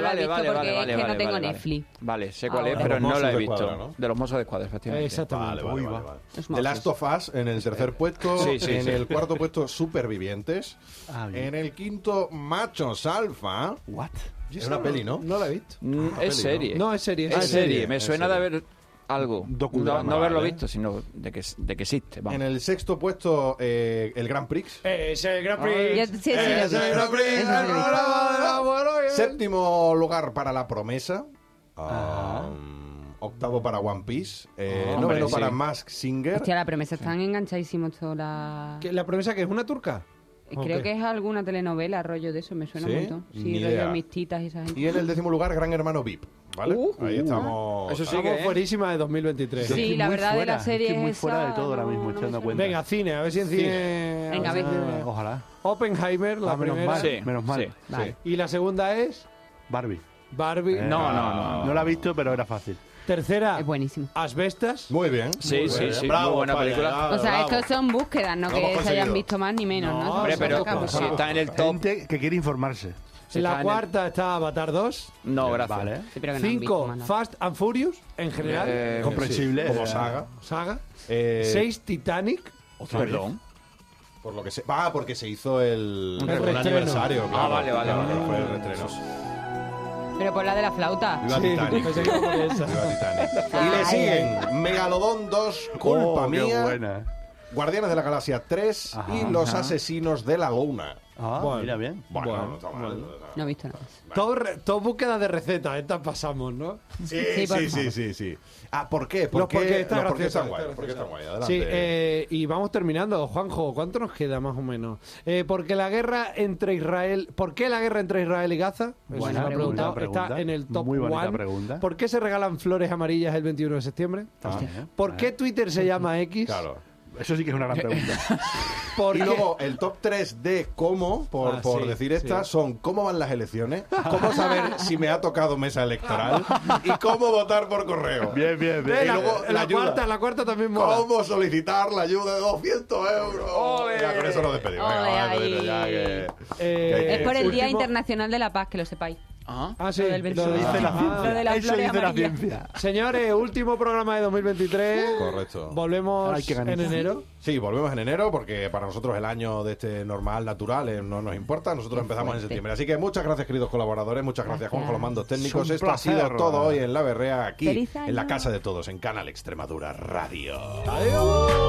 [SPEAKER 6] es que no tengo Netflix.
[SPEAKER 4] Vale, sé cuál es,
[SPEAKER 6] Ahora.
[SPEAKER 4] pero
[SPEAKER 3] Ah, De los
[SPEAKER 4] no la he
[SPEAKER 3] Mossos de Escuadra,
[SPEAKER 4] visto.
[SPEAKER 3] ¿no?
[SPEAKER 4] De los mozos de escuadra, efectivamente.
[SPEAKER 2] Exactamente.
[SPEAKER 3] Vale, vale,
[SPEAKER 5] Uy,
[SPEAKER 3] vale,
[SPEAKER 5] va.
[SPEAKER 3] vale.
[SPEAKER 6] Los
[SPEAKER 3] The Last of Us en el tercer puesto.
[SPEAKER 4] Sí, sí,
[SPEAKER 3] en
[SPEAKER 4] sí.
[SPEAKER 3] el cuarto puesto, Supervivientes.
[SPEAKER 5] Ah, bien.
[SPEAKER 3] en el quinto, Machos Alfa.
[SPEAKER 5] What?
[SPEAKER 3] Es una peli, ¿no?
[SPEAKER 2] No la he visto.
[SPEAKER 4] Mm,
[SPEAKER 3] Ah, peli,
[SPEAKER 4] es serie.
[SPEAKER 2] No, es serie.
[SPEAKER 4] Es
[SPEAKER 2] es
[SPEAKER 4] serie.
[SPEAKER 3] serie,
[SPEAKER 4] Me
[SPEAKER 3] es
[SPEAKER 4] suena
[SPEAKER 3] serie.
[SPEAKER 4] de haber algo.
[SPEAKER 5] Docudrama,
[SPEAKER 4] No, no haberlo
[SPEAKER 5] vale.
[SPEAKER 4] visto, sino de que, de que existe. Vamos.
[SPEAKER 3] En el sexto puesto, eh, el Grand Prix.
[SPEAKER 2] Es eh, el Gran
[SPEAKER 6] Ya-
[SPEAKER 2] Prix.
[SPEAKER 6] sí, sí, lo
[SPEAKER 3] Es
[SPEAKER 6] vi.
[SPEAKER 3] el Grand Prix,
[SPEAKER 6] Eso
[SPEAKER 3] el
[SPEAKER 6] sí lo vi.
[SPEAKER 3] programa de la
[SPEAKER 4] eh.
[SPEAKER 3] buena- Séptimo lugar para La Promesa. Ah, octavo para One Piece. Eh,
[SPEAKER 4] Hombre,
[SPEAKER 3] noveno
[SPEAKER 4] sí.
[SPEAKER 3] para Mask Singer.
[SPEAKER 6] Hostia, la promesa están enganchadísimos toda la...
[SPEAKER 2] Que La promesa que es una turca.
[SPEAKER 6] Creo que es alguna telenovela, rollo de eso, me suena
[SPEAKER 3] ¿Sí?
[SPEAKER 6] un montón. Sí,
[SPEAKER 3] Ni
[SPEAKER 6] rollo
[SPEAKER 3] idea.
[SPEAKER 6] mis titas y esa gente.
[SPEAKER 3] Y en el décimo lugar, Gran Hermano VIP. ¿Vale?
[SPEAKER 6] Uh,
[SPEAKER 3] Ahí estamos.
[SPEAKER 4] Eso sí
[SPEAKER 2] Estamos
[SPEAKER 4] que-
[SPEAKER 2] fuerísima de 2023.
[SPEAKER 6] Sí,
[SPEAKER 5] Estoy
[SPEAKER 6] la
[SPEAKER 5] muy
[SPEAKER 6] verdad de
[SPEAKER 5] fuera,
[SPEAKER 6] la serie
[SPEAKER 5] Estoy muy
[SPEAKER 6] es
[SPEAKER 5] fuera de
[SPEAKER 6] esa,
[SPEAKER 5] todo ahora
[SPEAKER 6] no,
[SPEAKER 5] mismo,
[SPEAKER 6] no
[SPEAKER 5] estoy dando
[SPEAKER 6] me
[SPEAKER 5] cuenta.
[SPEAKER 2] Venga, cine, a ver si en cine.
[SPEAKER 6] Venga,
[SPEAKER 2] a ver si-
[SPEAKER 6] venga.
[SPEAKER 5] Ojalá.
[SPEAKER 2] Oppenheimer, la
[SPEAKER 5] Ah, menos
[SPEAKER 2] primera.
[SPEAKER 5] mal.
[SPEAKER 4] Sí,
[SPEAKER 5] menos mal.
[SPEAKER 4] sí.
[SPEAKER 6] Vale.
[SPEAKER 2] Y la segunda es
[SPEAKER 5] Barbie.
[SPEAKER 2] Barbie.
[SPEAKER 5] Eh,
[SPEAKER 4] No, no, no.
[SPEAKER 5] No la he visto, pero era fácil.
[SPEAKER 2] Tercera,
[SPEAKER 6] Es buenísimo.
[SPEAKER 2] Asbestas.
[SPEAKER 3] Muy bien.
[SPEAKER 4] Sí,
[SPEAKER 3] muy
[SPEAKER 4] sí,
[SPEAKER 3] bien.
[SPEAKER 4] sí,
[SPEAKER 3] Bravo,
[SPEAKER 4] muy buena
[SPEAKER 3] España,
[SPEAKER 4] película.
[SPEAKER 3] bravo,
[SPEAKER 6] O sea,
[SPEAKER 3] bravo.
[SPEAKER 6] estos son búsquedas, no
[SPEAKER 3] Lo hemos
[SPEAKER 6] que se hayan
[SPEAKER 3] conseguido.
[SPEAKER 6] visto más ni menos, ¿no?
[SPEAKER 2] No,
[SPEAKER 4] Hombre,
[SPEAKER 6] Son
[SPEAKER 4] pero
[SPEAKER 6] pocas
[SPEAKER 4] si
[SPEAKER 6] búsquedas.
[SPEAKER 4] está en el top.
[SPEAKER 5] Gente que quiere informarse.
[SPEAKER 4] si
[SPEAKER 2] la
[SPEAKER 4] está en el-
[SPEAKER 2] cuarta está Avatar 2.
[SPEAKER 4] No, gracias.
[SPEAKER 5] Vale.
[SPEAKER 6] Sí, pero que no han visto
[SPEAKER 2] Cinco,
[SPEAKER 6] más nada.
[SPEAKER 2] Fast and Furious, en general.
[SPEAKER 4] Eh,
[SPEAKER 5] Comprensible.
[SPEAKER 3] Como
[SPEAKER 5] eh,
[SPEAKER 3] saga.
[SPEAKER 2] saga.
[SPEAKER 3] Eh,
[SPEAKER 2] Seis, Titanic.
[SPEAKER 4] Perdón.
[SPEAKER 3] Por lo que se... Ah, porque se hizo el,
[SPEAKER 4] Un
[SPEAKER 3] el
[SPEAKER 2] reestreno.
[SPEAKER 3] aniversario.
[SPEAKER 4] Ah, vale, vale,
[SPEAKER 3] Claro,
[SPEAKER 4] vale,
[SPEAKER 3] Fue el reestreno.
[SPEAKER 6] Pero por la de la flauta.
[SPEAKER 3] Viva Titanic.
[SPEAKER 2] pensé que iba por esa.
[SPEAKER 3] Viva Titanic. Y le siguen Megalodón 2, Culpa
[SPEAKER 5] oh, qué
[SPEAKER 3] Mía,
[SPEAKER 5] buena.
[SPEAKER 3] Guardianes de la Galaxia 3 y
[SPEAKER 5] Ajá.
[SPEAKER 3] Los Asesinos de la Luna.
[SPEAKER 5] Ah,
[SPEAKER 2] Bueno.
[SPEAKER 5] mira bien.
[SPEAKER 3] Bueno, no está mal.
[SPEAKER 6] No he visto nada. más.
[SPEAKER 2] Todo, re- todo búsqueda de recetas, estas pasamos, ¿no?
[SPEAKER 3] Sí,
[SPEAKER 6] Sí, por
[SPEAKER 3] sí, sí,
[SPEAKER 6] favor.
[SPEAKER 3] sí, sí. Ah, ¿por qué? ¿Por
[SPEAKER 2] Los
[SPEAKER 3] qué?
[SPEAKER 2] porqués están
[SPEAKER 3] los porqués
[SPEAKER 2] graciosos,
[SPEAKER 3] están guay,
[SPEAKER 2] están
[SPEAKER 3] los porqués están guay. Adelante.
[SPEAKER 2] Sí, eh, y vamos terminando. Juanjo, ¿cuánto nos queda más o menos? Eh, porque la guerra entre Israel... ¿Por qué la guerra entre Israel y Gaza? Eso
[SPEAKER 5] Buena
[SPEAKER 2] se lo he preguntado.
[SPEAKER 5] pregunta.
[SPEAKER 2] Está en el top
[SPEAKER 5] Muy bonita
[SPEAKER 2] one.
[SPEAKER 5] pregunta.
[SPEAKER 2] ¿Por qué se regalan flores amarillas el 21 de septiembre?
[SPEAKER 5] Ah, eh.
[SPEAKER 2] ¿Por qué Twitter se llama X?
[SPEAKER 3] Claro.
[SPEAKER 5] Eso sí que es una gran pregunta.
[SPEAKER 2] ¿Por
[SPEAKER 3] Y
[SPEAKER 2] qué-
[SPEAKER 3] luego el top 3 de cómo, por,
[SPEAKER 2] Ah,
[SPEAKER 3] por
[SPEAKER 2] sí,
[SPEAKER 3] decir
[SPEAKER 2] sí.
[SPEAKER 3] esta, son cómo van las elecciones, cómo saber si me ha tocado mesa electoral y cómo votar por correo.
[SPEAKER 5] bien, bien,
[SPEAKER 2] Eh,
[SPEAKER 5] bien.
[SPEAKER 3] y
[SPEAKER 2] la,
[SPEAKER 3] luego
[SPEAKER 2] la
[SPEAKER 3] la ayuda.
[SPEAKER 2] cuarta, la cuarta también mola.
[SPEAKER 3] ¿Cómo solicitar la ayuda de 200 euros? Ya con eso nos despedimos. Venga,
[SPEAKER 6] Ole,
[SPEAKER 3] vamos a despedirnos ya
[SPEAKER 6] ahí.
[SPEAKER 3] que-
[SPEAKER 2] Eh,
[SPEAKER 3] que hay que
[SPEAKER 6] Es por el
[SPEAKER 3] decir.
[SPEAKER 6] Día
[SPEAKER 2] último-
[SPEAKER 6] Internacional de la Paz, que lo sepáis.
[SPEAKER 4] Ah,
[SPEAKER 2] Ah, sí.
[SPEAKER 6] Lo del
[SPEAKER 2] lo
[SPEAKER 6] beso.
[SPEAKER 2] de-
[SPEAKER 5] Dice la
[SPEAKER 2] Ah,
[SPEAKER 5] ciencia.
[SPEAKER 6] lo de las
[SPEAKER 5] Eso
[SPEAKER 6] flores
[SPEAKER 5] dice la
[SPEAKER 6] amarillas.
[SPEAKER 5] ciencia.
[SPEAKER 2] Señores, último programa de 2023.
[SPEAKER 3] Correcto.
[SPEAKER 2] Volvemos
[SPEAKER 5] Ay, qué
[SPEAKER 2] en
[SPEAKER 5] ganas.
[SPEAKER 2] enero.
[SPEAKER 3] Sí, volvemos en enero porque para nosotros el año de este normal, natural, eh, no nos importa. Nosotros empezamos en septiembre. Así que muchas gracias, queridos colaboradores. Muchas gracias, Juanjo, los mandos técnicos.
[SPEAKER 5] Es un
[SPEAKER 3] Esto ha
[SPEAKER 5] placer.
[SPEAKER 3] sido todo hoy en La Berrea, aquí,
[SPEAKER 6] Feliz año.
[SPEAKER 3] en la casa de todos, en Canal Extremadura Radio.
[SPEAKER 2] Adiós.